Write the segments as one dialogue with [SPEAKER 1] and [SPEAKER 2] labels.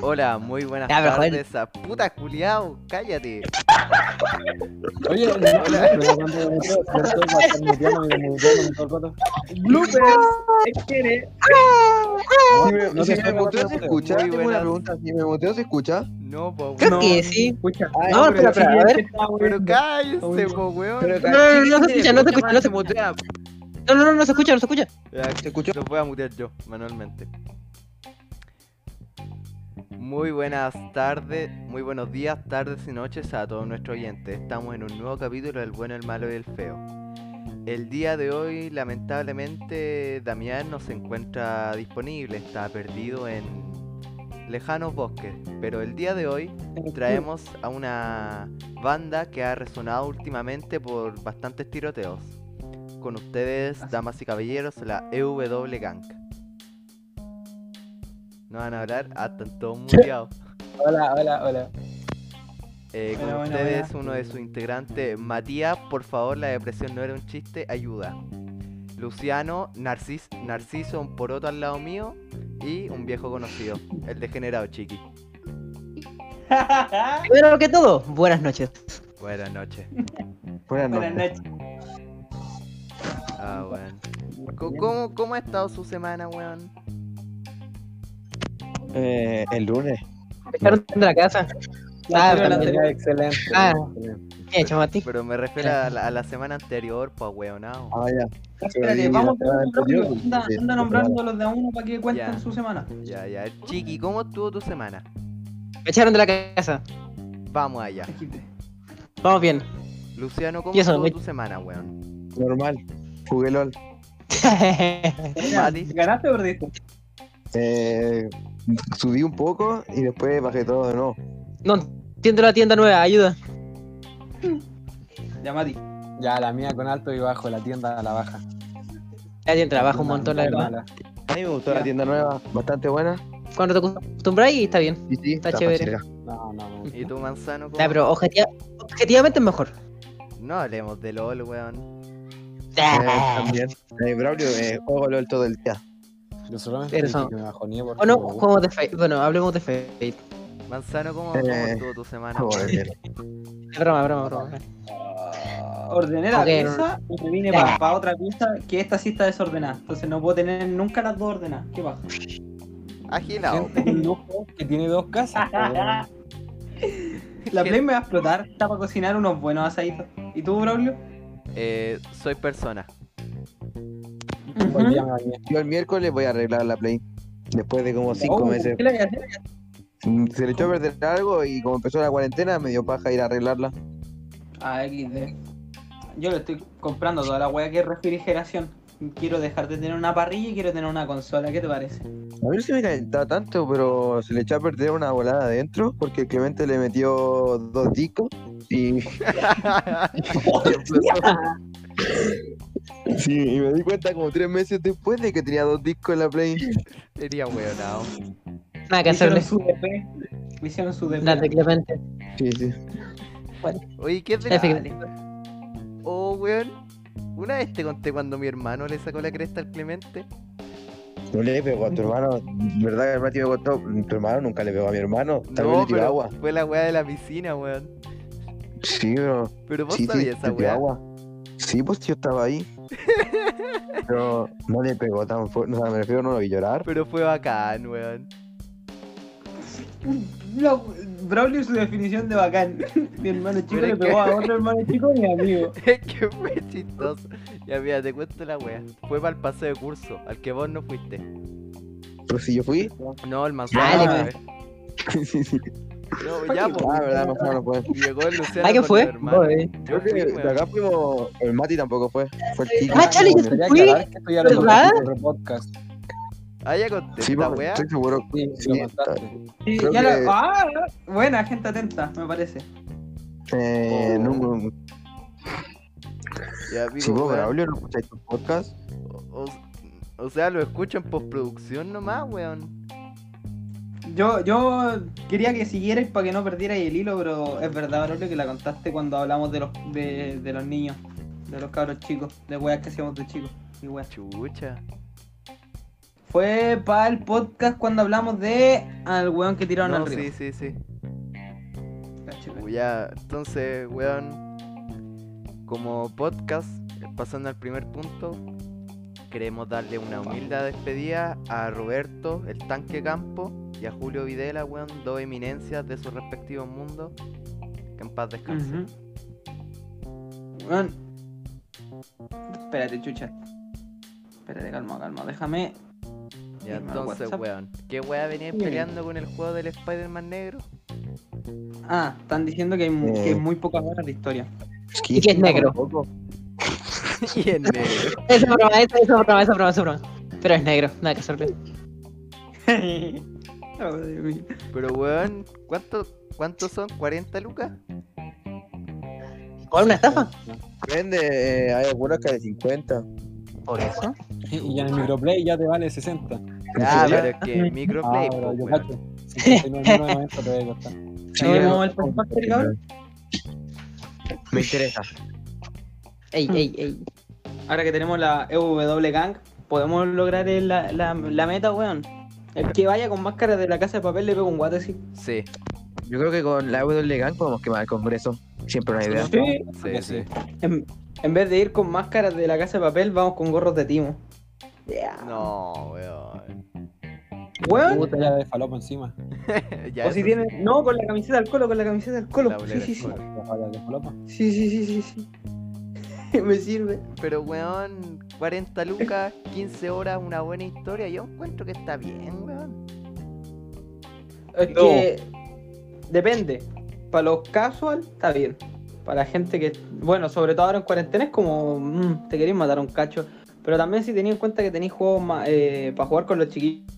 [SPEAKER 1] Hola, muy buenas
[SPEAKER 2] Ya, pero, Joel.
[SPEAKER 1] tardes. A puta culiao, cállate.
[SPEAKER 3] Oye, no, no, pero cuando me meto, ¿cierto? Va a estar muteando, mira, muteando, me tocó todo.
[SPEAKER 4] Bloopers,
[SPEAKER 2] Ah,
[SPEAKER 4] ¿qué quiere?
[SPEAKER 3] No, no te
[SPEAKER 5] Si me
[SPEAKER 3] escucho,
[SPEAKER 5] muteo,
[SPEAKER 3] no
[SPEAKER 5] ¿se
[SPEAKER 3] te
[SPEAKER 5] escucha?
[SPEAKER 1] Muy
[SPEAKER 5] Tengo
[SPEAKER 1] buena.
[SPEAKER 5] una pregunta. Si me muteo, ¿se escucha?
[SPEAKER 1] No, po,
[SPEAKER 2] Creo
[SPEAKER 1] weón.
[SPEAKER 2] que sí.
[SPEAKER 4] Escucha.
[SPEAKER 3] Ah,
[SPEAKER 2] No, espera, espera, a ver.
[SPEAKER 1] Pero cállense, po, weón.
[SPEAKER 2] No, no, no, no se escucha, no se escucha, no se
[SPEAKER 5] mutea.
[SPEAKER 2] No, no, no, no se escucha, no se escucha.
[SPEAKER 1] Ya,
[SPEAKER 5] ¿Se escuchó?
[SPEAKER 1] Los voy a mutear yo, manualmente. Muy buenas tardes, muy buenos días, tardes y noches a todos nuestros oyentes. Estamos en un nuevo capítulo del bueno, el malo y el feo. El día de hoy, lamentablemente, Damián no se encuentra disponible, está perdido en lejanos bosques. Pero el día de hoy traemos a una banda que ha resonado últimamente por bastantes tiroteos. Con ustedes, damas y caballeros, la EW Gang. No van a hablar, ah, están todos muteados.
[SPEAKER 3] Hola, hola, hola.
[SPEAKER 1] Eh, con
[SPEAKER 4] Bueno, bueno,
[SPEAKER 1] ustedes, uno de sus integrantes, Matías, por favor, la depresión no era un chiste, ayuda. Luciano, Narcis, Narciso, un poroto al lado mío y un viejo conocido, el degenerado Chiqui.
[SPEAKER 2] Primero que todo, buenas noches.
[SPEAKER 1] Buenas noches.
[SPEAKER 5] Buenas
[SPEAKER 4] Buenas
[SPEAKER 5] noches.
[SPEAKER 4] noches.
[SPEAKER 1] Ah, bueno. Co- ¿Cómo, cómo ha estado su semana, weón?
[SPEAKER 5] Eh, el lunes.
[SPEAKER 2] Dejaron de la casa.
[SPEAKER 4] Ah,
[SPEAKER 2] Ah,
[SPEAKER 4] pero la
[SPEAKER 2] también.
[SPEAKER 4] tenía-
[SPEAKER 3] Excelente.
[SPEAKER 2] Ah.
[SPEAKER 3] excelente.
[SPEAKER 2] ¿Qué, chamati?
[SPEAKER 1] Pero me refiero a la, a la semana anterior, pues, weonado.
[SPEAKER 5] Ah, ya.
[SPEAKER 4] Espérate,
[SPEAKER 3] Sí,
[SPEAKER 4] vamos
[SPEAKER 3] la semana
[SPEAKER 4] rápido.
[SPEAKER 3] anterior,
[SPEAKER 4] Anda,
[SPEAKER 5] sí,
[SPEAKER 4] anda
[SPEAKER 5] sí,
[SPEAKER 4] nombrando los de a uno para que cuenten
[SPEAKER 1] Ya.
[SPEAKER 4] su semana.
[SPEAKER 1] Ya, ya. Chiqui, ¿cómo estuvo tu semana?
[SPEAKER 2] Me echaron de la casa.
[SPEAKER 1] Vamos allá.
[SPEAKER 2] Vamos bien.
[SPEAKER 1] Luciano, ¿cómo
[SPEAKER 2] Y eso,
[SPEAKER 1] estuvo
[SPEAKER 5] eh.
[SPEAKER 2] me-
[SPEAKER 1] tu semana, weón?
[SPEAKER 5] Normal. Jugué LOL.
[SPEAKER 1] Mati.
[SPEAKER 4] ¿Ganaste o perdiste?
[SPEAKER 5] Eh, subí un poco y después bajé todo de nuevo.
[SPEAKER 2] no entiendo la tienda nueva, ayuda.
[SPEAKER 4] Ya, Mati.
[SPEAKER 3] Ya, la mía con alto y bajo, la tienda a la baja.
[SPEAKER 2] La tienda trabaja un
[SPEAKER 3] Una
[SPEAKER 2] montón, la
[SPEAKER 3] mala,
[SPEAKER 2] verdad.
[SPEAKER 3] mala.
[SPEAKER 5] A mí me gustó
[SPEAKER 4] Ya.
[SPEAKER 5] la tienda nueva, bastante buena.
[SPEAKER 2] Cuando te acostumbras y está bien.
[SPEAKER 5] Y sí,
[SPEAKER 2] Está chévere.
[SPEAKER 5] pachera.
[SPEAKER 3] No, no,
[SPEAKER 2] Mm.
[SPEAKER 3] no.
[SPEAKER 1] ¿Y tu manzano? cómo-
[SPEAKER 2] Ya, pero objetiva- objetivamente es mejor.
[SPEAKER 1] No hablemos de LOL, weón.
[SPEAKER 5] Eh, también. Eh, Braulio, eh, juego LOL todo el día.
[SPEAKER 3] Yo solamente
[SPEAKER 2] Pero
[SPEAKER 3] dije
[SPEAKER 2] son-
[SPEAKER 3] que me bajoneé porque...
[SPEAKER 2] Bueno,
[SPEAKER 3] me gusta.
[SPEAKER 2] juegos de Fate. Bueno, hablemos de Fate.
[SPEAKER 1] Manzano, ¿cómo, cómo
[SPEAKER 5] Eh,
[SPEAKER 1] estuvo tu semana?
[SPEAKER 5] Juego de mierda.
[SPEAKER 2] Es broma, broma, broma.
[SPEAKER 4] Ah, ordené la
[SPEAKER 2] Ok.
[SPEAKER 4] pieza y me vine para otra pieza que esta sí está desordenada. Entonces no puedo tener nunca las dos ordenadas. ¿Qué pasa?
[SPEAKER 1] Agilado.
[SPEAKER 3] Gente con dos juegos que tiene dos casas. pues, pero-
[SPEAKER 4] La
[SPEAKER 1] ¿Qué?
[SPEAKER 4] Play me va a explotar. Está para cocinar unos buenos asaditos. ¿Y tú, Braulio?
[SPEAKER 1] Eh, soy persona.
[SPEAKER 3] Hoy día
[SPEAKER 4] Oh,
[SPEAKER 3] me bañé.
[SPEAKER 5] Yo el miércoles voy a arreglar la Play. Después de como cinco
[SPEAKER 4] Oh,
[SPEAKER 5] meses.
[SPEAKER 4] ¿Qué le voy a hacer?
[SPEAKER 5] Mm, Se le echó a perder algo y como empezó la cuarentena me dio paja ir a arreglarla.
[SPEAKER 4] A XD. Yo le estoy comprando toda la weá que es refrigeración. Quiero dejar de tener una parrilla y quiero tener una consola. ¿Qué te parece?
[SPEAKER 5] A mí no se me calentaba tanto, pero se le echó a perder una volada adentro porque Clemente le metió dos discos y... sí, y me di cuenta como tres meses después de que tenía dos discos en la Play.
[SPEAKER 1] Sería weonado.
[SPEAKER 2] Nada que
[SPEAKER 4] Hicieron
[SPEAKER 2] hacerle.
[SPEAKER 4] su DP. Hicieron su DP.
[SPEAKER 2] Nada, Clemente.
[SPEAKER 5] Sí, sí.
[SPEAKER 1] Oye, ¿qué es de
[SPEAKER 2] Efectivamente.
[SPEAKER 1] Oh, weón. Una vez te conté cuando mi hermano le sacó la cresta al Clemente.
[SPEAKER 5] No le pegó a tu hermano, ¿verdad que el Mati me contó? Tu hermano nunca le pegó a mi hermano, tal vez le tiró agua.
[SPEAKER 1] fue la weá de la piscina, weón.
[SPEAKER 5] Sí, pero...
[SPEAKER 1] Pero vos
[SPEAKER 5] Sí, sí,
[SPEAKER 1] sabías esa
[SPEAKER 5] le tiró
[SPEAKER 1] weá.
[SPEAKER 5] agua. Sí, pues yo estaba ahí. Pero no le pegó tan fuerte, o sea, me refiero, no lo vi llorar.
[SPEAKER 1] Pero fue bacán, weón.
[SPEAKER 4] La- Braulio su definición de bacán. Mi hermano chico
[SPEAKER 1] Pero
[SPEAKER 4] le
[SPEAKER 1] es que-
[SPEAKER 4] pegó a otro hermano chico, mi amigo.
[SPEAKER 1] Es que fue chistoso. Ya, mira, te cuento la weá. Fue para el paseo de curso, al que vos no fuiste.
[SPEAKER 5] Pero si yo fui...
[SPEAKER 1] No, el manzano.
[SPEAKER 2] Dale,
[SPEAKER 1] fue.
[SPEAKER 5] sí, sí.
[SPEAKER 1] No, ya, po.
[SPEAKER 5] Ah, verdad, no, no fue.
[SPEAKER 1] Llegó el Luciano.
[SPEAKER 2] ¿Ah,
[SPEAKER 1] con
[SPEAKER 2] qué
[SPEAKER 1] mi
[SPEAKER 2] fue?
[SPEAKER 1] hermano.
[SPEAKER 2] Oh, eh.
[SPEAKER 1] Yo
[SPEAKER 5] Creo
[SPEAKER 1] fui,
[SPEAKER 5] que de
[SPEAKER 1] weón.
[SPEAKER 5] acá fuimos. El Mati tampoco fue. Fue el Kiko.
[SPEAKER 2] Ah, chale, yo
[SPEAKER 3] Quería
[SPEAKER 2] fui,
[SPEAKER 3] aclarar que esto ya lo conté
[SPEAKER 2] ¿verdad?
[SPEAKER 3] en otro podcast.
[SPEAKER 1] Ah, ya conté
[SPEAKER 5] Sí,
[SPEAKER 1] la
[SPEAKER 5] pues,
[SPEAKER 1] weá.
[SPEAKER 5] estoy seguro.
[SPEAKER 3] Sí,
[SPEAKER 5] Sí,
[SPEAKER 3] lo contaste.
[SPEAKER 4] Sí,
[SPEAKER 5] Creo
[SPEAKER 4] ya
[SPEAKER 5] que-
[SPEAKER 4] la- Ah, buena, gente atenta, me parece.
[SPEAKER 6] Oh,
[SPEAKER 5] Eh, no, no,
[SPEAKER 1] Ya, pico,
[SPEAKER 5] si vos,
[SPEAKER 1] weón.
[SPEAKER 5] Braulio, no escucháis tu podcast.
[SPEAKER 1] O, o- o sea, lo escucho en postproducción nomás, weón.
[SPEAKER 4] Yo, yo quería que siguierais para que no perdierais el hilo, pero es verdad, Braulio, que la contaste cuando hablamos de los, de, de los niños, de los cabros chicos, de weas que hacíamos de chicos. Y weas.
[SPEAKER 1] Chucha.
[SPEAKER 4] Fue para el podcast cuando hablamos de al weón que tiraron
[SPEAKER 1] No,
[SPEAKER 4] al
[SPEAKER 1] sí,
[SPEAKER 4] río.
[SPEAKER 1] sí, sí.
[SPEAKER 4] Cacho, cacho.
[SPEAKER 1] Ya, entonces, weón, como podcast, eh, pasando al primer punto, queremos darle una humilde despedida a Roberto, el tanque campo, y a Julio Videla, weón, dos eminencias de sus respectivos mundos. Que en paz descansen.
[SPEAKER 4] Ujú. Weón. Espérate, chucha. Espérate, calma, calma. Déjame.
[SPEAKER 1] Ya,
[SPEAKER 4] Firma
[SPEAKER 1] entonces,
[SPEAKER 4] WhatsApp.
[SPEAKER 1] weón, ¿qué weá venía peleando con el juego del Spider-Man negro?
[SPEAKER 4] Ah, están diciendo que hay, mu-
[SPEAKER 6] Eh.
[SPEAKER 4] que hay muy pocas horas de historia.
[SPEAKER 2] Y que es negro.
[SPEAKER 1] y el negro.
[SPEAKER 2] Esa broma, esa, esa broma, esa broma, esa broma. Pero es negro, nada que hacerle.
[SPEAKER 4] Oh, Dios mío.
[SPEAKER 1] Pero, weón, ¿cuánto, ¿cuántos son? ¿40 lucas?
[SPEAKER 2] ¿O una estafa?
[SPEAKER 6] Depende, eh, hay algunas que de 50.
[SPEAKER 2] Por eso.
[SPEAKER 3] Y ya en el microplay ya te vale 60.
[SPEAKER 1] Ah,
[SPEAKER 6] Sí.
[SPEAKER 1] pero es que
[SPEAKER 3] Ah,
[SPEAKER 1] microplay,
[SPEAKER 3] pero
[SPEAKER 1] po,
[SPEAKER 3] yo
[SPEAKER 1] weón.
[SPEAKER 3] cacho. 59,90 te voy a costar.
[SPEAKER 4] ¿Ya vemos el postfactor, cabrón?
[SPEAKER 6] Me interesa.
[SPEAKER 4] Mm.
[SPEAKER 2] Ey, ey, ey.
[SPEAKER 4] Ahora que tenemos la EW Gang, podemos lograr el- la, la- la meta, weón. El que vaya con máscara de la casa de papel le pego un guate así.
[SPEAKER 1] Sí,
[SPEAKER 6] Yo creo que con la W legal podemos quemar el Congreso. Siempre una idea.
[SPEAKER 4] Sí.
[SPEAKER 1] sí, sí.
[SPEAKER 4] En, en vez de ir con máscaras de la casa de papel, vamos con gorros de timo. Yeah.
[SPEAKER 1] No, weón.
[SPEAKER 4] Weón,
[SPEAKER 3] Puta, ya de falopa encima.
[SPEAKER 1] Ya,
[SPEAKER 4] o si
[SPEAKER 1] eso
[SPEAKER 4] tiene.
[SPEAKER 1] sí,
[SPEAKER 4] No, con la camiseta del colo, con la camiseta del colo.
[SPEAKER 1] la
[SPEAKER 4] Sí,
[SPEAKER 1] bolera
[SPEAKER 4] sí,
[SPEAKER 1] es
[SPEAKER 4] sí.
[SPEAKER 1] cola.
[SPEAKER 3] Ya de falopa.
[SPEAKER 4] Sí, sí, sí, sí, sí. Me sirve.
[SPEAKER 1] Pero weón, 40 lucas, 15 horas, una buena historia. Yo encuentro que está bien, weón.
[SPEAKER 4] Es
[SPEAKER 6] No.
[SPEAKER 4] que. Depende. Para los casual, está bien. Para la gente que. Bueno, sobre todo ahora en cuarentena es como. mm, te queréis matar un cacho. Pero también si tenéis en cuenta que tenéis juegos ma- eh, para jugar con los chiquillos,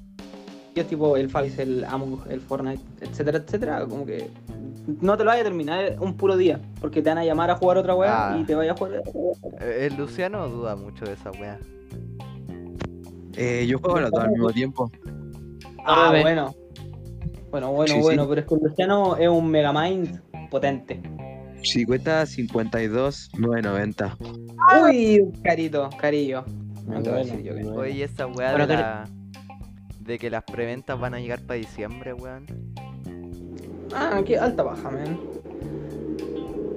[SPEAKER 4] tipo el Fax, el Among, Us, el Fortnite, etcétera, etcétera, como que no te lo vayas a terminar eh, un puro día, porque te van a llamar a jugar otra weá
[SPEAKER 1] Ah.
[SPEAKER 4] y te vayas a jugar. otra weá.
[SPEAKER 1] Eh, El Luciano duda mucho de esa weá.
[SPEAKER 6] Eh, yo juego a las dos al mismo tiempo.
[SPEAKER 2] Ah,
[SPEAKER 4] Ah,
[SPEAKER 2] bueno.
[SPEAKER 4] bueno. Bueno, bueno,
[SPEAKER 6] Sí, sí.
[SPEAKER 4] bueno, pero es que el Luciano es un Megamind potente.
[SPEAKER 6] Si cuesta 52, 990. Ah,
[SPEAKER 4] Uy, carito, carillo.
[SPEAKER 3] Me
[SPEAKER 4] No te voy a decir
[SPEAKER 3] duele.
[SPEAKER 4] yo
[SPEAKER 3] me
[SPEAKER 4] que no.
[SPEAKER 3] duele.
[SPEAKER 1] Oye, esa weá
[SPEAKER 2] Bueno,
[SPEAKER 1] de,
[SPEAKER 2] que-
[SPEAKER 1] la- de que las preventas van a llegar para diciembre, weón.
[SPEAKER 4] Ah, qué alta baja, man.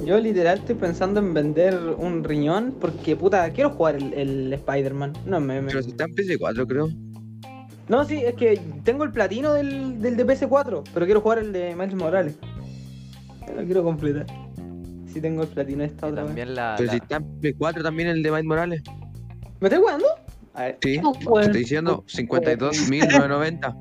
[SPEAKER 4] Yo literal estoy pensando en vender un riñón porque puta, quiero jugar el, el Spider-Man. No me, me-
[SPEAKER 6] Pero si está en PC4, creo.
[SPEAKER 4] No, sí, es que tengo el platino del, del de PS4, pero quiero jugar el de Miles Morales. Ya Lo quiero completar. Sí tengo el platino esta
[SPEAKER 1] Y
[SPEAKER 4] otra vez.
[SPEAKER 1] también la,
[SPEAKER 6] Pero si
[SPEAKER 1] la-
[SPEAKER 6] está en PC4 también el de Miles Morales.
[SPEAKER 4] ¿Me estás jugando? A ver.
[SPEAKER 6] Sí.
[SPEAKER 2] No,
[SPEAKER 6] Te
[SPEAKER 2] weón.
[SPEAKER 6] estoy diciendo 52.990.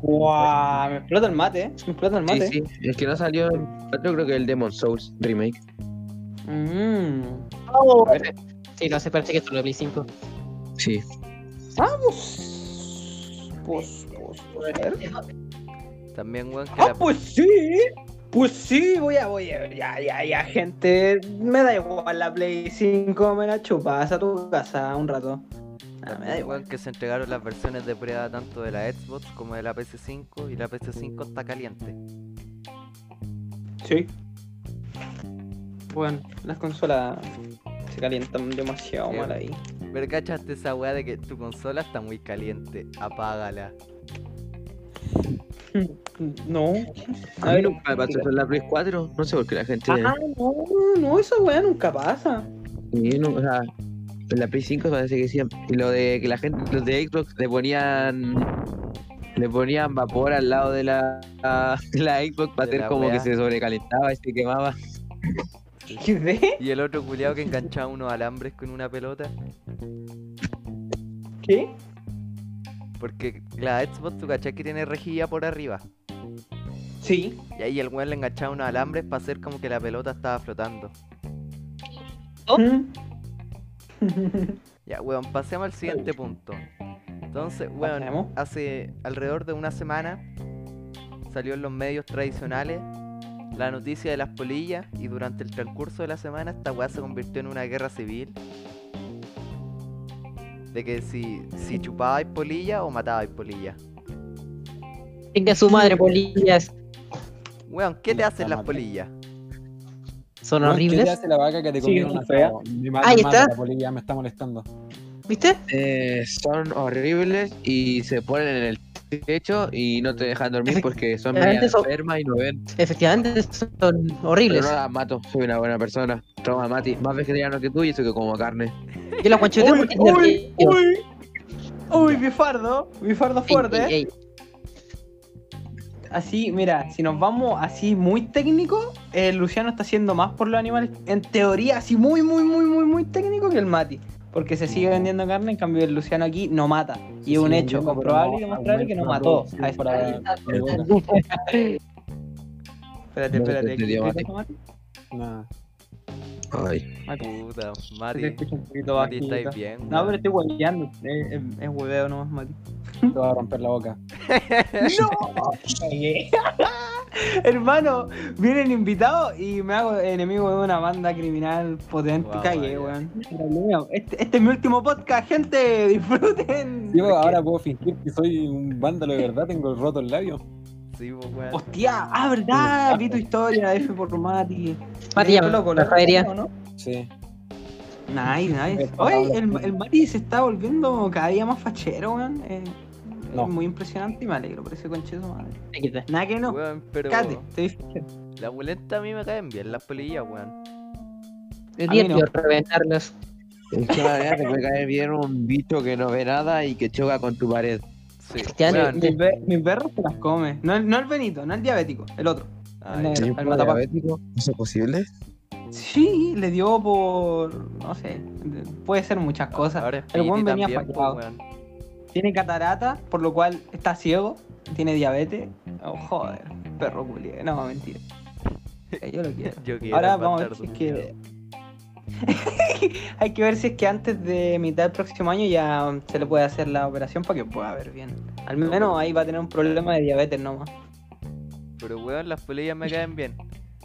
[SPEAKER 4] Guau, me explota el mate, eh. Me explota el
[SPEAKER 6] Sí,
[SPEAKER 4] mate.
[SPEAKER 6] sí. El que no salió en otro creo que el Demon Souls Remake.
[SPEAKER 4] Mm.
[SPEAKER 2] Sí, no, se parece que es solo de Play 5.
[SPEAKER 6] Sí.
[SPEAKER 4] Vamos. Pues, pues, pues, a ver.
[SPEAKER 1] también weón que
[SPEAKER 4] Ah,
[SPEAKER 1] la-
[SPEAKER 4] pues sí. Pues sí, voy a, voy a, ya, ya, ya, gente. Me da igual la Play 5, me la chupas a tu casa un rato. Ah, me da
[SPEAKER 1] también,
[SPEAKER 4] igual.
[SPEAKER 1] weón, que se entregaron las versiones de prueba tanto de la Xbox como de la PS5 y la PS5 está caliente.
[SPEAKER 4] Sí. Bueno, las consolas se calientan demasiado
[SPEAKER 1] Sí.
[SPEAKER 4] mal ahí.
[SPEAKER 1] Pero cachaste esa weá de que tu consola está muy caliente, apágala.
[SPEAKER 4] No.
[SPEAKER 6] A mí nunca me pasó eso en la Play 4. No sé por qué la gente.
[SPEAKER 4] Ah, no, no, esa weá nunca pasa.
[SPEAKER 6] Sí, no, o sea, en la Play 5 parece que sí. Y lo de que la gente, los de Xbox le ponían. Le ponían vapor al lado de la, de la Xbox para
[SPEAKER 1] De
[SPEAKER 6] hacer
[SPEAKER 1] la
[SPEAKER 6] como
[SPEAKER 1] wea.
[SPEAKER 6] que se sobrecalentaba y se quemaba.
[SPEAKER 4] ¿Qué de?
[SPEAKER 1] Y el otro culiado que enganchaba unos alambres con una pelota.
[SPEAKER 4] ¿Qué?
[SPEAKER 1] Porque la Xbox, tu cachai que tiene rejilla por arriba.
[SPEAKER 4] Sí.
[SPEAKER 1] Y ahí el weón le enganchaba unos alambres para hacer como que la pelota estaba flotando.
[SPEAKER 4] Oh. Mm.
[SPEAKER 1] Ya, weón, pasemos al siguiente punto. Entonces, weón,
[SPEAKER 4] Pasemos.
[SPEAKER 1] hace alrededor de una semana salió en los medios tradicionales la noticia de las polillas y durante el transcurso de la semana esta weá se convirtió en una guerra civil. De que si, si chupabais polilla o matabais polilla.
[SPEAKER 2] Venga su madre, polillas.
[SPEAKER 1] Weón, ¿qué te hacen
[SPEAKER 3] La
[SPEAKER 1] las
[SPEAKER 3] maté.
[SPEAKER 1] polillas?
[SPEAKER 2] Son
[SPEAKER 3] No, es que
[SPEAKER 2] horribles.
[SPEAKER 3] te hace la vaca que te
[SPEAKER 4] Sí,
[SPEAKER 3] comieron
[SPEAKER 4] fea.
[SPEAKER 3] asado. Mi madre
[SPEAKER 2] Ahí
[SPEAKER 3] mata
[SPEAKER 2] está.
[SPEAKER 3] la polilla, me está molestando.
[SPEAKER 2] ¿Viste?
[SPEAKER 6] Eh, son horribles y se ponen en el techo y no te dejan dormir
[SPEAKER 2] Efect-
[SPEAKER 6] porque son
[SPEAKER 2] Efectivamente
[SPEAKER 6] medio
[SPEAKER 2] son-
[SPEAKER 6] enfermas y no ven.
[SPEAKER 2] Efectivamente, son
[SPEAKER 6] Pero
[SPEAKER 2] horribles.
[SPEAKER 6] no las mato, soy una buena persona. Toma, Mati, más vegetariano que tú y eso que como carne.
[SPEAKER 2] Yo las guanchoteo
[SPEAKER 4] Uy,
[SPEAKER 2] porque es
[SPEAKER 4] uy,
[SPEAKER 2] divertido.
[SPEAKER 4] uy. Uy, bifardo. Bifardo
[SPEAKER 2] Ey,
[SPEAKER 4] fuerte. eh.
[SPEAKER 2] ey, ey.
[SPEAKER 4] Así, mira, si nos vamos así muy técnico, eh, Luciano está haciendo más por los animales. En teoría, así muy, muy, muy, muy, muy técnico que el Mati. Porque se sigue vendiendo carne, en cambio el Luciano aquí no mata. Y es un
[SPEAKER 3] Sí,
[SPEAKER 4] hecho
[SPEAKER 3] no,
[SPEAKER 4] comprobable
[SPEAKER 3] pero
[SPEAKER 4] y demostrable que no mató. A esa-
[SPEAKER 3] para- para-
[SPEAKER 4] Espérate,
[SPEAKER 6] No te
[SPEAKER 4] espérate. ¿qué
[SPEAKER 6] entendió,
[SPEAKER 4] te pasa, Mati?
[SPEAKER 3] Nada.
[SPEAKER 6] Ay.
[SPEAKER 1] Puta,
[SPEAKER 4] Se te
[SPEAKER 1] Mati,
[SPEAKER 4] escucha un poquito
[SPEAKER 1] Mati,
[SPEAKER 4] bajito.
[SPEAKER 1] ¿estáis bien?
[SPEAKER 4] No, pero estoy hueveando. eh, Es, es, es hueveo nomás, Mati.
[SPEAKER 3] Te va a romper la boca.
[SPEAKER 4] Hermano, vienen invitados y me hago enemigo de una banda criminal potente.
[SPEAKER 1] Guau,
[SPEAKER 4] Cagué,
[SPEAKER 1] vaya.
[SPEAKER 4] weón. Este, este es mi último podcast, gente. Disfruten.
[SPEAKER 3] Yo ahora puedo fingir que soy un vándalo de verdad, tengo roto el labio.
[SPEAKER 1] Sí, pues, weón.
[SPEAKER 4] Hostia, ah, verdad. Vi tu historia, F por Mati.
[SPEAKER 2] Mati,
[SPEAKER 4] Mira,
[SPEAKER 2] llama,
[SPEAKER 4] loco, la
[SPEAKER 2] Rafaelia.
[SPEAKER 4] ¿no?
[SPEAKER 3] Sí.
[SPEAKER 4] Nice, nice. Oye, el, el Mati se está volviendo cada día más fachero, weón. Eh,
[SPEAKER 3] No.
[SPEAKER 4] Es muy impresionante y me alegro por ese conche de su madre.
[SPEAKER 2] Ahí está.
[SPEAKER 4] Nada que no.
[SPEAKER 1] Weón, pero
[SPEAKER 4] Cate, te vi fachero.
[SPEAKER 1] la abuelita a mí me caen bien, las polillas, weón.
[SPEAKER 2] Es
[SPEAKER 4] A mí no.
[SPEAKER 2] divertido reventarlos.
[SPEAKER 6] Es que la verdad te puede caer bien un bicho que no ve nada y que choca con tu pared.
[SPEAKER 1] Sí,
[SPEAKER 2] Ya no-
[SPEAKER 1] weón.
[SPEAKER 2] de-
[SPEAKER 4] Mis be- mis perros se las come. No, el- no el Benito, no el diabético, el otro.
[SPEAKER 1] Ay,
[SPEAKER 4] no.
[SPEAKER 6] ¿Soy
[SPEAKER 4] al
[SPEAKER 6] un
[SPEAKER 4] matapá.
[SPEAKER 6] diabético? ¿Eso es posible?
[SPEAKER 4] Sí, le dio por. No sé. Puede ser muchas cosas.
[SPEAKER 1] ahora es
[SPEAKER 4] el
[SPEAKER 1] Piti
[SPEAKER 4] buen venía
[SPEAKER 1] también, pues,
[SPEAKER 4] fallado.
[SPEAKER 1] weón.
[SPEAKER 4] Tiene catarata, por lo cual está ciego. Tiene diabetes. Oh, joder, perro culiado. No, mentira. Eh, Yo lo quiero.
[SPEAKER 1] Yo quiero
[SPEAKER 4] Ahora vamos a ver
[SPEAKER 1] matar
[SPEAKER 4] si es
[SPEAKER 1] tu
[SPEAKER 4] que.
[SPEAKER 1] miedo.
[SPEAKER 4] Hay que ver si es que antes de mitad del próximo año ya se le puede hacer la operación para que pueda ver bien. Al menos ahí va a tener un problema de diabetes nomás.
[SPEAKER 1] Pero, weón, las polillas me caen bien.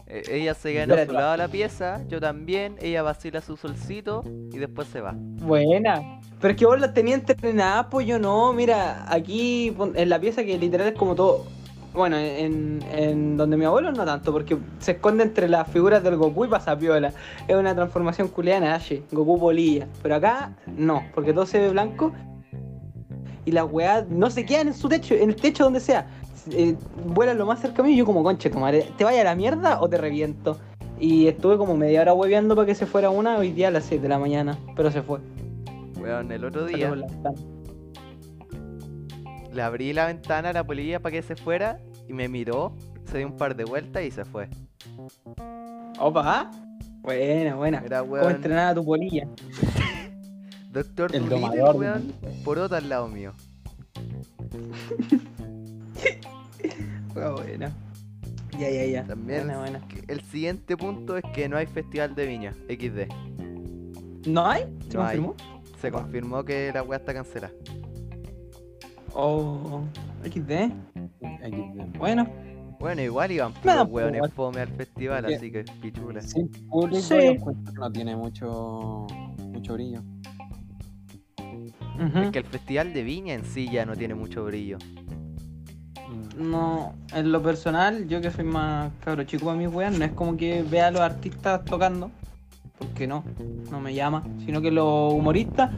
[SPEAKER 1] Eh, ella se gana a su
[SPEAKER 4] Espérate.
[SPEAKER 1] lado la pieza, yo también. Ella vacila su solcito y después se va.
[SPEAKER 4] Buena. Pero es que vos las tenías entrenadas, pues yo no. Mira, aquí pon- en la pieza que literal es como todo. Bueno, en, en donde mi abuelo no tanto, porque se esconde entre las figuras del Goku y Pasapiola. Es una transformación culiana, Ashe, Goku polilla. Pero acá no, porque todo se ve blanco y las weas no se quedan en su techo, en el techo donde sea. Eh, vuelan lo más cerca a mí y yo como conche, tu madre, ¿te vaya a la mierda o te reviento? Y estuve como media hora hueveando para que se fuera una hoy día a las 6 de la mañana, pero se fue.
[SPEAKER 1] Weón, el otro
[SPEAKER 4] Salió
[SPEAKER 1] día
[SPEAKER 4] por la ventana.
[SPEAKER 1] le abrí la ventana a la polilla para que se fuera y me miró, se dio un par de vueltas y se fue.
[SPEAKER 4] Opa. Buena, buena.
[SPEAKER 1] Era
[SPEAKER 4] ¿Cómo
[SPEAKER 1] weón,
[SPEAKER 4] entrenar a tu polilla?
[SPEAKER 1] Doctor
[SPEAKER 3] El
[SPEAKER 1] Dolittle,
[SPEAKER 3] domador.
[SPEAKER 1] weón, por otro al lado mío.
[SPEAKER 4] Buena, buena. Ya, ya, ya.
[SPEAKER 1] También
[SPEAKER 4] Buena, buena.
[SPEAKER 1] que- el siguiente punto es que no hay festival de viña, XD.
[SPEAKER 4] ¿No hay? ¿Se
[SPEAKER 1] No hay.
[SPEAKER 4] confirmó?
[SPEAKER 1] Se confirmó que la weá está cancelada.
[SPEAKER 4] Oh, XD.
[SPEAKER 3] XD.
[SPEAKER 4] Bueno,
[SPEAKER 1] Bueno, igual iban
[SPEAKER 4] Me da
[SPEAKER 1] puros weones
[SPEAKER 3] igual.
[SPEAKER 1] fome al festival,
[SPEAKER 3] Porque-
[SPEAKER 1] así que pichula.
[SPEAKER 3] Sin público
[SPEAKER 4] Sí.
[SPEAKER 3] yo encuentro que no tiene mucho mucho brillo.
[SPEAKER 4] ujú.
[SPEAKER 1] Es que el festival de viña en sí ya no tiene mucho brillo.
[SPEAKER 3] mm.
[SPEAKER 4] no, en lo personal, yo que soy más cabro chico para mis weas, no es como que vea a los artistas tocando, porque no, no me llama, sino que los humoristas.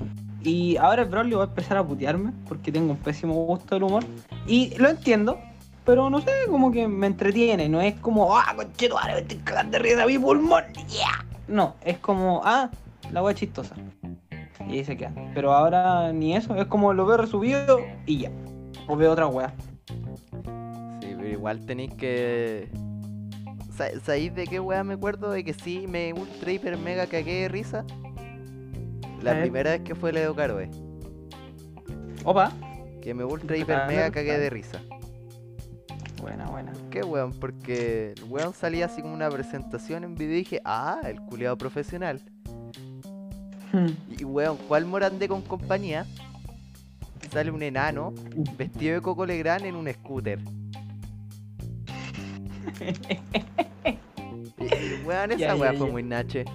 [SPEAKER 4] Y ahora el Broly va a empezar a putearme, porque tengo un pésimo gusto del humor, y lo entiendo. Pero no sé, como que me entretiene, no es como, ah, conchetuare, me estoy cagando de risa, mi pulmón, ya". No, es como, ah, la wea chistosa. Y ahí se queda. Pero ahora ni eso, es como lo veo resubido y ya. O veo otra wea.
[SPEAKER 1] Sí, pero igual tenéis que. Sa- ¿Sabéis de qué weá me acuerdo? De que sí me ultra hiper mega cagué de risa. La
[SPEAKER 4] A ver.
[SPEAKER 1] primera vez que fue el Educaroe.
[SPEAKER 4] Opa.
[SPEAKER 1] Que me ultra hiper mega cagué de risa.
[SPEAKER 4] Buena, buena.
[SPEAKER 1] ¿Qué weón? Porque el weón salía así como una presentación en video y dije, ah, el culiado profesional. Y weón, ¿cuál morandé con compañía? Sale un enano vestido de Coco Legrand en un scooter. Y- y, weón, esa
[SPEAKER 4] Ya, ya,
[SPEAKER 1] weá fue
[SPEAKER 4] ya.
[SPEAKER 1] muy nache.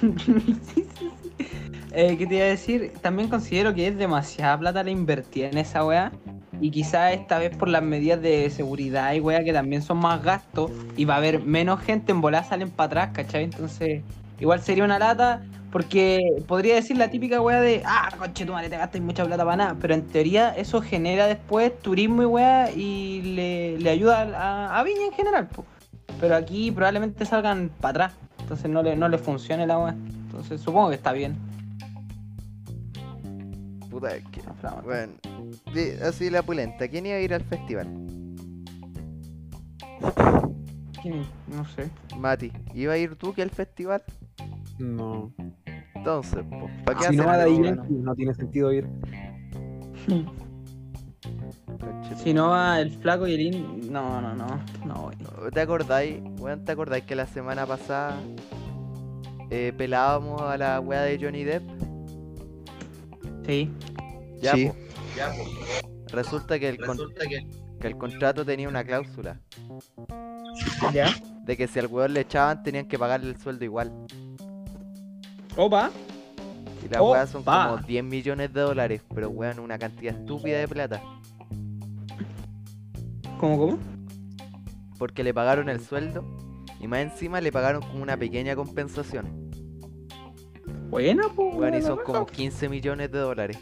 [SPEAKER 4] Sí, sí, sí. Eh, ¿Qué te iba a decir? También considero que es demasiada plata la invertida en esa weá. Y quizás esta vez por las medidas de seguridad y weá que también son más gastos y va a haber menos gente en volada salen para atrás, ¿cachai? Entonces, igual sería una lata Porque podría decir la típica weá de, ah, conche tu madre, te gastas mucha plata para nada. Pero en teoría eso genera después turismo y weá y le, le ayuda a, a Viña en general. po. Pero aquí probablemente salgan para atrás. Entonces no le, no le funcione la weá. Entonces supongo que está bien.
[SPEAKER 1] Puta, es que. Bueno, di- así la pulenta. ¿Quién iba a ir al festival?
[SPEAKER 4] ¿Quién? No sé.
[SPEAKER 1] Mati, ¿iba a ir tú que al festival?
[SPEAKER 3] No.
[SPEAKER 1] Entonces, pues, ¿para qué
[SPEAKER 3] Ah, Si no va Daddy
[SPEAKER 1] hacen?
[SPEAKER 3] Yankee, no tiene sentido ir.
[SPEAKER 1] Conchetumare.
[SPEAKER 4] Si no va el flaco y el in... No, no, no. No voy.
[SPEAKER 1] ¿Te acordáis, weón, te acordáis que la semana pasada eh, pelábamos a la weá de Johnny Depp?
[SPEAKER 4] Sí.
[SPEAKER 1] Ya,
[SPEAKER 6] Sí.
[SPEAKER 1] po. Resulta, que el, con- que el contrato tenía una cláusula
[SPEAKER 4] ¿Ya?
[SPEAKER 1] de que si al weón le echaban tenían que pagarle el sueldo igual.
[SPEAKER 4] Opa.
[SPEAKER 1] Y las
[SPEAKER 4] Oh,
[SPEAKER 1] weas son
[SPEAKER 4] pa.
[SPEAKER 1] como 10 millones de dólares, pero weón, una cantidad estúpida de plata.
[SPEAKER 4] ¿Cómo, cómo?
[SPEAKER 1] Porque le pagaron el sueldo y más encima le pagaron como una pequeña compensación.
[SPEAKER 4] Buena, po.
[SPEAKER 1] Weón, y
[SPEAKER 4] buena
[SPEAKER 1] son
[SPEAKER 4] raja.
[SPEAKER 1] como 15 millones de dólares.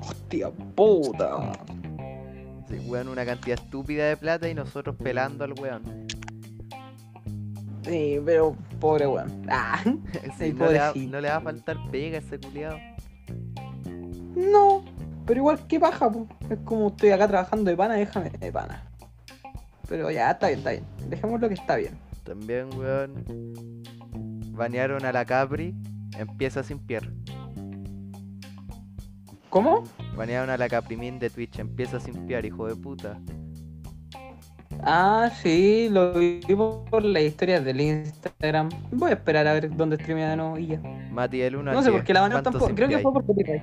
[SPEAKER 4] Hostia puta.
[SPEAKER 1] Sí, weón, una cantidad estúpida de plata y nosotros pelando al weón.
[SPEAKER 4] Sí, pero pobre weón. Ah,
[SPEAKER 1] Sí,
[SPEAKER 4] El
[SPEAKER 1] no, le va,
[SPEAKER 4] pobrecito.
[SPEAKER 1] no le va a faltar pega a ese culiado.
[SPEAKER 4] no. Pero igual, qué paja, po. Es como estoy acá trabajando de pana, déjame de pana. Pero ya, está bien, está bien. Dejemos lo que está bien.
[SPEAKER 1] También, weón. Banearon a la Capri, empieza sin pier.
[SPEAKER 4] ¿Cómo?
[SPEAKER 1] Banearon a la Caprimin de Twitch, empieza sin piar, hijo de puta.
[SPEAKER 4] Ah, sí, lo vi por las historias del Instagram. Voy a esperar a ver dónde streamea de nuevo y ya.
[SPEAKER 1] Mati el 1
[SPEAKER 4] No sé por qué la baneó tampoco. Creo que fue por Spotify.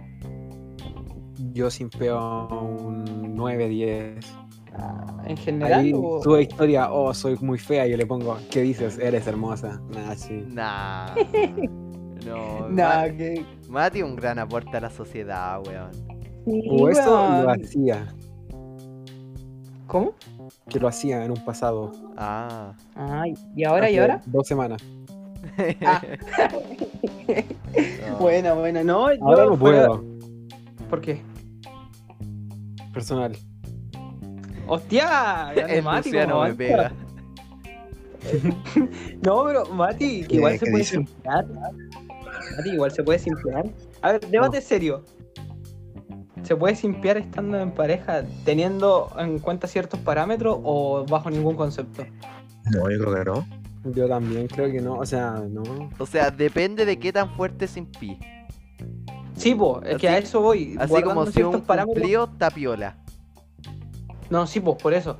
[SPEAKER 3] Yo simpeo un 9, 10.
[SPEAKER 4] En general.
[SPEAKER 3] Ahí
[SPEAKER 4] o-
[SPEAKER 3] sube historia, oh, soy muy fea. Yo le pongo, ¿qué dices? Eres hermosa. Nah, sí.
[SPEAKER 1] Nah. No,
[SPEAKER 4] Nah,
[SPEAKER 1] Ma-
[SPEAKER 4] que.
[SPEAKER 1] Mati un gran aporte a la sociedad, weón.
[SPEAKER 4] Sí,
[SPEAKER 3] O eso lo
[SPEAKER 4] weón.
[SPEAKER 3] hacía,
[SPEAKER 4] ¿Cómo?
[SPEAKER 3] que lo hacía en un pasado.
[SPEAKER 1] Ah.
[SPEAKER 4] Ay, ¿y ahora? ¿Y
[SPEAKER 3] hace
[SPEAKER 4] ahora?
[SPEAKER 3] Dos semanas.
[SPEAKER 4] Ah.
[SPEAKER 1] No.
[SPEAKER 4] Buena, buena, no. yo
[SPEAKER 3] Ahora no
[SPEAKER 4] fuera-
[SPEAKER 3] puedo.
[SPEAKER 4] ¿Por qué?
[SPEAKER 3] Personal.
[SPEAKER 4] ¡Hostia! grande
[SPEAKER 1] El
[SPEAKER 4] Mati,
[SPEAKER 1] Luciano
[SPEAKER 4] ¿cómo
[SPEAKER 1] me
[SPEAKER 4] avanza?
[SPEAKER 1] pega.
[SPEAKER 4] No, pero Mati, que igual se
[SPEAKER 6] ¿Qué
[SPEAKER 4] puede
[SPEAKER 6] dice?
[SPEAKER 4] simplear. Mati, igual se puede simplear. A ver, debate serio. ¿Se puede simpear estando en pareja teniendo en cuenta ciertos parámetros o bajo ningún concepto?
[SPEAKER 6] No, yo creo que no.
[SPEAKER 3] Yo también creo que no. O sea, no.
[SPEAKER 1] O sea, depende de qué tan fuerte sin pi.
[SPEAKER 4] Sí, po, es que
[SPEAKER 1] Así-
[SPEAKER 4] a eso voy.
[SPEAKER 1] Así
[SPEAKER 4] guardando
[SPEAKER 1] como si
[SPEAKER 4] ciertos
[SPEAKER 1] un
[SPEAKER 4] parámetros-
[SPEAKER 1] cumplido tapiola.
[SPEAKER 4] No, sí, pues por eso.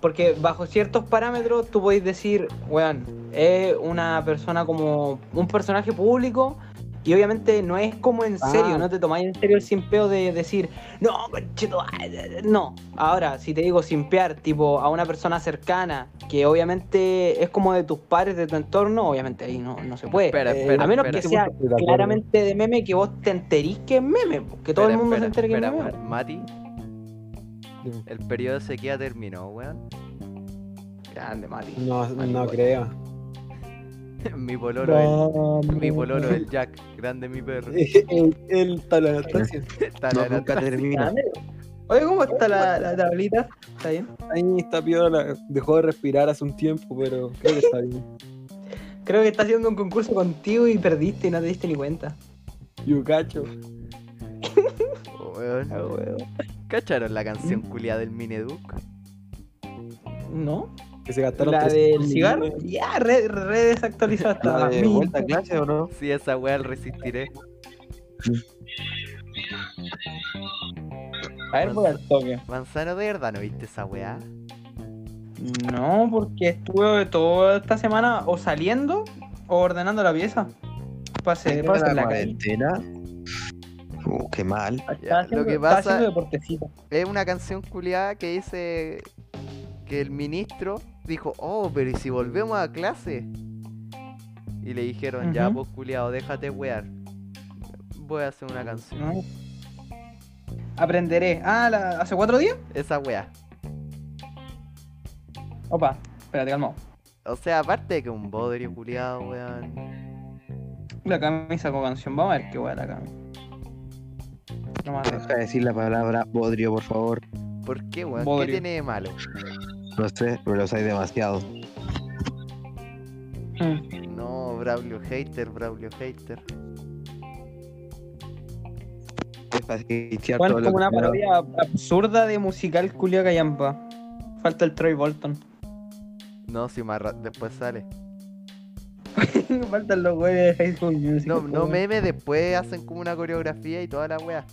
[SPEAKER 4] Porque bajo ciertos parámetros tú podéis decir, weón, es una persona como un personaje público y obviamente no es como en
[SPEAKER 3] Ah.
[SPEAKER 4] serio, no te tomáis en serio el simpeo de decir, no, conchito, ay, ay, ay", no. Ahora, si te digo simpear, tipo a una persona cercana, que obviamente es como de tus pares, de tu entorno, obviamente ahí no, no se puede.
[SPEAKER 1] Espera,
[SPEAKER 3] Eh,
[SPEAKER 1] espera,
[SPEAKER 4] Pues, a menos
[SPEAKER 1] espera.
[SPEAKER 4] que sea
[SPEAKER 3] Estoy de acuerdo.
[SPEAKER 4] claramente de meme que vos te enterís que es meme, po, que todo el
[SPEAKER 1] Espera,
[SPEAKER 4] mundo
[SPEAKER 1] espera,
[SPEAKER 4] se entere que es
[SPEAKER 1] espera,
[SPEAKER 4] meme.
[SPEAKER 1] weón. Mati,
[SPEAKER 3] Dime.
[SPEAKER 1] el periodo de sequía terminó, weón.
[SPEAKER 4] Grande, Mati.
[SPEAKER 3] No,
[SPEAKER 1] Vale,
[SPEAKER 3] no
[SPEAKER 1] igual.
[SPEAKER 3] creo.
[SPEAKER 1] Mi pololo, el, mi pololo, el Jack. Grande mi perro.
[SPEAKER 4] Eh,
[SPEAKER 3] El, el talanataxis.
[SPEAKER 6] No,
[SPEAKER 1] Talara-
[SPEAKER 6] nunca termina.
[SPEAKER 4] Oye, ¿cómo está la, la tablita? ¿Está bien?
[SPEAKER 3] Ahí está piola. Dejó de respirar hace un tiempo, pero creo que está bien.
[SPEAKER 4] Creo que está haciendo un concurso contigo y perdiste y no te diste ni cuenta.
[SPEAKER 3] Yucacho.
[SPEAKER 1] Weón. ¿Cacharon la canción culia del Mineduc?
[SPEAKER 4] ¿No?
[SPEAKER 3] Que se gastaron
[SPEAKER 4] ¿La
[SPEAKER 3] 300
[SPEAKER 4] del cigarro?
[SPEAKER 3] millones.
[SPEAKER 4] Ya, re, re desactualizada
[SPEAKER 6] ¿La
[SPEAKER 4] estaba.
[SPEAKER 6] de
[SPEAKER 4] Mi-
[SPEAKER 6] vuelta a clase o no?
[SPEAKER 1] Sí, esa weá el resistiré.
[SPEAKER 4] A ver, voy al toque.
[SPEAKER 1] Manzano de verdad, ¿no viste esa weá?
[SPEAKER 4] No, porque estuve toda esta semana o saliendo o ordenando la pieza. Pase,
[SPEAKER 6] Tengo
[SPEAKER 4] pase en
[SPEAKER 6] la
[SPEAKER 4] la calle.
[SPEAKER 6] cuarentena. Uh, qué mal.
[SPEAKER 1] Ya,
[SPEAKER 4] Estaba
[SPEAKER 1] lo
[SPEAKER 4] haciendo,
[SPEAKER 1] que
[SPEAKER 4] estaba
[SPEAKER 1] pasa-
[SPEAKER 4] haciendo deportecito.
[SPEAKER 1] Es una canción culiada que dice que el ministro dijo, oh, pero ¿y si volvemos a clase? Y le dijeron, ya
[SPEAKER 4] Ujú.
[SPEAKER 1] vos culiado, déjate wear. Voy a hacer una canción.
[SPEAKER 4] ¿no? Aprenderé. Ah, la- ¿hace cuatro días?
[SPEAKER 1] Esa weá.
[SPEAKER 4] Opa, espérate, calmado.
[SPEAKER 1] O sea, aparte de que un bodrio culiado, weón.
[SPEAKER 4] La Cami sacó canción. Vamos a ver qué hueá la Cami. No más.
[SPEAKER 6] Deja de decir la palabra bodrio, por favor.
[SPEAKER 1] ¿Por qué, weón? ¿Qué
[SPEAKER 4] Bodrio.
[SPEAKER 1] tiene de malo?
[SPEAKER 6] No sé, pero los hay demasiados.
[SPEAKER 1] No, Braulio Hater, Braulio Hater.
[SPEAKER 6] Es para hatear
[SPEAKER 4] Bueno,
[SPEAKER 6] todo
[SPEAKER 4] es
[SPEAKER 6] lo
[SPEAKER 4] como una
[SPEAKER 6] que sea.
[SPEAKER 4] parodia absurda de musical Julio Cayampa. Falta el Troy Bolton.
[SPEAKER 1] No, si más ra- después sale.
[SPEAKER 4] Faltan los güeyes de High School Music.
[SPEAKER 1] No, no meme, después hacen como una coreografía y toda la weá.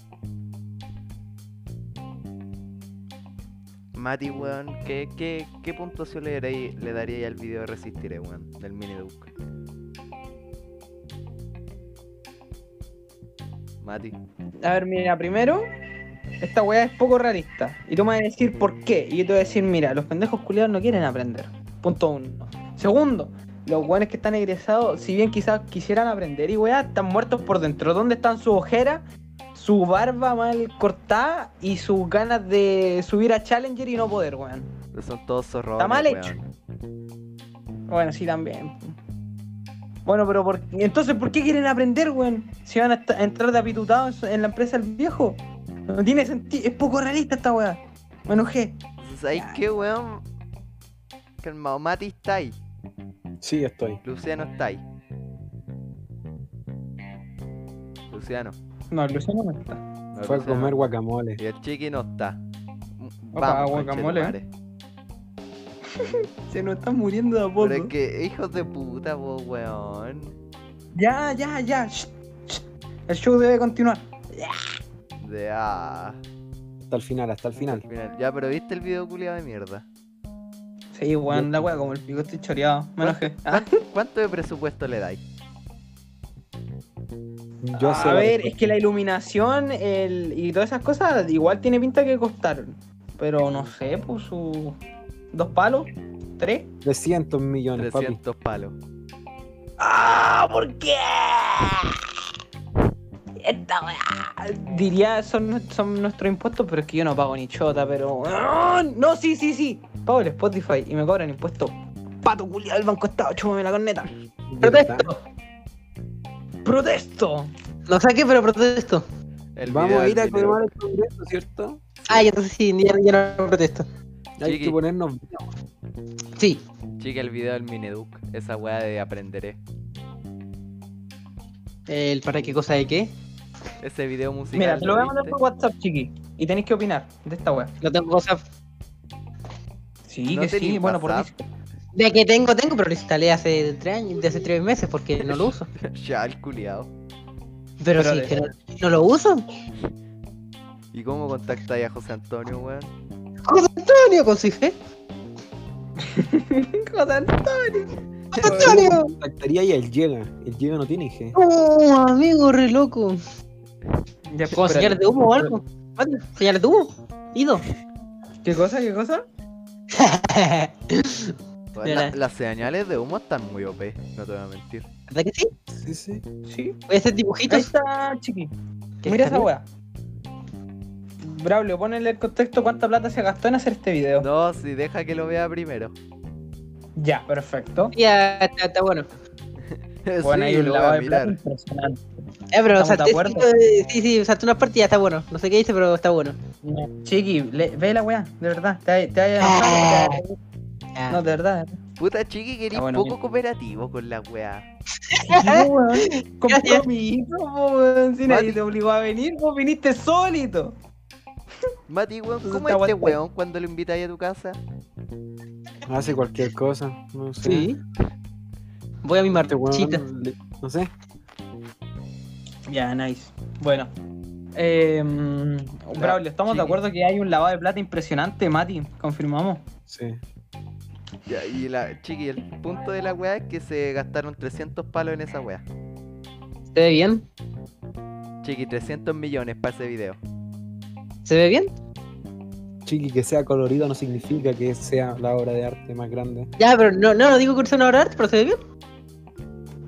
[SPEAKER 1] Mati, weón, ¿qué, qué, qué puntuación le daría, le daría al video de Resistiré, weón? Del mini duke Mati,
[SPEAKER 4] A ver, mira, primero, esta weá es poco realista. Y tú me vas a decir por qué. Y yo te voy a decir, mira, los pendejos culiados no quieren aprender. Punto uno. Segundo, los weones que están egresados, si bien quizás quisieran aprender y weá, están muertos por dentro. ¿Dónde están sus ojeras? Su barba mal cortada y sus ganas de subir a Challenger y no poder, weón.
[SPEAKER 1] son todos zorrones,
[SPEAKER 4] Está mal hecho.
[SPEAKER 1] weón.
[SPEAKER 4] Bueno, sí, también. Bueno, pero por... entonces, ¿por qué quieren aprender, weón? Si van a esta- a entrar de apitutados en la empresa del viejo. No tiene sentido. Es poco realista esta weá. Me enojé.
[SPEAKER 1] ¿Sabes qué, weón? Calmado, Mati está ahí.
[SPEAKER 3] Sí, estoy.
[SPEAKER 1] Luciano está ahí. Luciano.
[SPEAKER 4] No, Luciano no está.
[SPEAKER 1] no,
[SPEAKER 3] Fue a
[SPEAKER 1] Luciano.
[SPEAKER 3] comer guacamole.
[SPEAKER 1] Y el chiqui no está. M-
[SPEAKER 4] Opa,
[SPEAKER 1] Vamos,
[SPEAKER 4] guacamole.
[SPEAKER 1] conchetumare.
[SPEAKER 4] Se nos están muriendo de a poco.
[SPEAKER 1] Pero es que, hijos de puta, vos, weón.
[SPEAKER 4] Ya, ya, ya. shh, shh. El show debe continuar.
[SPEAKER 1] De ah.
[SPEAKER 3] Hasta el final, hasta el final.
[SPEAKER 1] Final. Ya, pero viste el video culiado de mierda.
[SPEAKER 4] Sí, weón, la weá como el pico estoy choreado. Me enojé. Ah,
[SPEAKER 1] ¿Cuánto de presupuesto le dais?
[SPEAKER 3] Yo sé
[SPEAKER 4] a
[SPEAKER 3] la
[SPEAKER 4] ver, es
[SPEAKER 3] respuesta.
[SPEAKER 4] que la iluminación el... y todas esas cosas igual tiene pinta que costaron. Pero no sé, pues su... ¿Dos palos? ¿Tres?
[SPEAKER 3] 300 millones, papi.
[SPEAKER 1] 300 palos.
[SPEAKER 4] ¡Ah! ¿Por qué? Esta weá. Diría, son, son nuestros impuestos, pero es que yo no pago ni chota, pero. ¡Ah! No, sí, sí, sí. Pago el Spotify y me cobran impuestos. Pato culiado del Banco Estado, chúpame la corneta.
[SPEAKER 3] ¿Verdad?
[SPEAKER 4] Protesto. Protesto.
[SPEAKER 2] No saqué, pero protesto.
[SPEAKER 1] El
[SPEAKER 3] Vamos
[SPEAKER 1] video
[SPEAKER 3] a
[SPEAKER 1] del
[SPEAKER 3] ir a
[SPEAKER 1] mini
[SPEAKER 3] comer al Congreso, ¿cierto?
[SPEAKER 2] Ah, ya entonces sí, ya, ya no protesto.
[SPEAKER 3] Hay
[SPEAKER 1] Chiqui.
[SPEAKER 3] que ponernos.
[SPEAKER 2] Sí.
[SPEAKER 1] Duke. Chiqui, el video del Mineduc. Esa weá de aprenderé.
[SPEAKER 2] ¿El para qué cosa de qué?
[SPEAKER 1] Ese video musical.
[SPEAKER 4] Mira, te lo voy a mandar
[SPEAKER 1] viste?
[SPEAKER 4] por WhatsApp, chiqui. Y tenéis que opinar de esta weá.
[SPEAKER 2] No tengo cosa.
[SPEAKER 4] Sí,
[SPEAKER 1] ¿No
[SPEAKER 4] que sí.
[SPEAKER 1] tenéis
[SPEAKER 4] Bueno, por
[SPEAKER 1] WhatsApp?
[SPEAKER 4] Discord.
[SPEAKER 2] De que tengo, tengo, pero lo instalé hace tres años, de hace tres meses porque no lo uso.
[SPEAKER 1] Ya, el culiado.
[SPEAKER 2] Pero,
[SPEAKER 4] Pero
[SPEAKER 2] sí,
[SPEAKER 4] de-
[SPEAKER 2] que no, no lo uso.
[SPEAKER 1] ¿Y cómo contactáis a José Antonio, weón?
[SPEAKER 2] José Antonio, con su hija.
[SPEAKER 4] Joder.
[SPEAKER 2] José Antonio.
[SPEAKER 3] Contactaría y el llega. El llega no tiene IG.
[SPEAKER 2] Oh, amigo, re loco.
[SPEAKER 4] Ya,
[SPEAKER 2] Como
[SPEAKER 4] espérate.
[SPEAKER 2] señales de humo o algo. Mande, Señales de humo. Ido.
[SPEAKER 4] ¿Qué cosa? ¿Qué cosa?
[SPEAKER 2] ¿Verdad
[SPEAKER 1] Weón, la-
[SPEAKER 2] Mira.
[SPEAKER 1] las señales de humo están muy OP, no te voy a mentir.
[SPEAKER 2] que sí?
[SPEAKER 3] Sí, sí.
[SPEAKER 4] Sí.
[SPEAKER 2] Voy a hacer
[SPEAKER 4] Ahí
[SPEAKER 2] dibujitos.
[SPEAKER 4] está, chiqui.
[SPEAKER 2] ¿Qué
[SPEAKER 4] Mira
[SPEAKER 2] está
[SPEAKER 4] esa weá. Braulio, ponle el contexto cuánta plata se gastó en hacer este video.
[SPEAKER 1] No, si deja que lo vea primero.
[SPEAKER 4] Ya, perfecto.
[SPEAKER 2] Ya, está, está bueno.
[SPEAKER 4] Bueno,
[SPEAKER 1] Sí,
[SPEAKER 4] hay un
[SPEAKER 1] lo voy a
[SPEAKER 4] lavado de plata
[SPEAKER 1] mirar.
[SPEAKER 4] impresionante.
[SPEAKER 2] Eh, pero
[SPEAKER 4] ¿Estamos de
[SPEAKER 2] salté,
[SPEAKER 4] acuerdo?
[SPEAKER 2] sí, sí, sí, salté unas partes y ya está bueno. No sé qué dice, pero está bueno.
[SPEAKER 4] No, Chiqui, le- ve la weá, de verdad. Te, te vaya
[SPEAKER 2] Ah.
[SPEAKER 4] a-
[SPEAKER 2] Ya.
[SPEAKER 4] No, de verdad.
[SPEAKER 1] Puta chiqui, que eres
[SPEAKER 4] Ah, bueno,
[SPEAKER 1] poco
[SPEAKER 4] mira.
[SPEAKER 1] cooperativo con la weá.
[SPEAKER 4] Sí, weón.
[SPEAKER 2] Gracias.
[SPEAKER 4] Compromiso, weón. Si nadie
[SPEAKER 1] Mati.
[SPEAKER 4] te obligó a venir, vos viniste solito.
[SPEAKER 1] Mati, weón,
[SPEAKER 4] Entonces
[SPEAKER 1] ¿cómo
[SPEAKER 4] te
[SPEAKER 1] es este
[SPEAKER 4] aguantas.
[SPEAKER 1] weón cuando lo invitáis a tu casa?
[SPEAKER 3] Hace cualquier cosa. No sé.
[SPEAKER 2] Sí. Voy a mi
[SPEAKER 3] Este
[SPEAKER 2] marchita.
[SPEAKER 3] weón, le- no sé.
[SPEAKER 4] Ya, nice. Bueno. Eh, mm, Braulio, estamos
[SPEAKER 1] Chiqui.
[SPEAKER 4] de acuerdo que hay un lavado de plata impresionante, Mati. Confirmamos.
[SPEAKER 3] Sí.
[SPEAKER 1] Ya, y la chiqui, el punto de la weá es que se gastaron 300 palos en esa weá.
[SPEAKER 2] ¿Se ve bien?
[SPEAKER 1] Chiqui, 300 millones para ese video.
[SPEAKER 2] ¿Se ve bien?
[SPEAKER 3] Chiqui, que sea colorido no significa que sea la obra de arte más grande.
[SPEAKER 2] Ya, pero no, no, no digo que sea una obra de arte, pero se ve bien.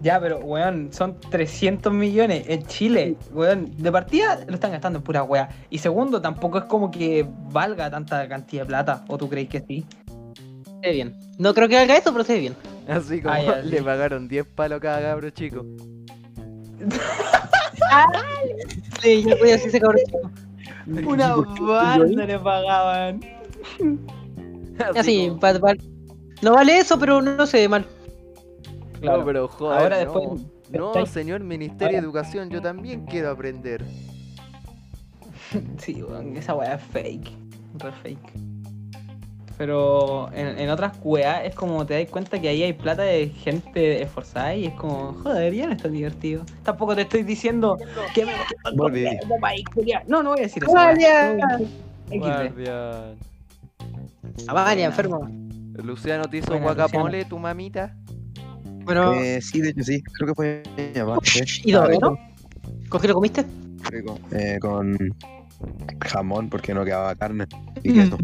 [SPEAKER 4] Ya, pero, weón, son 300 millones en Chile. Weón, de partida lo están gastando en pura weá. Y segundo, tampoco es como que valga tanta cantidad de plata. ¿O tú crees que sí?
[SPEAKER 2] Se ve bien. No creo que haga eso, pero se ve bien.
[SPEAKER 1] Así como
[SPEAKER 4] Ah, ya,
[SPEAKER 1] le
[SPEAKER 4] sí.
[SPEAKER 1] pagaron 10 palos cada cabro chico.
[SPEAKER 2] Sí, yo voy a decir ese cabrón chico.
[SPEAKER 4] Una banda le pagaban.
[SPEAKER 2] Así, pa- pa- no vale eso, pero no sé, mal.
[SPEAKER 1] No,
[SPEAKER 4] Claro.
[SPEAKER 1] pero joder,
[SPEAKER 4] Ahora
[SPEAKER 1] no.
[SPEAKER 4] después.
[SPEAKER 1] No,
[SPEAKER 4] ¿cachai?
[SPEAKER 1] señor Ministerio de Educación, yo también quiero aprender.
[SPEAKER 4] Sí, weón, esa weá es fake. Re fake. Pero en, en otras weas es como te das cuenta que ahí hay plata de gente esforzada y es como, joder, ya no es tan divertido. Tampoco te estoy diciendo que me
[SPEAKER 1] Volví.
[SPEAKER 4] No, país, culiao. No, no voy a decir eso.
[SPEAKER 2] Guardia.
[SPEAKER 4] XD. eh.
[SPEAKER 1] Guardián.
[SPEAKER 2] Amalia, Ah, enfermo.
[SPEAKER 1] Luciano te hizo
[SPEAKER 4] Buena,
[SPEAKER 1] guacamole, tu mamita.
[SPEAKER 2] Bueno,
[SPEAKER 6] Eh, sí, de hecho sí, creo que fue mi mamá. sí.
[SPEAKER 2] eh, ah, ¿y dónde,
[SPEAKER 6] Rico,
[SPEAKER 2] no? ¿Con qué lo comiste?
[SPEAKER 6] rico. Eh, con jamón porque no quedaba carne
[SPEAKER 4] Mm.
[SPEAKER 6] y queso.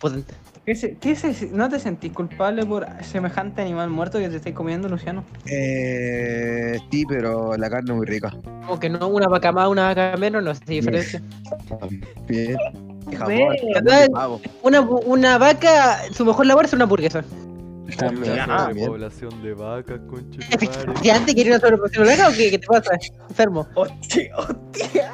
[SPEAKER 2] Potente.
[SPEAKER 4] ¿Qué se- qué se- ¿No te sentís culpable por semejante animal muerto que te estáis comiendo, Luciano?
[SPEAKER 6] Eh, sí, pero la carne muy rica.
[SPEAKER 2] Como que no, una vaca más, una vaca menos, no sé si diferencia.
[SPEAKER 6] Bien. Jamón,
[SPEAKER 2] Ve,
[SPEAKER 6] carne de pavo.
[SPEAKER 2] Una, una vaca, su mejor labor es una hamburguesa.
[SPEAKER 6] También, también.
[SPEAKER 1] población de vacas, conche
[SPEAKER 2] ¿Que antes quería una sobreposición vaca o qué, qué te pasa? Enfermo.
[SPEAKER 4] ¡Hostia! ¡Hostia!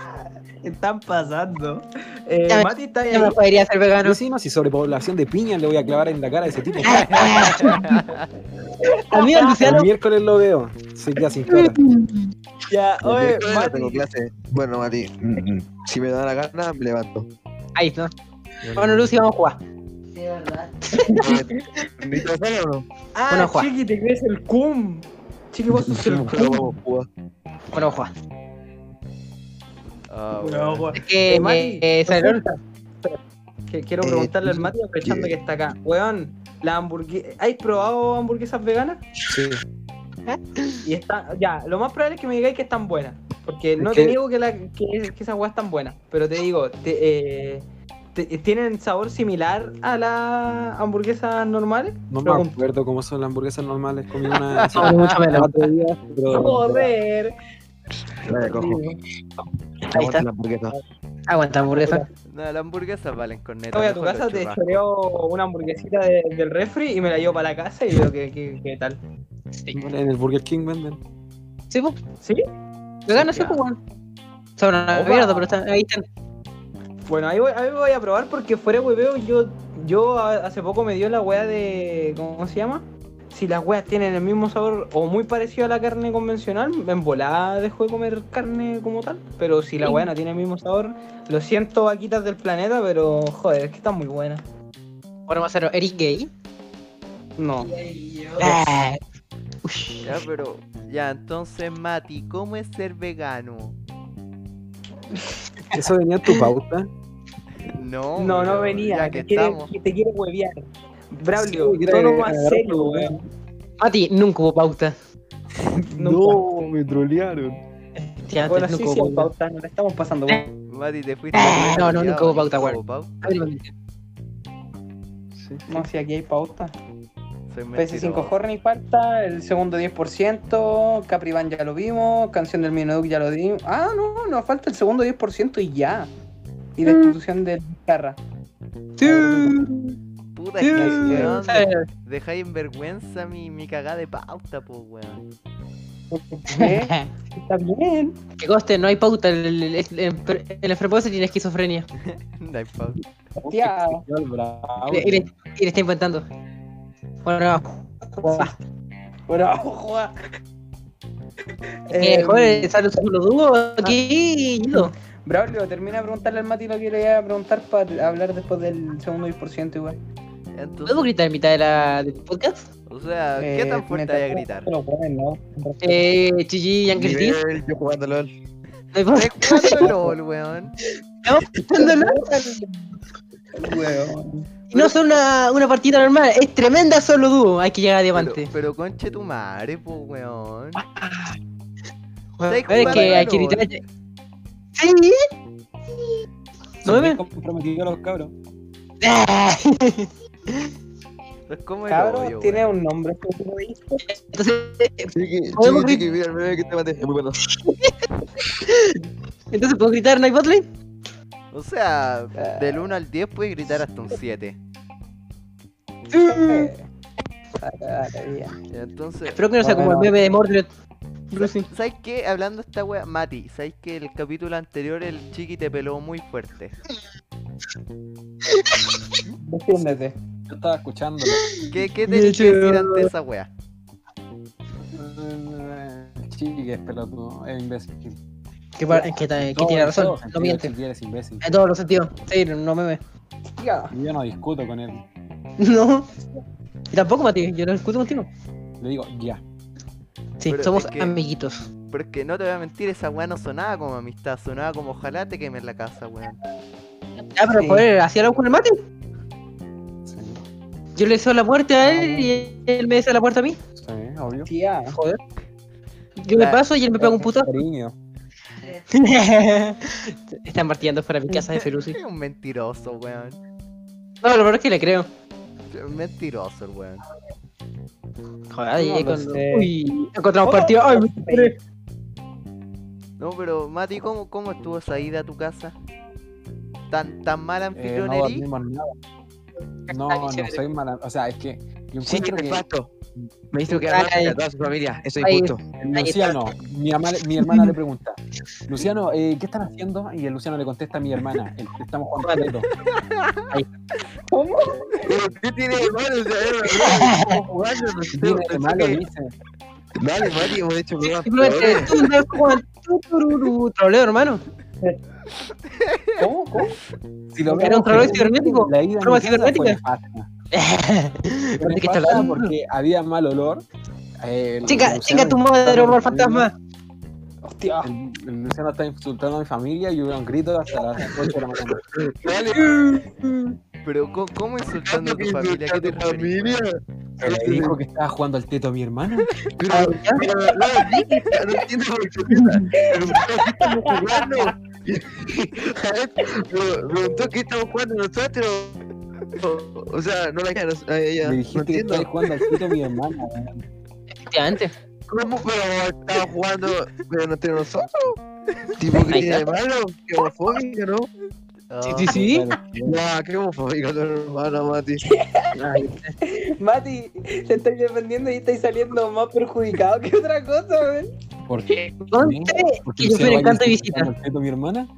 [SPEAKER 4] ¿Qué están pasando? Eh,
[SPEAKER 2] Ya me-
[SPEAKER 4] Mati está ahí.
[SPEAKER 2] Ya me podría ser vegano.
[SPEAKER 3] Vecinos y sobrepoblación de piña le voy a clavar en la cara a ese tipo.
[SPEAKER 2] A mí, el
[SPEAKER 3] El
[SPEAKER 2] Luciano,
[SPEAKER 3] miércoles lo veo. Se queda sin cara.
[SPEAKER 4] Ya, oye, Mati.
[SPEAKER 6] tengo clase. Bueno, Mati, mm, mm, si me da la gana, me levanto.
[SPEAKER 2] Ahí, ¿no? Bueno, Lucy, vamos a jugar.
[SPEAKER 6] ¿Viste la o no?
[SPEAKER 4] Ah,
[SPEAKER 2] Bueno, Juan.
[SPEAKER 4] Chiqui, te crees el cum. Chiqui, vos sos el
[SPEAKER 6] Pero
[SPEAKER 4] cum.
[SPEAKER 6] vamos, Cuba.
[SPEAKER 2] Bueno, vamos a jugar.
[SPEAKER 1] Ah,
[SPEAKER 4] No,
[SPEAKER 1] bueno.
[SPEAKER 4] Juan.
[SPEAKER 2] Es que,
[SPEAKER 4] Eh, Mati,
[SPEAKER 2] eh, Salón,
[SPEAKER 4] Que quiero preguntarle al Mati aprovechando que está acá. Weón, la hamburguesa. ¿Has probado hamburguesas veganas?
[SPEAKER 3] Sí.
[SPEAKER 4] Y está. Ya, lo más probable es que me digáis que están buenas. Porque no
[SPEAKER 3] Es que-
[SPEAKER 4] te digo que, la, que, que esas weas están buenas. Pero te digo, te- eh, te- ¿tienen sabor similar a las hamburguesas normales?
[SPEAKER 3] No me
[SPEAKER 4] Pregunta.
[SPEAKER 3] acuerdo cómo son las hamburguesas normales. Comí una hace
[SPEAKER 2] No, mucho menos.
[SPEAKER 3] cuatro días, pero-
[SPEAKER 4] Joder.
[SPEAKER 6] Dale, cojo.
[SPEAKER 2] ahí está.
[SPEAKER 6] La hamburguesa.
[SPEAKER 2] Aguanta, hamburguesa.
[SPEAKER 1] No, las hamburguesas valen con neta.
[SPEAKER 4] Voy a tu
[SPEAKER 1] mejor los
[SPEAKER 4] casa, te
[SPEAKER 1] churrascos.
[SPEAKER 4] choreo una hamburguesita de- del refri y me la llevo para la casa y veo que, que- que tal.
[SPEAKER 3] En el Burger King venden.
[SPEAKER 2] ¿Sí, po?
[SPEAKER 4] ¿Sí?
[SPEAKER 2] Vegano,
[SPEAKER 4] Sí,
[SPEAKER 2] sí,
[SPEAKER 4] ya.
[SPEAKER 2] po, weón. Son una
[SPEAKER 4] Opa.
[SPEAKER 2] mierda, pero están, ahí están.
[SPEAKER 4] Bueno, ahí voy, ahí voy a probar porque fuera hueveo yo yo a- hace poco me dio la weá de ¿cómo se llama? Si las weas tienen el mismo sabor o muy parecido a la carne convencional, en volada dejo de comer carne como tal, pero si la
[SPEAKER 2] Sí.
[SPEAKER 4] weá no tiene el mismo sabor, lo siento vaquitas del planeta, pero joder, es que están muy buenas.
[SPEAKER 2] Bueno, vamos a hacer Eric Gay.
[SPEAKER 4] No.
[SPEAKER 2] Ah,
[SPEAKER 1] Ya, pero. Ya, entonces, Mati, ¿cómo es ser vegano?
[SPEAKER 3] ¿Eso venía en tu pauta?
[SPEAKER 1] No,
[SPEAKER 4] No, no
[SPEAKER 1] pero
[SPEAKER 4] venía,
[SPEAKER 1] Ya
[SPEAKER 4] te
[SPEAKER 1] que
[SPEAKER 4] quiere,
[SPEAKER 1] estamos.
[SPEAKER 4] te quiere huevear. Braulio,
[SPEAKER 3] Sí, quiere
[SPEAKER 4] todo más
[SPEAKER 3] agarrar
[SPEAKER 4] serio,
[SPEAKER 3] otro
[SPEAKER 4] weón.
[SPEAKER 2] Mati, nunca hubo pauta.
[SPEAKER 4] Nunca.
[SPEAKER 3] me trolearon.
[SPEAKER 2] Ya,
[SPEAKER 4] Bueno,
[SPEAKER 2] antes
[SPEAKER 4] sí,
[SPEAKER 2] nunca
[SPEAKER 4] sí,
[SPEAKER 2] hubo
[SPEAKER 4] hay
[SPEAKER 2] pauta.
[SPEAKER 4] pauta, nos la estamos pasando.
[SPEAKER 1] Mati, te fuiste.
[SPEAKER 2] Ah, no, no,
[SPEAKER 1] Ya,
[SPEAKER 2] nunca hubo
[SPEAKER 1] Mati,
[SPEAKER 2] pauta,
[SPEAKER 1] hubo pauta.
[SPEAKER 2] A ver, Mati.
[SPEAKER 4] No, si aquí hay pauta.
[SPEAKER 1] Soy
[SPEAKER 4] PS5
[SPEAKER 1] mentiroso.
[SPEAKER 4] Horny falta, el segundo 10%, Caprivan ya lo vimos, Canción del Minoduc ya lo vimos. Ah, no, nos falta el segundo 10% y ya. Y la institución de Carra.
[SPEAKER 1] Puta, es que,
[SPEAKER 4] Sí.
[SPEAKER 1] weón,
[SPEAKER 2] Ah,
[SPEAKER 1] dejáis en vergüenza mi, mi cagada de pauta, po, weón.
[SPEAKER 2] Mm.
[SPEAKER 4] ¿Eh? Está bien.
[SPEAKER 2] Que coste, no hay pauta. El, el, el, el- el enfermo ese tiene esquizofrenia.
[SPEAKER 1] No hay pauta.
[SPEAKER 3] Oh,
[SPEAKER 4] Hostia.
[SPEAKER 2] Y le, y le- y le está inventando. Bueno, va.
[SPEAKER 4] Bravo, joda.
[SPEAKER 2] Eh,
[SPEAKER 4] Eh, ah.
[SPEAKER 2] joder, sale solo dúo aquí. Guido.
[SPEAKER 4] Braulio, termina de preguntarle al Mati lo que le iba a preguntar para hablar después del segundo 10% igual.
[SPEAKER 2] ¿Podemos
[SPEAKER 1] Entonces,
[SPEAKER 2] gritar en mitad de la, del podcast?
[SPEAKER 1] o sea, ¿qué
[SPEAKER 4] Eh,
[SPEAKER 1] tan fuerte
[SPEAKER 4] mientras-
[SPEAKER 1] hay a gritar?
[SPEAKER 4] Pero bueno, ¿no?
[SPEAKER 2] Eh, Chichi y Ángel Ortiz.
[SPEAKER 6] Nivel, Yo jugando LOL.
[SPEAKER 2] No hay pauta.
[SPEAKER 1] ¿De cuándo LOL, weón?
[SPEAKER 4] Weón.
[SPEAKER 2] No son una, una partida normal, es tremenda solo dúo. Hay que llegar a
[SPEAKER 1] Pero,
[SPEAKER 2] diamante.
[SPEAKER 1] pero conche tu madre, po, weón.
[SPEAKER 2] Ah. Joder,
[SPEAKER 1] estáis
[SPEAKER 2] es que
[SPEAKER 1] jugando
[SPEAKER 2] hay que
[SPEAKER 1] LOL.
[SPEAKER 2] gritar. ¡Sí!
[SPEAKER 3] Se
[SPEAKER 2] ¿No me ven?
[SPEAKER 3] comprometido a los cabros.
[SPEAKER 1] Es como el hoyo,
[SPEAKER 4] Cabros, tiene
[SPEAKER 1] weón.
[SPEAKER 4] un nombre. ¿cómo lo dice?
[SPEAKER 2] Entonces,
[SPEAKER 6] Chiqui,
[SPEAKER 2] Podemos
[SPEAKER 6] chiqui, chiqui, mira el meme que te maté. Es muy bueno.
[SPEAKER 2] entonces ¿puedo gritar no hay botlane?
[SPEAKER 1] O sea,
[SPEAKER 3] Ah.
[SPEAKER 1] del 1 al 10 puedes gritar hasta un 7.
[SPEAKER 4] Maravilla.
[SPEAKER 2] Eh.
[SPEAKER 1] Entonces,
[SPEAKER 2] Espero que no sea como el
[SPEAKER 3] Bueno.
[SPEAKER 2] meme de Mordred.
[SPEAKER 4] Brucey.
[SPEAKER 1] ¿Sabes qué? Hablando de esta wea, Mati, ¿sabes que el capítulo anterior el chiqui te peló muy fuerte?
[SPEAKER 4] Defiéndete.
[SPEAKER 3] Yo estaba escuchándolo.
[SPEAKER 1] ¿Qué, qué tenés que decir ante esa wea?
[SPEAKER 3] Eh, Chiqui, es pelotudo, es imbécil.
[SPEAKER 2] Que, pa- que, ta- que tiene razón, no miente.
[SPEAKER 3] Si eres imbécil.
[SPEAKER 2] En todos los sentidos. Sí, no me ve.
[SPEAKER 4] Ya.
[SPEAKER 3] Y Yo no discuto con él.
[SPEAKER 2] No. Y tampoco, Mati, yo no discuto contigo.
[SPEAKER 3] Le digo, ya.
[SPEAKER 2] Sí,
[SPEAKER 1] Pero
[SPEAKER 2] somos
[SPEAKER 1] es que-
[SPEAKER 2] amiguitos.
[SPEAKER 1] Porque no te voy a mentir, esa wea no sonaba como amistad, sonaba como ojalá te quemes la casa, weón.
[SPEAKER 2] Ah, pero
[SPEAKER 4] Sí.
[SPEAKER 2] poder, ¿hacía algo con el mate?
[SPEAKER 3] Sí,
[SPEAKER 2] Yo le deseo la muerte a él y él me desea la muerte a mí.
[SPEAKER 3] sí, obvio.
[SPEAKER 4] Tía.
[SPEAKER 2] Joder. Yo me
[SPEAKER 1] La-
[SPEAKER 2] paso y él me pega un putazo.
[SPEAKER 3] Cariño.
[SPEAKER 2] Están martillando fuera de mi casa de Ferusi.
[SPEAKER 1] Es un mentiroso, weón.
[SPEAKER 2] No, lo peor es que le creo.
[SPEAKER 1] Es un mentiroso, el weón.
[SPEAKER 2] Joder, ahí
[SPEAKER 4] No lo
[SPEAKER 2] cuando-
[SPEAKER 4] sé.
[SPEAKER 2] Uy, encontramos partido. Ay, me encontré.
[SPEAKER 1] No, pero Mati, ¿cómo, cómo estuvo esa ida a tu casa? ¿Tan, tan mal
[SPEAKER 3] Eh,
[SPEAKER 1] anfitrión
[SPEAKER 3] no
[SPEAKER 1] erí?
[SPEAKER 3] dormimos nada. No,
[SPEAKER 2] Ay,
[SPEAKER 3] no
[SPEAKER 2] chévere.
[SPEAKER 3] soy mala. O sea, es que. Yo
[SPEAKER 6] Sí, que
[SPEAKER 3] encuentro que eh,
[SPEAKER 6] nefasto. Me hizo quedar
[SPEAKER 2] Ay.
[SPEAKER 6] mal frente a toda su familia. Eso es
[SPEAKER 2] Ay.
[SPEAKER 6] injusto.
[SPEAKER 3] Luciano, mi, ama- mi hermana le pregunta, Luciano, eh, ¿qué están haciendo? Y el Luciano le contesta a mi hermana, el- estamos jugando al Leto.
[SPEAKER 6] Pero ¿qué tiene de malo?
[SPEAKER 3] Viene de malo, dice.
[SPEAKER 6] Vale, Mati, hemos hecho bromas
[SPEAKER 2] Simplemente
[SPEAKER 6] peores.
[SPEAKER 2] tú no juegas, tú, tururú, troleo, hermano.
[SPEAKER 4] ¿Cómo? ¿Cómo?
[SPEAKER 3] Si lo
[SPEAKER 2] Era un troleo cibernético,
[SPEAKER 3] La ida a mi
[SPEAKER 2] broma
[SPEAKER 3] casa fue
[SPEAKER 2] cibernética.
[SPEAKER 3] nefasta.
[SPEAKER 2] ¿De qué
[SPEAKER 3] Fue
[SPEAKER 2] está
[SPEAKER 3] nefasta
[SPEAKER 2] hablando?
[SPEAKER 3] porque había mal olor. Eh, el
[SPEAKER 2] Chica,
[SPEAKER 3] Luciano
[SPEAKER 2] chica, tu madre,
[SPEAKER 3] insultaba
[SPEAKER 2] horror
[SPEAKER 3] a mi familia.
[SPEAKER 2] fantasma.
[SPEAKER 4] Hostia.
[SPEAKER 3] El, el Luciano está insultando a mi familia y hubo un grito hasta las 8 de la mañana.
[SPEAKER 6] Vale,
[SPEAKER 1] Pero ¿cómo, cómo insultando a tu familia? ¿Qué te
[SPEAKER 6] tu
[SPEAKER 1] referís, weón?
[SPEAKER 6] familia.
[SPEAKER 3] Pero le dijo que estaba jugando al teto a mi hermana.
[SPEAKER 6] Pero,
[SPEAKER 2] Ah, ¿ya?
[SPEAKER 6] pero, no, chica, no entiendo por qué piensa. Pero estamos jugando. Pero preguntó que estamos jugando nosotros. O, o sea, no la dejaron. a ella.
[SPEAKER 3] Le
[SPEAKER 6] No
[SPEAKER 3] dijiste que estaba
[SPEAKER 6] entiendo.
[SPEAKER 3] jugando al teto a mi hermana.
[SPEAKER 2] Efectivamente.
[SPEAKER 6] ¿Cómo? Pero estaba jugando, pero no entre nosotros. Tipo, ¿qué tiene de malo? Qué homofóbico, ¿no?
[SPEAKER 2] Sí,
[SPEAKER 1] Oh,
[SPEAKER 2] sí, sí.
[SPEAKER 6] No, Ah, qué homofóbico, tu hermana, Mati.
[SPEAKER 4] Mati, te estáis defendiendo y estáis saliendo más perjudicado que otra cosa, weón.
[SPEAKER 3] ¿Por qué?
[SPEAKER 2] Ponte
[SPEAKER 3] Porque
[SPEAKER 2] que yo fui en
[SPEAKER 3] Luciano vaya
[SPEAKER 2] encanto de
[SPEAKER 3] insultando
[SPEAKER 2] visita.
[SPEAKER 3] al teto a mi hermana.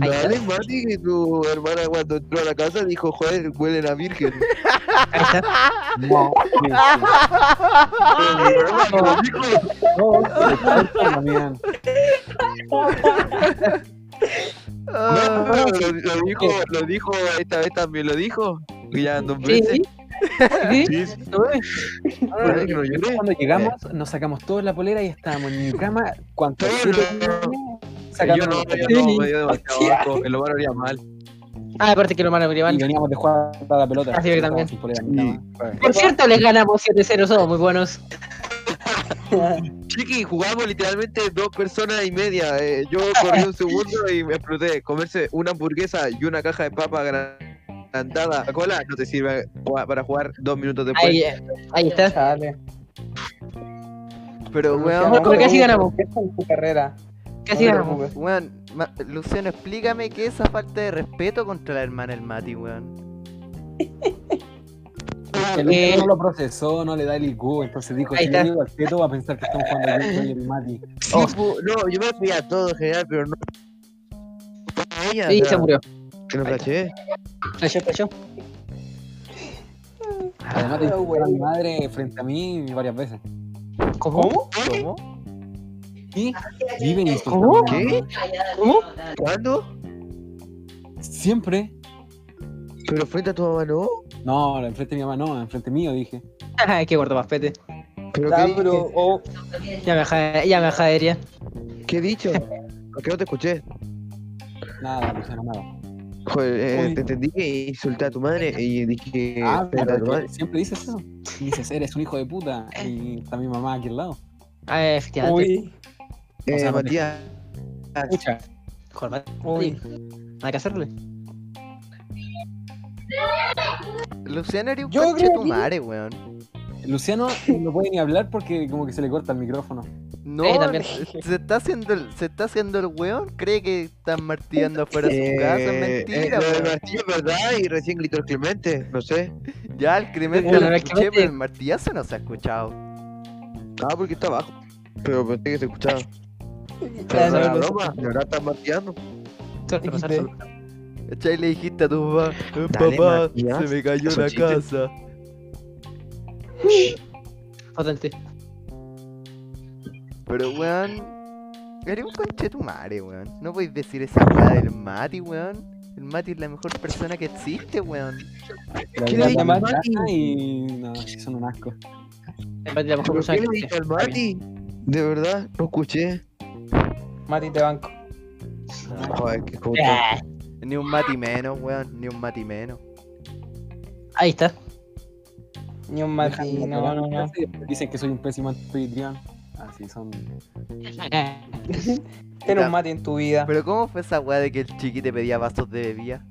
[SPEAKER 2] Ahí está.
[SPEAKER 6] Dale, Mati, que tu hermana cuando entró a la casa dijo, joder, huelen a virgen.
[SPEAKER 2] Ahí está.
[SPEAKER 3] No,
[SPEAKER 6] Pero mi hermana no lo dijo.
[SPEAKER 3] no, no,
[SPEAKER 6] No,
[SPEAKER 1] ah,
[SPEAKER 6] no, lo, lo dijo, lo dijo, esta vez también lo dijo. Y ya dos
[SPEAKER 2] Sí,
[SPEAKER 6] veces.
[SPEAKER 2] sí. Sí, sí.
[SPEAKER 6] Sí, sí.
[SPEAKER 2] No eh. me ve.
[SPEAKER 6] Bueno, que no lloré.
[SPEAKER 3] Cuando llegamos, nos sacamos toda la polera y estábamos en mi cama. Cuanto
[SPEAKER 6] Sí,
[SPEAKER 3] siete
[SPEAKER 6] no.
[SPEAKER 3] sacando
[SPEAKER 6] Yo no,
[SPEAKER 3] la
[SPEAKER 6] yo
[SPEAKER 3] polera.
[SPEAKER 6] no, me dio demasiado asco, el lugar olía mal.
[SPEAKER 2] Ah, aparte que lo malo
[SPEAKER 3] Y
[SPEAKER 2] van.
[SPEAKER 3] veníamos de jugar a la pelota.
[SPEAKER 2] Así que también.
[SPEAKER 3] Estábamos sin polera en mi cama.
[SPEAKER 2] Por cierto, les ganamos 7-0, somos muy buenos.
[SPEAKER 6] Chiqui, jugamos literalmente dos personas y media. eh, yo corrí un segundo y me exploté. Comerse una hamburguesa y una caja de papa agrandada a cola no te sirve jua- para jugar dos minutos después.
[SPEAKER 2] Ahí, ahí está.
[SPEAKER 4] Chale.
[SPEAKER 1] pero
[SPEAKER 4] Luciano,
[SPEAKER 1] weón,
[SPEAKER 2] pero casi
[SPEAKER 4] pregunto,
[SPEAKER 2] ganamos.
[SPEAKER 4] ¿Qué tal tu carrera?
[SPEAKER 2] Casi
[SPEAKER 4] No te
[SPEAKER 2] ganamos.
[SPEAKER 4] preocupes.
[SPEAKER 1] weón, Ma- Luciano, explícame qué es esa falta de respeto contra la hermana del Mati, weón.
[SPEAKER 3] El
[SPEAKER 2] Eh.
[SPEAKER 3] Luciano no lo procesó, no le da el IQ. Entonces dijo:
[SPEAKER 2] Ahí
[SPEAKER 3] Si
[SPEAKER 2] está.
[SPEAKER 3] le digo al teto, va a pensar que estamos jugando al Teto y el Mati.
[SPEAKER 6] Sí,
[SPEAKER 2] Oh.
[SPEAKER 6] pu- no, yo me fui a todo en general, pero no. a ella,
[SPEAKER 2] Y
[SPEAKER 6] o sea,
[SPEAKER 2] se murió.
[SPEAKER 6] Que no caché.
[SPEAKER 2] Cayó, cayó.
[SPEAKER 3] Además,
[SPEAKER 4] Ah,
[SPEAKER 3] dijo a
[SPEAKER 4] güey.
[SPEAKER 3] mi madre frente a mí varias veces.
[SPEAKER 2] ¿Cómo?
[SPEAKER 1] ¿Cómo?
[SPEAKER 3] Y viven
[SPEAKER 2] ¿Cómo?
[SPEAKER 3] insultando.
[SPEAKER 6] ¿Qué?
[SPEAKER 2] ¿Cómo?
[SPEAKER 6] ¿Cuándo?
[SPEAKER 3] Siempre.
[SPEAKER 6] Pero frente a tu mamá no.
[SPEAKER 3] No, enfrente de mi mamá no, enfrente mío dije.
[SPEAKER 2] Ay, qué gordo paspete.
[SPEAKER 6] Ah, ¿Pero
[SPEAKER 4] Ya,
[SPEAKER 6] qué,
[SPEAKER 4] pero, oh,
[SPEAKER 2] Ya me ja- ya me jadería.
[SPEAKER 6] qué he dicho? Porque no te escuché.
[SPEAKER 3] Nada, pues, Luciano, nada.
[SPEAKER 6] Joder, eh,
[SPEAKER 3] Uy.
[SPEAKER 6] te entendí que insulté a tu madre y dije.
[SPEAKER 3] Ah,
[SPEAKER 6] frente a tu madre.
[SPEAKER 3] pero siempre dices eso. Y dices, eres un hijo de puta.
[SPEAKER 2] Eh.
[SPEAKER 3] Y está mi mamá aquí al lado.
[SPEAKER 2] Ah, efectivamente.
[SPEAKER 4] uy,
[SPEAKER 6] Eh,
[SPEAKER 3] o sea, no te-
[SPEAKER 6] Matías.
[SPEAKER 3] Escucha,
[SPEAKER 2] Joder,
[SPEAKER 4] uy.
[SPEAKER 2] nada que hacerle.
[SPEAKER 1] Luciano era un
[SPEAKER 4] Yo creo que-
[SPEAKER 1] conchetumare, weón.
[SPEAKER 3] Luciano no puede ni hablar porque como que se le corta el micrófono.
[SPEAKER 1] No,
[SPEAKER 2] Eh, también.
[SPEAKER 1] se se está haciendo el, se está haciendo el weón, cree que están martillando afuera de
[SPEAKER 6] Eh,
[SPEAKER 1] su casa,
[SPEAKER 6] eh,
[SPEAKER 1] mentira,
[SPEAKER 6] lo de
[SPEAKER 1] weón.
[SPEAKER 6] Martillo, ¿verdad? Y recién gritó el Clemente, no sé.
[SPEAKER 1] Ya el crimen
[SPEAKER 2] Bueno,
[SPEAKER 1] lo
[SPEAKER 2] el
[SPEAKER 1] escuché,
[SPEAKER 2] Clemente-
[SPEAKER 1] pero el martillazo no se ha escuchado.
[SPEAKER 6] Ah, porque está abajo. Pero pensé que se escuchaba.
[SPEAKER 2] Claro,
[SPEAKER 6] Pero no era
[SPEAKER 2] no,
[SPEAKER 6] broma, y ahora estás martillando.
[SPEAKER 2] suerte, Rosario,
[SPEAKER 4] XD.
[SPEAKER 2] suerte.
[SPEAKER 1] ¿Cachai? Le dijiste a tu papá, "Eh,
[SPEAKER 6] Dale,
[SPEAKER 1] papá,
[SPEAKER 6] Matías,
[SPEAKER 1] se me cayó
[SPEAKER 6] eso
[SPEAKER 1] la
[SPEAKER 6] chiste.
[SPEAKER 1] casa.
[SPEAKER 2] Potente.
[SPEAKER 1] Pero weón, eres un conchetumare, weón. No podéis decir esa weá del Mati, weón. El Mati es la mejor persona que existe, weón.
[SPEAKER 6] ¿Qué
[SPEAKER 3] La
[SPEAKER 6] le dije al
[SPEAKER 3] verdad,
[SPEAKER 6] Mati?
[SPEAKER 3] y no, sí son un asco.
[SPEAKER 2] En verdad, la mejor
[SPEAKER 6] ¿Pero
[SPEAKER 2] persona
[SPEAKER 6] qué
[SPEAKER 2] que
[SPEAKER 6] le dije al
[SPEAKER 2] escuché. Está bien.
[SPEAKER 6] Mati? De verdad, no escuché.
[SPEAKER 4] Mati te banco.
[SPEAKER 6] Ay, qué puto.
[SPEAKER 2] Ah,
[SPEAKER 1] Ni un Mati menos, weón. Ni un Mati menos.
[SPEAKER 2] Ahí está.
[SPEAKER 4] Ni un
[SPEAKER 3] Dejan
[SPEAKER 4] Mati,
[SPEAKER 3] de
[SPEAKER 4] no,
[SPEAKER 3] cagar.
[SPEAKER 4] no, no.
[SPEAKER 3] Dicen que soy un pésimo anfitrión. Así son.
[SPEAKER 4] Ten un Mati en tu vida.
[SPEAKER 1] Pero ¿cómo fue esa weá de que el chiqui te pedía vasos de bebida?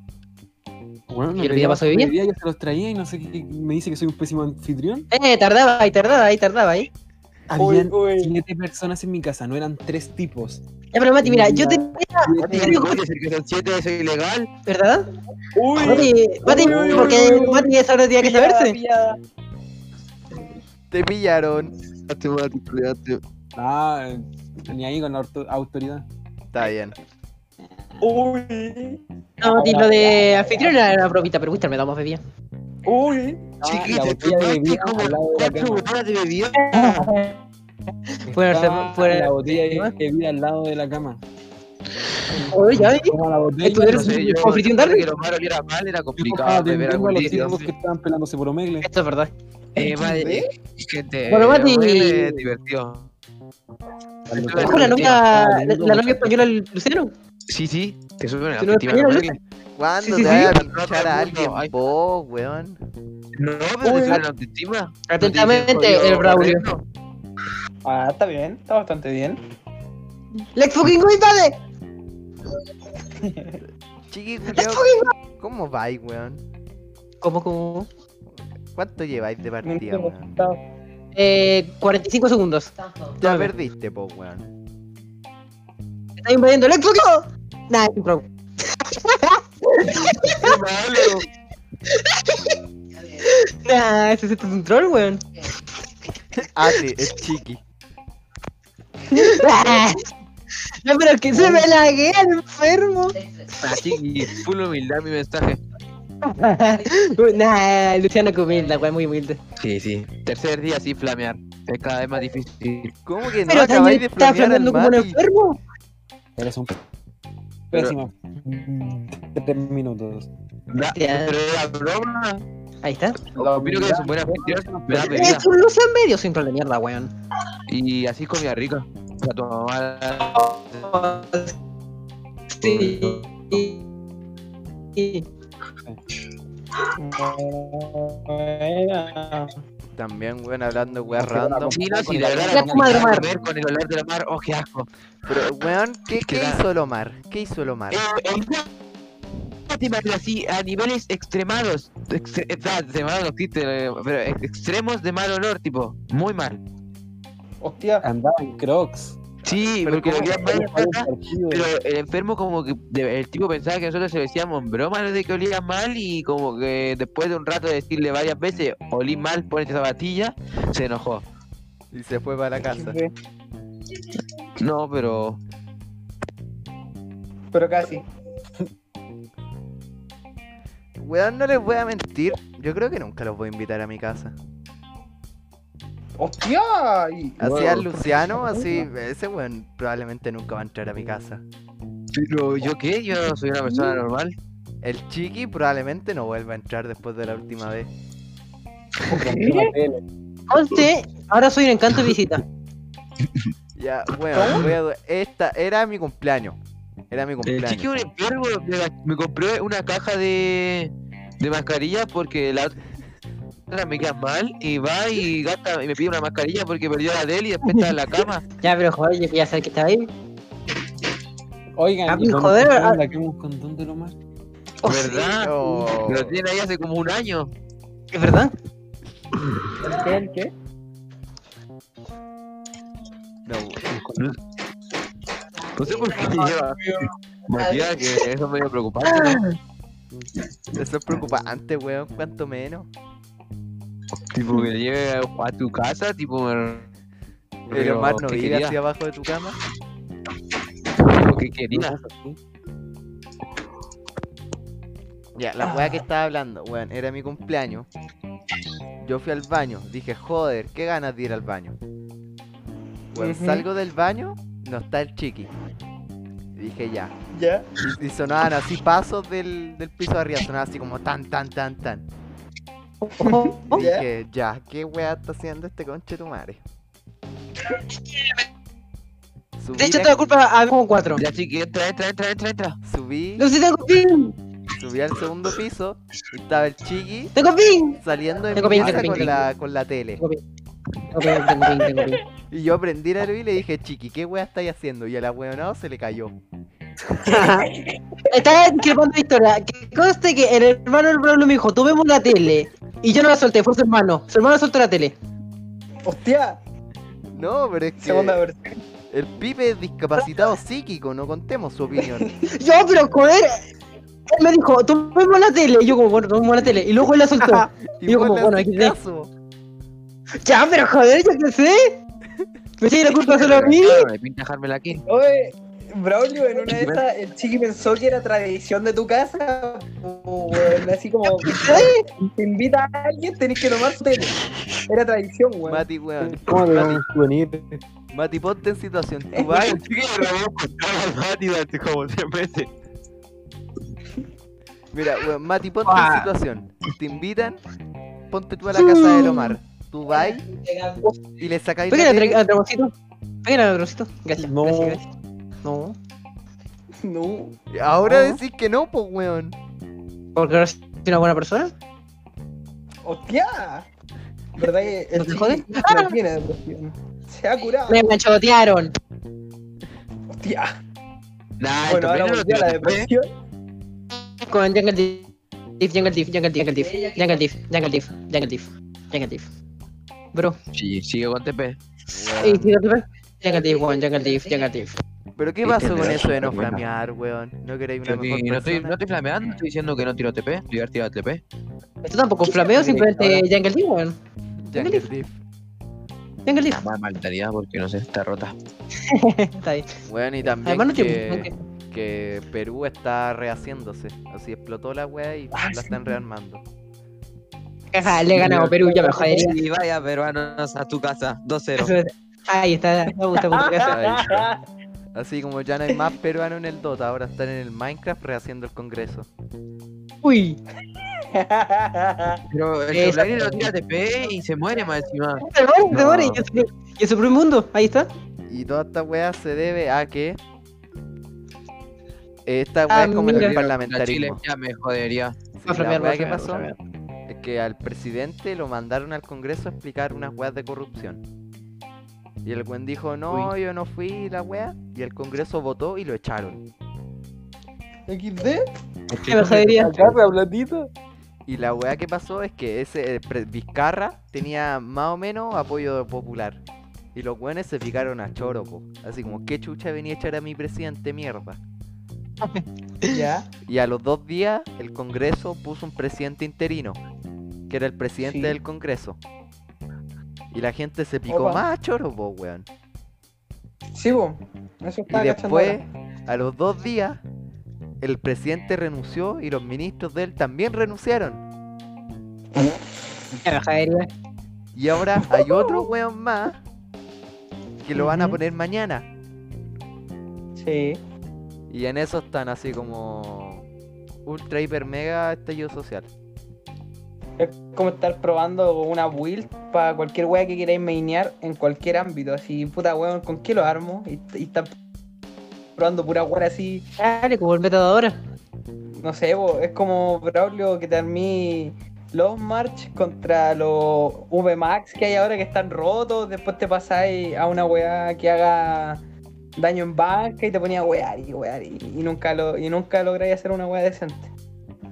[SPEAKER 3] Bueno,
[SPEAKER 2] ¿Y el día pasó bien?
[SPEAKER 3] Yo se los traía y no sé qué. Me dice que soy un pésimo anfitrión.
[SPEAKER 2] Eh, tardaba, ahí tardaba, ahí tardaba, eh. ahí.
[SPEAKER 3] Habían
[SPEAKER 4] Uy, uy.
[SPEAKER 3] siete personas en mi casa, no eran tres tipos.
[SPEAKER 2] Ya, pero Mati, mira, yo te.
[SPEAKER 6] Mati,
[SPEAKER 2] Pero-
[SPEAKER 6] ¿cómo decir que son siete? ¿Eso es ilegal?
[SPEAKER 2] ¿Verdad?
[SPEAKER 4] Uy,
[SPEAKER 2] Mati, Mati,
[SPEAKER 4] uy, uy,
[SPEAKER 2] porque
[SPEAKER 4] uy, uy.
[SPEAKER 2] Mati eso ahora tenía que
[SPEAKER 4] pillada,
[SPEAKER 2] saberse.
[SPEAKER 4] pillada.
[SPEAKER 1] Te pillaron.
[SPEAKER 6] Mati, Mati, Mati.
[SPEAKER 3] Ah, ni ahí con la orto- autoridad.
[SPEAKER 1] Está bien.
[SPEAKER 4] Uy,
[SPEAKER 2] No, Mati, lo de anfitrión era una bromita, pero Wister me da más bebida.
[SPEAKER 4] uy.
[SPEAKER 3] Ah, la
[SPEAKER 6] Chiquito, tú
[SPEAKER 3] botella de
[SPEAKER 6] tomaste
[SPEAKER 3] vino
[SPEAKER 6] como
[SPEAKER 3] al lado de la
[SPEAKER 6] cuatro
[SPEAKER 3] cama.
[SPEAKER 6] botellas de bebida.
[SPEAKER 2] Puede ser-
[SPEAKER 3] Estaba
[SPEAKER 2] puede-
[SPEAKER 3] Ah, la botella de bebida al lado de la cama.
[SPEAKER 2] Oye, ya, ¿eh?
[SPEAKER 3] Como la botella.
[SPEAKER 2] Estuvieron
[SPEAKER 6] No sé, yo
[SPEAKER 2] ¿Con fritión
[SPEAKER 6] creo
[SPEAKER 2] Darwin?
[SPEAKER 6] que lo malo que era
[SPEAKER 3] Yo
[SPEAKER 6] mal era Eh,
[SPEAKER 3] estaba
[SPEAKER 6] complicado beber
[SPEAKER 3] atendiendo
[SPEAKER 6] algún
[SPEAKER 3] a los
[SPEAKER 6] líquido.
[SPEAKER 3] tipos que estaban pelándose por Omegle.
[SPEAKER 2] Esto es verdad.
[SPEAKER 6] Eh, vale, gente,
[SPEAKER 2] Bueno, Mati.
[SPEAKER 6] huele divertido.
[SPEAKER 2] ¿Con la novia, la, la novia española del Luciano?
[SPEAKER 6] Sí, sí, te suena la
[SPEAKER 2] ¿Que no
[SPEAKER 6] afectiva,
[SPEAKER 2] española,
[SPEAKER 6] ¿no?
[SPEAKER 1] ¿Cuándo te
[SPEAKER 2] Sí, sí, sí.
[SPEAKER 1] vas a pinchar a
[SPEAKER 6] Ay,
[SPEAKER 1] alguien
[SPEAKER 6] ay.
[SPEAKER 1] vos, weón?
[SPEAKER 6] No, pero
[SPEAKER 4] Uy.
[SPEAKER 6] te suena la autoestima.
[SPEAKER 2] Atentamente, el Braulio.
[SPEAKER 4] Ah, está bien, está bastante bien.
[SPEAKER 2] ¡Let's fucking go, invade!
[SPEAKER 1] Chiqui, culiao, ¿cómo vais, weón?
[SPEAKER 2] ¿Cómo, cómo?
[SPEAKER 1] ¿Cuánto lleváis de partida, weón?
[SPEAKER 2] Eh, 45 segundos.
[SPEAKER 1] Ya perdiste, po, weón.
[SPEAKER 2] Está invadiendo. ¡Let's fucking go! Nah, es un pro. Nah, Ah, ese ese es un troll, weón.
[SPEAKER 1] Ate, es chiqui.
[SPEAKER 2] Ah, No, pero que se me laguea el enfermo.
[SPEAKER 6] Así, full humildad mi mensaje.
[SPEAKER 2] Nah, Luciano que humilde, weón, muy humilde.
[SPEAKER 6] Sí, sí. Tercer día sin flamear. Es cada vez más difícil.
[SPEAKER 1] ¿Cómo que no
[SPEAKER 2] Pero
[SPEAKER 1] acabáis
[SPEAKER 2] también
[SPEAKER 1] de
[SPEAKER 2] está
[SPEAKER 1] flamear al
[SPEAKER 2] flameando como un
[SPEAKER 1] Mati?
[SPEAKER 2] enfermo.
[SPEAKER 3] Eres un
[SPEAKER 6] Pero-
[SPEAKER 3] pésimo. Tres minutos.
[SPEAKER 6] Da-
[SPEAKER 2] Ya.
[SPEAKER 6] Pero era broma.
[SPEAKER 2] Ahí está.
[SPEAKER 6] Opino que es un buen anfitrión. Me da bebida.
[SPEAKER 2] Es un luz en medio, sin troll de mierda, weón.
[SPEAKER 6] Y así comía rica. O sea, tu mamá.
[SPEAKER 2] Sí. Sí.
[SPEAKER 1] También, weón, hablando weón
[SPEAKER 3] Es que van a
[SPEAKER 1] random.
[SPEAKER 6] Sí, no, sí, la verdad.
[SPEAKER 2] Ya
[SPEAKER 6] la
[SPEAKER 2] tu madre,
[SPEAKER 6] comida,
[SPEAKER 2] madre.
[SPEAKER 6] comer Con el olor de la mar. Oh, qué asco.
[SPEAKER 1] Pero, weón, ¿qué, qué
[SPEAKER 6] da-
[SPEAKER 1] hizo el Omar? ¿Qué hizo el Omar?
[SPEAKER 6] Eh, el Fátima, pero así, a niveles extremados. Ex- eh, da- extremados no existe, eh, pero ex- extremos de mal olor, tipo. Muy mal.
[SPEAKER 4] Hostia.
[SPEAKER 3] Andaba en Crocs.
[SPEAKER 6] Sí,
[SPEAKER 1] Pero
[SPEAKER 6] porque lo
[SPEAKER 1] ¿cómo?
[SPEAKER 6] que más
[SPEAKER 3] Había
[SPEAKER 6] me
[SPEAKER 3] jugado un
[SPEAKER 6] pasa,
[SPEAKER 3] partido.
[SPEAKER 6] Pero el enfermo como que de- el tipo pensaba que nosotros se lo decíamos en broma lo de que olía mal y como que después de un rato de decirle varias veces olí mal, ponete zapatilla, se enojó.
[SPEAKER 1] Y se fue para la casa.
[SPEAKER 6] No, pero
[SPEAKER 4] Pero casi.
[SPEAKER 1] Weón, no les voy a mentir. Yo creo que nunca los voy a invitar a mi casa.
[SPEAKER 4] ¡Hostia! Y-
[SPEAKER 1] Así al Luciano, así, ese weón probablemente nunca va a entrar a mi casa.
[SPEAKER 6] pero yo qué, yo soy una persona normal.
[SPEAKER 1] El Chiqui probablemente no vuelva a entrar después de la última vez.
[SPEAKER 3] Compré la tele.
[SPEAKER 2] Conste, ahora soy un encanto de visita.
[SPEAKER 1] Ya, weón, voy a du- esta era mi cumpleaños. Era mi
[SPEAKER 6] El
[SPEAKER 1] cumpleaños.
[SPEAKER 6] chico un enfermo me, ga- me compré una caja de, de mascarillas porque la otra me queda mal y va y gasta y me pide una mascarilla porque perdió la de él y después está en la cama.
[SPEAKER 2] Ya, pero joder, yo quería saber que estaba ahí.
[SPEAKER 3] Oigan,
[SPEAKER 2] Ah,
[SPEAKER 3] ¿y cuando
[SPEAKER 2] joder,
[SPEAKER 3] compramos
[SPEAKER 2] ah.
[SPEAKER 3] la que hemos contado de lo más?
[SPEAKER 2] Oh,
[SPEAKER 6] ¿Verdad?
[SPEAKER 1] Oh,
[SPEAKER 6] Lo tiene ahí hace como un año.
[SPEAKER 2] ¿Es verdad?
[SPEAKER 4] ¿Qué? ¿El qué?
[SPEAKER 1] no,
[SPEAKER 6] No sé por qué lleva. Matías, que eso es medio preocupante. ¿no?
[SPEAKER 1] eso es preocupante, weón, cuanto menos.
[SPEAKER 6] Tipo, que lleve a tu casa, tipo,
[SPEAKER 1] El Omar no
[SPEAKER 6] ¿qué
[SPEAKER 1] vive
[SPEAKER 6] quería?
[SPEAKER 1] hacia abajo de tu cama.
[SPEAKER 6] Lo que quería.
[SPEAKER 1] Ya, la weá que estaba hablando, weón, era mi cumpleaños. Yo fui al baño, dije, joder, qué ganas de ir al baño. Weón,
[SPEAKER 4] Ujú.
[SPEAKER 1] salgo del baño, no está el chiqui. Dije ya.
[SPEAKER 4] Ya.
[SPEAKER 1] Y, y sonaban así pasos del, del piso de arriba, sonaban así como tan, tan, tan, tan. Dije, ya, qué weá está haciendo este conche tu madre. Subí
[SPEAKER 2] De hecho,
[SPEAKER 1] la-
[SPEAKER 2] toda culpa a mí como cuatro.
[SPEAKER 6] Ya, chiqui, entra, entra, entra, entra, entra.
[SPEAKER 1] subí,
[SPEAKER 2] ¡Lucy, tengo ping!
[SPEAKER 1] subí al segundo piso y estaba el chiqui
[SPEAKER 2] ¡Tengo ping!
[SPEAKER 1] saliendo en
[SPEAKER 2] Tengo pin,
[SPEAKER 1] misa
[SPEAKER 2] tengo
[SPEAKER 1] con
[SPEAKER 2] pin,
[SPEAKER 1] la, con la tele.
[SPEAKER 2] Tengo ping, tengo ping, tengo ping.
[SPEAKER 1] Y yo aprendí la luz y le dije, chiqui, ¿qué weá estáis haciendo? Y a la weonado se le cayó.
[SPEAKER 2] Estaba increpando la historia. Que conste que el hermano del Pablo me dijo, tú vemos la tele. Y yo no la solté, fue su hermano. Su hermano soltó la tele.
[SPEAKER 4] Hostia,
[SPEAKER 1] No, pero es que
[SPEAKER 4] segunda versión.
[SPEAKER 1] el pibe es discapacitado psíquico, no contemos su opinión.
[SPEAKER 2] Yo, pero joder. Él me dijo, tú vemos la tele. Y yo como, bueno, tú vemos la tele. Y luego él la soltó.
[SPEAKER 1] Y
[SPEAKER 2] Yo
[SPEAKER 1] vos
[SPEAKER 2] como,
[SPEAKER 1] le
[SPEAKER 2] bueno,
[SPEAKER 1] hacés
[SPEAKER 2] XD.
[SPEAKER 1] caso.
[SPEAKER 2] ya, pero joder, yo qué sé. Me tiene la culpa solo a mí.
[SPEAKER 6] Claro, me pinta dejármela aquí.
[SPEAKER 4] Oye, Braulio, en una de estas, el chiqui pensó que era tradición de tu casa. po, weón, así como, te invita a alguien, tenés que tomar su tele. Era tradición, weón.
[SPEAKER 1] Mati, weón.
[SPEAKER 3] ¿Cómo te van a venir?
[SPEAKER 1] Mati, ponte en situación. Tú vas,
[SPEAKER 6] Vaya, chiqui, lo vamos a contar a Mati durante como 100 veces.
[SPEAKER 1] mira, weón, Mati, ponte en
[SPEAKER 2] Ah.
[SPEAKER 1] situación. Te invitan, ponte tú a la casa del Omar. Tú vas y le sacáis la
[SPEAKER 2] Pégale
[SPEAKER 1] tele.
[SPEAKER 2] al dragoncito. Pégale al dragoncito. Gracias,
[SPEAKER 3] No.
[SPEAKER 2] gracias, gracias. No.
[SPEAKER 4] No.
[SPEAKER 2] ¿Ah?
[SPEAKER 1] Ahora
[SPEAKER 4] No.
[SPEAKER 1] decís que no, pues weón.
[SPEAKER 2] Porque ahora soy una buena persona.
[SPEAKER 4] ¡Hostia! ¿Verdad que el
[SPEAKER 2] ¿No te
[SPEAKER 4] chiqui
[SPEAKER 2] jode? Ah,
[SPEAKER 4] no tiene depresión? Se ha curado.
[SPEAKER 2] Me manchotearon.
[SPEAKER 4] Hostia.
[SPEAKER 6] Nah,
[SPEAKER 4] Bueno, ahora
[SPEAKER 6] esto
[SPEAKER 4] volvió a la
[SPEAKER 6] primero
[SPEAKER 4] depresión.
[SPEAKER 2] Con Jungle Diff, Jungle Diff, Jungle Diff, Jungle Diff, Jungle Diff, Jungle Diff, Jungle Diff, Jungle Diff. Bro.
[SPEAKER 6] no te- Sí, sigue con TP.
[SPEAKER 2] ¿Y Jungle Diff? Jungle Diff, weón, Jungle Diff, Jungle Diff.
[SPEAKER 1] Pero qué
[SPEAKER 6] Sí,
[SPEAKER 1] pasó con
[SPEAKER 6] tendrás
[SPEAKER 1] eso de no
[SPEAKER 6] buena.
[SPEAKER 1] flamear, weón. No queréis una
[SPEAKER 6] Yo que-
[SPEAKER 1] mejor
[SPEAKER 6] No estoy, no
[SPEAKER 1] persona.
[SPEAKER 6] estoy flameando, estoy diciendo que no tiro TP, estoy tirando TP.
[SPEAKER 2] Esto tampoco es flameo, simplemente Jungle Diff, weón.
[SPEAKER 1] Ya que sí.
[SPEAKER 2] Jungle Diff.
[SPEAKER 6] La más maldaría porque no sé, está rota.
[SPEAKER 2] Está bien.
[SPEAKER 1] Weón, y también
[SPEAKER 2] Además no
[SPEAKER 1] que,
[SPEAKER 2] tiene...
[SPEAKER 1] que Perú está rehaciéndose. Así explotó la weá y
[SPEAKER 4] Ah,
[SPEAKER 1] la
[SPEAKER 4] sí.
[SPEAKER 1] están rearmando.
[SPEAKER 2] Ajá, le he ganado a Perú, ya me jodería.
[SPEAKER 6] Y vaya peruanos a tu casa, 2-0.
[SPEAKER 2] Eh, Eso es- Ahí está, me gusta mucho eso.
[SPEAKER 1] Ahí está. Así como ya no hay más peruanos en el Dota, ahora están en el Minecraft rehaciendo el Congreso.
[SPEAKER 2] Uy,
[SPEAKER 6] Pero el
[SPEAKER 2] Esa-
[SPEAKER 6] Chulaini no tira TP y se muere más encima.
[SPEAKER 2] se muere, se
[SPEAKER 1] No.
[SPEAKER 2] muere, y es- y es su primer mundo, ahí está.
[SPEAKER 1] Y toda esta weá se debe a que. Esta weá
[SPEAKER 2] Ah,
[SPEAKER 1] es como en
[SPEAKER 2] mira.
[SPEAKER 1] el
[SPEAKER 6] La Chile
[SPEAKER 1] parlamentarismo.
[SPEAKER 6] ya me jodería.
[SPEAKER 1] Sí,
[SPEAKER 2] Va a
[SPEAKER 1] la
[SPEAKER 2] flamear, va
[SPEAKER 1] weá
[SPEAKER 2] a
[SPEAKER 1] que
[SPEAKER 2] flamear, va
[SPEAKER 1] pasó
[SPEAKER 2] a flamear.
[SPEAKER 1] es que al presidente lo mandaron al Congreso a explicar unas weas de corrupción. Y el buen dijo, no, yo no fui la wea. Y el Congreso votó y lo echaron.
[SPEAKER 4] ¿XD?
[SPEAKER 2] Ya me jodería.
[SPEAKER 3] Agarra, blandito.
[SPEAKER 1] Y la weá que pasó es que ese eh, pre- Vizcarra tenía más o menos apoyo popular. Y los weones se picaron a choro, po. Así como, ¿qué chucha venía a echar a mi presidente, mierda?
[SPEAKER 4] Ya.
[SPEAKER 1] Y a los dos días, el Congreso puso un presidente interino, que era el presidente
[SPEAKER 4] Sí.
[SPEAKER 1] del Congreso. Y la gente se picó
[SPEAKER 4] Opa.
[SPEAKER 1] más a choro, po, weón.
[SPEAKER 4] Sí, vos.
[SPEAKER 1] Y
[SPEAKER 4] Eso está
[SPEAKER 1] después, a los dos días, el presidente renunció y los ministros de él también renunciaron.
[SPEAKER 2] Ya me jodería.
[SPEAKER 1] Y ahora hay otro weón más que lo van a
[SPEAKER 4] Ujú.
[SPEAKER 1] poner mañana.
[SPEAKER 4] Sí.
[SPEAKER 1] Y en eso están así como ultra, hiper, mega estallido social.
[SPEAKER 4] Es como estar probando una build para cualquier wea que queráis mainear en cualquier ámbito. Así, puta weón, ¿con qué lo armo? Y, y están probando pura wea así.
[SPEAKER 2] Dale, como el método ahora.
[SPEAKER 4] No sé, bo, es como Braulio que te armí los March contra los VMAX que hay ahora que están rotos. Después te pasáis a una wea que haga daño en banca y te ponía a wear y wear y, y nunca, lo, y nunca lográis hacer una wea decente.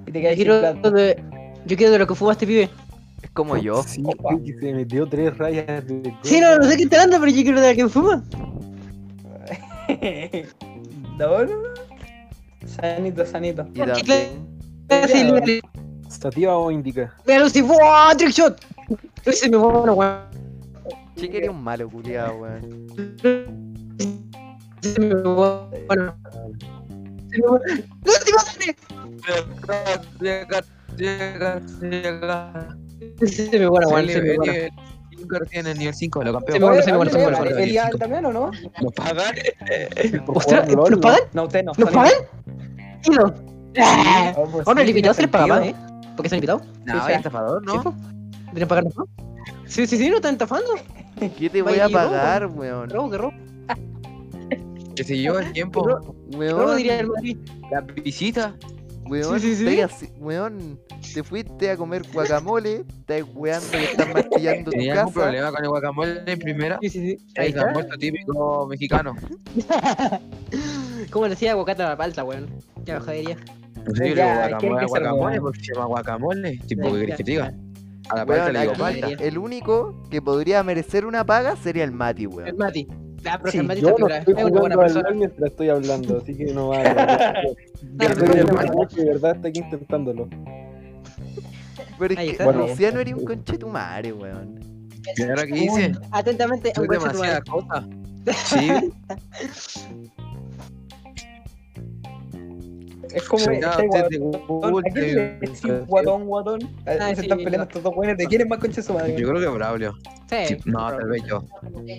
[SPEAKER 4] Y te
[SPEAKER 2] Yo
[SPEAKER 4] quedáis sin
[SPEAKER 2] quiero,
[SPEAKER 4] plata.
[SPEAKER 2] de, yo quiero de lo que fumaste, pibe.
[SPEAKER 1] Es como yo.
[SPEAKER 3] Sí, que se metió tres rayas de.
[SPEAKER 2] Sí, no, no sé qué te anda, pero yo quiero de lo que fuma.
[SPEAKER 4] no, no, no. Sanito, sanito.
[SPEAKER 1] Y
[SPEAKER 2] ¿Por qué
[SPEAKER 1] también,
[SPEAKER 2] Así, le-
[SPEAKER 3] Sativa o indica.
[SPEAKER 2] ¡ah, Mira, Lucy, ¡buah! Trick shot. Lucy me fue una weá.
[SPEAKER 1] Che, que eres un malo, culiado, weón.
[SPEAKER 2] Se me borró- Bueno, se me borró- ¡No, te iba a dar!
[SPEAKER 6] Llega, llega, llega.
[SPEAKER 2] Se me borra, weón, se me borra.
[SPEAKER 6] El 5 tiene nivel 5, lo
[SPEAKER 2] Se
[SPEAKER 6] campeón.
[SPEAKER 2] me borra,
[SPEAKER 4] Oye,
[SPEAKER 2] se me borra, se me borra, se me
[SPEAKER 4] ¿El
[SPEAKER 2] borra.
[SPEAKER 4] el Ian también o no?
[SPEAKER 6] ¿Lo pagan?
[SPEAKER 2] ¡Ostras! ¿Nos pagan?
[SPEAKER 4] No, usted no.
[SPEAKER 2] ¿Nos
[SPEAKER 4] Solía.
[SPEAKER 2] pagan? Sí, no.
[SPEAKER 3] Oh, pues
[SPEAKER 2] Ah, Bueno, el
[SPEAKER 3] sí,
[SPEAKER 2] invitado se le paga
[SPEAKER 3] tiene
[SPEAKER 2] más, ¿eh?
[SPEAKER 3] sentido.
[SPEAKER 2] ¿Por qué son invitados?
[SPEAKER 6] No,
[SPEAKER 4] o sea,
[SPEAKER 6] estafador,
[SPEAKER 2] ¿Sí, po? ¿Deberían pagarnos más? Sí, sí, sí, no están estafando.
[SPEAKER 1] ¿Qué te voy a
[SPEAKER 2] Vaya,
[SPEAKER 1] pagar, weón?
[SPEAKER 2] Que robo, que robo.
[SPEAKER 6] Que se lleva el tiempo.
[SPEAKER 2] Que robo,
[SPEAKER 1] Weón,
[SPEAKER 2] diría el Madrid.
[SPEAKER 6] La visita.
[SPEAKER 1] weón,
[SPEAKER 2] Sí, sí, sí.
[SPEAKER 1] estáis así- weón, te fuiste a comer guacamole, estás weando que estás martillando tu
[SPEAKER 6] Tenía algún
[SPEAKER 1] casa.
[SPEAKER 6] problema con el guacamole en primera.
[SPEAKER 2] Sí, sí, sí. Ahí
[SPEAKER 6] Es
[SPEAKER 2] está.
[SPEAKER 6] el muerto típico mexicano.
[SPEAKER 2] ¿Cómo le decía aguacate a la palta, weón? Ya me jodería.
[SPEAKER 6] No sé, yo le digo
[SPEAKER 4] Ya, ¿quién
[SPEAKER 6] guacamole,
[SPEAKER 4] que se lo-
[SPEAKER 6] guacamole, porque se llama guacamole. Tipo, ¿qué querés que te diga? A la parte
[SPEAKER 1] Weón,
[SPEAKER 6] le digo
[SPEAKER 1] aquí
[SPEAKER 6] palta.
[SPEAKER 1] el único que podría merecer una paga sería el Mati,
[SPEAKER 2] El
[SPEAKER 1] weón.
[SPEAKER 2] Mati. Ah, pero que el Mati
[SPEAKER 3] Yo
[SPEAKER 2] está
[SPEAKER 3] no
[SPEAKER 2] piola,
[SPEAKER 3] estoy
[SPEAKER 2] Es una buena
[SPEAKER 3] jugando al
[SPEAKER 2] persona.
[SPEAKER 3] LOL mientras estoy hablando, así que no va a... Yo
[SPEAKER 2] pero
[SPEAKER 3] soy el
[SPEAKER 2] no,
[SPEAKER 3] único que de verdad está aquí intentándolo.
[SPEAKER 1] Pero es
[SPEAKER 2] Ahí
[SPEAKER 1] que
[SPEAKER 2] está.
[SPEAKER 3] Bueno.
[SPEAKER 1] Luciano era un conchetumare, weón.
[SPEAKER 6] ¿Y ahora qué hice?
[SPEAKER 2] Atentamente, un
[SPEAKER 6] Soy
[SPEAKER 2] coche
[SPEAKER 6] demasiada cosa. Sí,
[SPEAKER 4] Es como.
[SPEAKER 6] soy nada,
[SPEAKER 4] este
[SPEAKER 6] usted
[SPEAKER 4] guatón.
[SPEAKER 6] de
[SPEAKER 4] ¿A quién le
[SPEAKER 6] Google,
[SPEAKER 4] decís guatón, guatón?
[SPEAKER 2] Ah,
[SPEAKER 4] Ah, Se
[SPEAKER 2] sí,
[SPEAKER 4] están peleando
[SPEAKER 2] no.
[SPEAKER 4] estos dos güeyes. ¿De quién es más concha su madre?
[SPEAKER 6] Yo creo que Braulio.
[SPEAKER 2] Sí.
[SPEAKER 6] Sí, No, tal vez yo.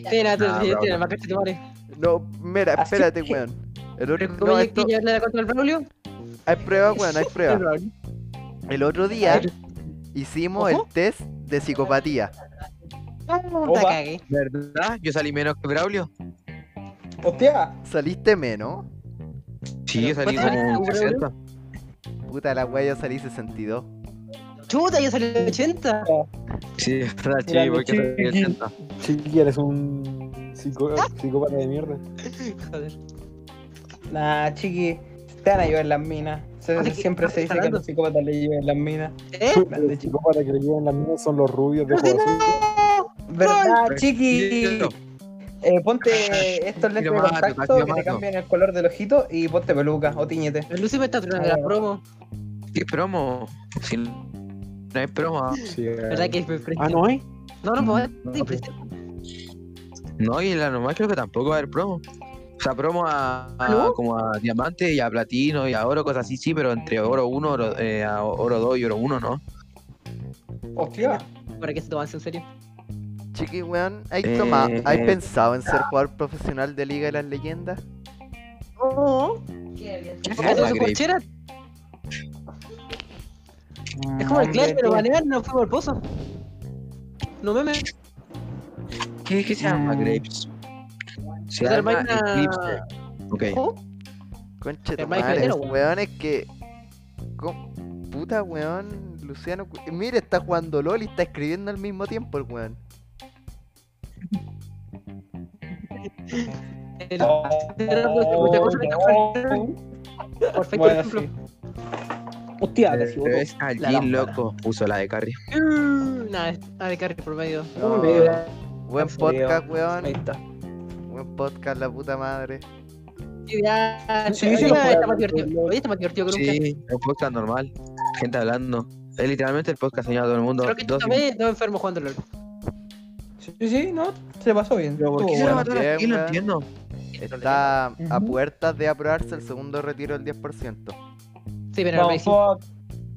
[SPEAKER 2] Sí, nada,
[SPEAKER 6] Nah,
[SPEAKER 2] sí,
[SPEAKER 6] bro,
[SPEAKER 2] tiene
[SPEAKER 6] no.
[SPEAKER 2] más cacho tu madre.
[SPEAKER 1] No, mira,
[SPEAKER 4] Así
[SPEAKER 1] espérate,
[SPEAKER 4] que-
[SPEAKER 1] weón. El otro,
[SPEAKER 2] ¿Cómo
[SPEAKER 1] no,
[SPEAKER 2] hay
[SPEAKER 1] esto-
[SPEAKER 2] que llevarle la contra el Braulio?
[SPEAKER 1] hay prueba, weón, hay
[SPEAKER 2] El
[SPEAKER 1] prueba.
[SPEAKER 2] Braulio.
[SPEAKER 1] El otro día hicimos
[SPEAKER 2] Ojo.
[SPEAKER 1] el test de psicopatía.
[SPEAKER 2] No,
[SPEAKER 4] Opa.
[SPEAKER 2] la cagué.
[SPEAKER 6] ¿Verdad? Yo salí menos que Braulio.
[SPEAKER 4] Hostia.
[SPEAKER 1] Saliste menos.
[SPEAKER 6] Sí, yo salí
[SPEAKER 2] ¿cuánto
[SPEAKER 6] como
[SPEAKER 2] saliste
[SPEAKER 6] un
[SPEAKER 2] tú,
[SPEAKER 6] 60.
[SPEAKER 1] Puta la weá, yo salí 62.
[SPEAKER 2] Chuta, yo salí de 80.
[SPEAKER 6] Sí, es verdad,
[SPEAKER 4] Mira,
[SPEAKER 6] sí, porque salí
[SPEAKER 4] chiqui.
[SPEAKER 6] 80.
[SPEAKER 3] Chiqui, eres un psico-
[SPEAKER 2] Ah.
[SPEAKER 3] psicópata de mierda.
[SPEAKER 2] Joder.
[SPEAKER 4] Nah, chiqui. Te van a llover las minas. Se-
[SPEAKER 2] Oye, ¿qué-
[SPEAKER 4] siempre
[SPEAKER 2] estás
[SPEAKER 4] se dice que
[SPEAKER 2] hablando?
[SPEAKER 4] los psicópatas le llueven las minas.
[SPEAKER 2] ¿Eh?
[SPEAKER 3] El psicópata que le llevan las minas son los rubios de
[SPEAKER 2] Pero si
[SPEAKER 3] ojos azules.
[SPEAKER 4] ¿Verdad,
[SPEAKER 6] Pero-
[SPEAKER 4] chiqui?
[SPEAKER 6] Yo-
[SPEAKER 4] Eh, ponte estos lentes de
[SPEAKER 6] Mira, mato,
[SPEAKER 4] contacto que
[SPEAKER 6] mato.
[SPEAKER 4] te cambian el color del ojito y ponte peluca o tiñete.
[SPEAKER 2] El Lucy me está tronando la promo.
[SPEAKER 6] ¿Qué promo? Si no hay promo.
[SPEAKER 3] Sí,
[SPEAKER 2] ¿Verdad que es
[SPEAKER 3] Ah,
[SPEAKER 2] presión?
[SPEAKER 3] ¿no hay?
[SPEAKER 2] No, no, pues sí, presión.
[SPEAKER 6] No, y en la normal creo que tampoco va a haber promo. O sea, promo a, a-
[SPEAKER 2] ¿No?
[SPEAKER 6] como a diamante y a platino y a oro, cosas así, sí, pero entre oro 1, oro, eh, a oro 2 y oro 1, ¿no?
[SPEAKER 4] Hostia.
[SPEAKER 2] ¿Para qué se toman en serio?
[SPEAKER 1] Chiqui, weón, ¿hay,
[SPEAKER 6] Eh,
[SPEAKER 1] toma- ¿hay
[SPEAKER 6] eh.
[SPEAKER 1] pensado en ser jugador profesional de Liga de las Leyendas?
[SPEAKER 2] No. ¿Por qué son
[SPEAKER 6] la
[SPEAKER 2] sus
[SPEAKER 6] gripe.
[SPEAKER 2] corcheras? Es como el
[SPEAKER 4] Hombre,
[SPEAKER 2] Clash, pero
[SPEAKER 4] tío.
[SPEAKER 2] banear no fue por pozo. No memes.
[SPEAKER 6] ¿Qué, qué se llama
[SPEAKER 4] Mm.
[SPEAKER 6] Grapes? Se
[SPEAKER 2] Pero
[SPEAKER 6] llama
[SPEAKER 2] vaina-
[SPEAKER 6] Eclipse. Ok.
[SPEAKER 2] Ojo.
[SPEAKER 1] Conche tu
[SPEAKER 2] El Mike
[SPEAKER 1] madre,
[SPEAKER 2] Melero, weón.
[SPEAKER 1] weón, es que. co- Puta, weón, Luciano. cu- Mira, está jugando LOL y está escribiendo al mismo tiempo el weón.
[SPEAKER 2] El-
[SPEAKER 4] Oh,
[SPEAKER 2] otra cosa que
[SPEAKER 4] no.
[SPEAKER 2] Perfecto
[SPEAKER 4] Bueno,
[SPEAKER 2] ejemplo.
[SPEAKER 4] sí. Hostia,
[SPEAKER 3] Eh,
[SPEAKER 6] Pero
[SPEAKER 4] casi voto.
[SPEAKER 6] es allí,
[SPEAKER 2] La lámpara.
[SPEAKER 6] loco. Puso la de Carrie.
[SPEAKER 2] Mm, Nada, nada de carry por medio.
[SPEAKER 1] No,
[SPEAKER 4] Mira,
[SPEAKER 1] Buen
[SPEAKER 4] Sí,
[SPEAKER 1] podcast,
[SPEAKER 4] Ahí
[SPEAKER 1] weón.
[SPEAKER 4] está.
[SPEAKER 1] Buen podcast, la puta madre.
[SPEAKER 2] Ideal.
[SPEAKER 4] Sí, sí,
[SPEAKER 2] Oye,
[SPEAKER 4] lo
[SPEAKER 2] está
[SPEAKER 3] puedo
[SPEAKER 2] más
[SPEAKER 3] ver,
[SPEAKER 2] divertido.
[SPEAKER 3] pero-
[SPEAKER 2] Oye, está más divertido que nunca.
[SPEAKER 6] Sí, un podcast normal. Gente hablando. Es literalmente el podcast señalado a todo el mundo.
[SPEAKER 2] Creo que
[SPEAKER 6] Dos-
[SPEAKER 2] esta vez no enfermo jugando LOL.
[SPEAKER 4] Sí, sí, no, se pasó bien.
[SPEAKER 6] Pero ¿por qué
[SPEAKER 4] Estuvo
[SPEAKER 6] se la
[SPEAKER 4] bueno.
[SPEAKER 6] mataron aquí? No
[SPEAKER 1] Bien,
[SPEAKER 6] entiendo.
[SPEAKER 1] Está a
[SPEAKER 4] Ujú.
[SPEAKER 1] puertas de aprobarse el segundo retiro del 10%.
[SPEAKER 2] Sí, pero no
[SPEAKER 4] Vamos,
[SPEAKER 2] existe.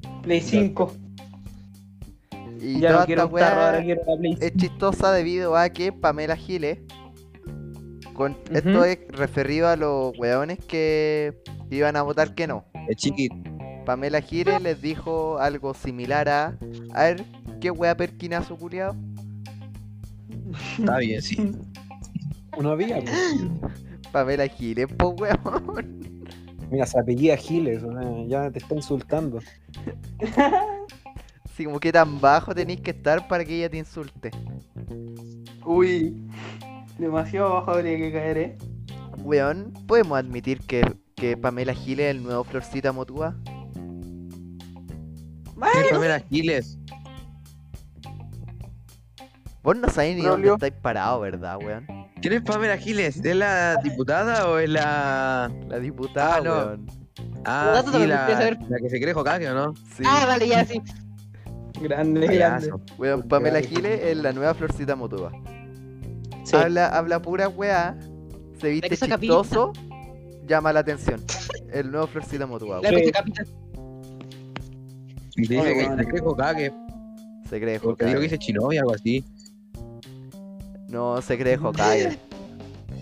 [SPEAKER 4] fuck. Play 5.
[SPEAKER 1] Y
[SPEAKER 4] Ya
[SPEAKER 1] toda
[SPEAKER 4] no quiero
[SPEAKER 1] esta
[SPEAKER 4] un tarro, ahora
[SPEAKER 1] weá
[SPEAKER 4] quiero la Play 5.
[SPEAKER 1] es chistosa debido a que Pamela Giles. Con,
[SPEAKER 4] Ujú.
[SPEAKER 1] Esto es referido a los weones que iban a votar que no.
[SPEAKER 6] Es chiqui.
[SPEAKER 1] Pamela Giles les dijo algo similar a. A ver, qué wea perquinazo culiado.
[SPEAKER 6] Está bien, sí.
[SPEAKER 3] Uno había. pues.
[SPEAKER 1] Pamela Giles, pues weón.
[SPEAKER 3] Mira, se apellida Giles, o sea, ya te está insultando.
[SPEAKER 1] Así como que tan bajo tenéis que estar para que ella te insulte.
[SPEAKER 4] Uy, demasiado bajo habría que caer, eh.
[SPEAKER 1] Weón, podemos admitir que, que Pamela Giles es el nuevo Florcita Motúa.
[SPEAKER 6] ¿Qué Pamela Giles?
[SPEAKER 1] Vos no sabés ni
[SPEAKER 4] Braulio.
[SPEAKER 1] dónde estáis parado, ¿verdad, weón?
[SPEAKER 6] ¿Quién es Pamela Giles? ¿Es la diputada o es la.
[SPEAKER 1] La diputada,
[SPEAKER 6] Ah, no.
[SPEAKER 1] weón.
[SPEAKER 6] Ah,
[SPEAKER 2] Dato
[SPEAKER 6] sí,
[SPEAKER 2] también,
[SPEAKER 6] la,
[SPEAKER 2] quería saber.
[SPEAKER 6] la que se cree Hokage, ¿o no?
[SPEAKER 1] Sí.
[SPEAKER 2] Ah, vale, ya sí.
[SPEAKER 4] Grande, grande.
[SPEAKER 6] Payaso.
[SPEAKER 1] Weón, Pamela Giles es la nueva Florcita Motúa.
[SPEAKER 4] Sí.
[SPEAKER 1] habla, habla pura weá, se viste
[SPEAKER 2] esa
[SPEAKER 1] chistoso, llama la atención. El nuevo Florcita Motuado.
[SPEAKER 2] La
[SPEAKER 4] Sí.
[SPEAKER 2] cosa capitán.
[SPEAKER 6] Dice
[SPEAKER 4] Oye,
[SPEAKER 6] que
[SPEAKER 4] bueno.
[SPEAKER 6] se cree Hokage,
[SPEAKER 1] Se cree
[SPEAKER 6] porque digo que
[SPEAKER 1] Hokage.
[SPEAKER 6] dice Shinobi algo así.
[SPEAKER 1] No, se cree Hokage.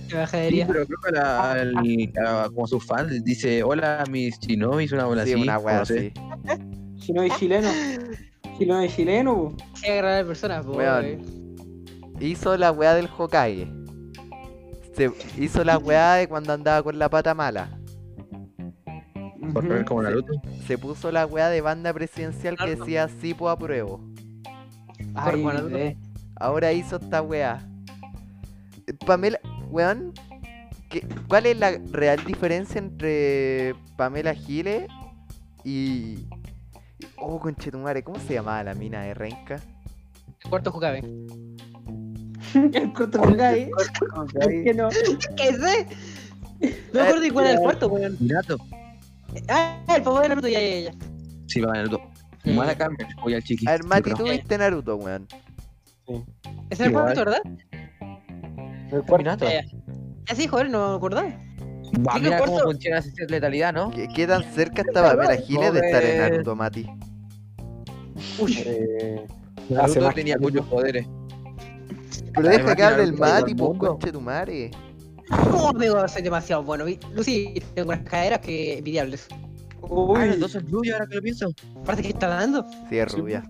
[SPEAKER 2] que bajadería.
[SPEAKER 6] Sí, pero creo que a la- al- a- como a sus fans dice, hola mis Shinobis, una buena
[SPEAKER 1] Sí,
[SPEAKER 6] así.
[SPEAKER 1] una weá
[SPEAKER 6] no sé.
[SPEAKER 1] así.
[SPEAKER 4] Chino y chileno. Chino y chileno, pues. po.
[SPEAKER 2] Qué agradable persona, pues, po,
[SPEAKER 1] Weón.
[SPEAKER 2] wey.
[SPEAKER 1] Hizo la weá del Hokage. Se hizo la weá de cuando andaba con la pata mala.
[SPEAKER 6] Por ver como Naruto.
[SPEAKER 1] Se puso la weá de banda presidencial que decía sí po apruebo.
[SPEAKER 4] Ay,
[SPEAKER 2] Por Naruto.
[SPEAKER 4] bebé.
[SPEAKER 1] Ahora hizo esta weá. Eh, Pamela, weón, ¿qué- ¿cuál es la real diferencia entre Pamela Giles y. Oh, conchetumare, ¿cómo se llamaba la mina de Renca?
[SPEAKER 2] El cuarto Hokage.
[SPEAKER 4] El corto Hokage. Es que no.
[SPEAKER 2] ¿Qué sé? No me acuerdo ni cuál era el cuarto, weón.
[SPEAKER 6] Minato.
[SPEAKER 2] Ah, el papá de Naruto, ya, ya, ya.
[SPEAKER 6] Sí, va Naruto.
[SPEAKER 2] Sí.
[SPEAKER 6] Mala Carmen, voy al chiqui.
[SPEAKER 1] A ver, Mati,
[SPEAKER 6] Yo
[SPEAKER 1] tú
[SPEAKER 6] creo.
[SPEAKER 1] viste Naruto, weón.
[SPEAKER 2] Ese era el
[SPEAKER 6] Igual.
[SPEAKER 2] cuarto, ¿verdad?
[SPEAKER 3] El cuarto,
[SPEAKER 6] Minato.
[SPEAKER 2] Ya, Ya sí, joder, no me acordaba.
[SPEAKER 6] Va,
[SPEAKER 2] Digo,
[SPEAKER 6] mira
[SPEAKER 2] corto.
[SPEAKER 6] cómo funciona esa letalidad, ¿no?
[SPEAKER 1] ¿Qué, qué tan cerca está Pamela Giles de estar en
[SPEAKER 6] Joder.
[SPEAKER 1] Naruto, Mati?
[SPEAKER 3] eh, hace
[SPEAKER 6] Naruto
[SPEAKER 3] más-
[SPEAKER 6] tenía muchos poderes.
[SPEAKER 1] Pero deja que
[SPEAKER 6] Imagina
[SPEAKER 1] hable el
[SPEAKER 6] Naruto del
[SPEAKER 1] Mati, pues,
[SPEAKER 6] mundo.
[SPEAKER 1] conchetumare.
[SPEAKER 2] ¿Cómo digo? Oh, Soy demasiado bueno. Vi- Lucy, tengo unas caderas que envidiables.
[SPEAKER 6] Uy,
[SPEAKER 4] Uy.
[SPEAKER 6] Redoso es rubio, ahora que lo pienso.
[SPEAKER 2] Parece que está dando.
[SPEAKER 1] Sí, es
[SPEAKER 6] Sí,
[SPEAKER 1] rubia.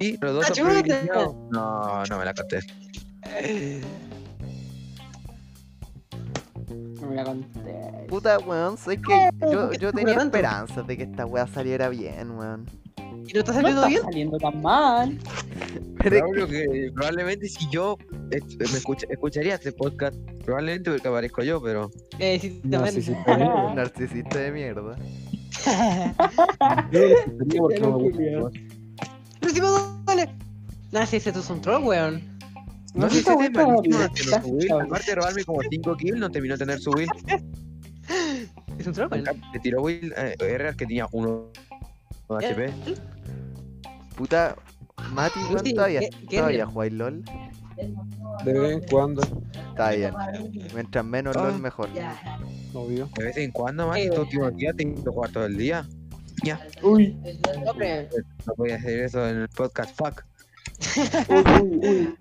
[SPEAKER 6] Sí, Redoso es
[SPEAKER 2] Ayúdate.
[SPEAKER 6] privilegiado. No, no me la conté.
[SPEAKER 4] No me la conté.
[SPEAKER 1] Puta, weón, sé que yo,
[SPEAKER 2] porque
[SPEAKER 1] yo
[SPEAKER 2] es
[SPEAKER 1] tenía
[SPEAKER 2] relevante.
[SPEAKER 1] esperanzas de que esta weá saliera bien, weón.
[SPEAKER 2] ¿Y no está
[SPEAKER 4] No
[SPEAKER 2] saliendo
[SPEAKER 4] está
[SPEAKER 2] bien?
[SPEAKER 4] saliendo tan mal.
[SPEAKER 1] Pero es
[SPEAKER 6] Creo que probablemente si yo eh, me escucha- escucharía este podcast, probablemente porque aparezco yo, pero
[SPEAKER 2] Eh, sí,
[SPEAKER 3] No,
[SPEAKER 2] también.
[SPEAKER 3] sí, sí, está bien,
[SPEAKER 1] Un narcisista de mierda.
[SPEAKER 3] pero porque no me gusta el color.
[SPEAKER 2] Lucy, me duele. Nah, sí, ese tú es un troll, weón.
[SPEAKER 6] no,
[SPEAKER 4] No,
[SPEAKER 6] sé
[SPEAKER 4] sí
[SPEAKER 6] ese
[SPEAKER 4] está
[SPEAKER 6] tema,
[SPEAKER 4] bueno, pero
[SPEAKER 6] ni siquiera tiene
[SPEAKER 4] está-
[SPEAKER 6] su will.
[SPEAKER 4] está-
[SPEAKER 6] Aparte de robarme como 5 kills, no terminó de tener su will.
[SPEAKER 2] Es un troll, weón.
[SPEAKER 6] Le tiró will eh, R que tenía 1 HP.
[SPEAKER 1] Puta, Mati, weón,
[SPEAKER 2] Lucy,
[SPEAKER 1] todavía,
[SPEAKER 2] ¿qué- qué
[SPEAKER 1] todavía
[SPEAKER 2] río?
[SPEAKER 1] jugáis LOL.
[SPEAKER 3] De vez en cuando,
[SPEAKER 1] Está bien. Mientras menos
[SPEAKER 6] Ah.
[SPEAKER 1] LOL, mejor.
[SPEAKER 3] obvio.
[SPEAKER 6] De vez en cuando, más,
[SPEAKER 2] Sí.
[SPEAKER 6] estos últimos días tengo jugar todo el día.
[SPEAKER 4] Uy.
[SPEAKER 2] Hombre,
[SPEAKER 6] No podía hacer eso en el podcast, fuck.
[SPEAKER 4] Uy, uy, uy.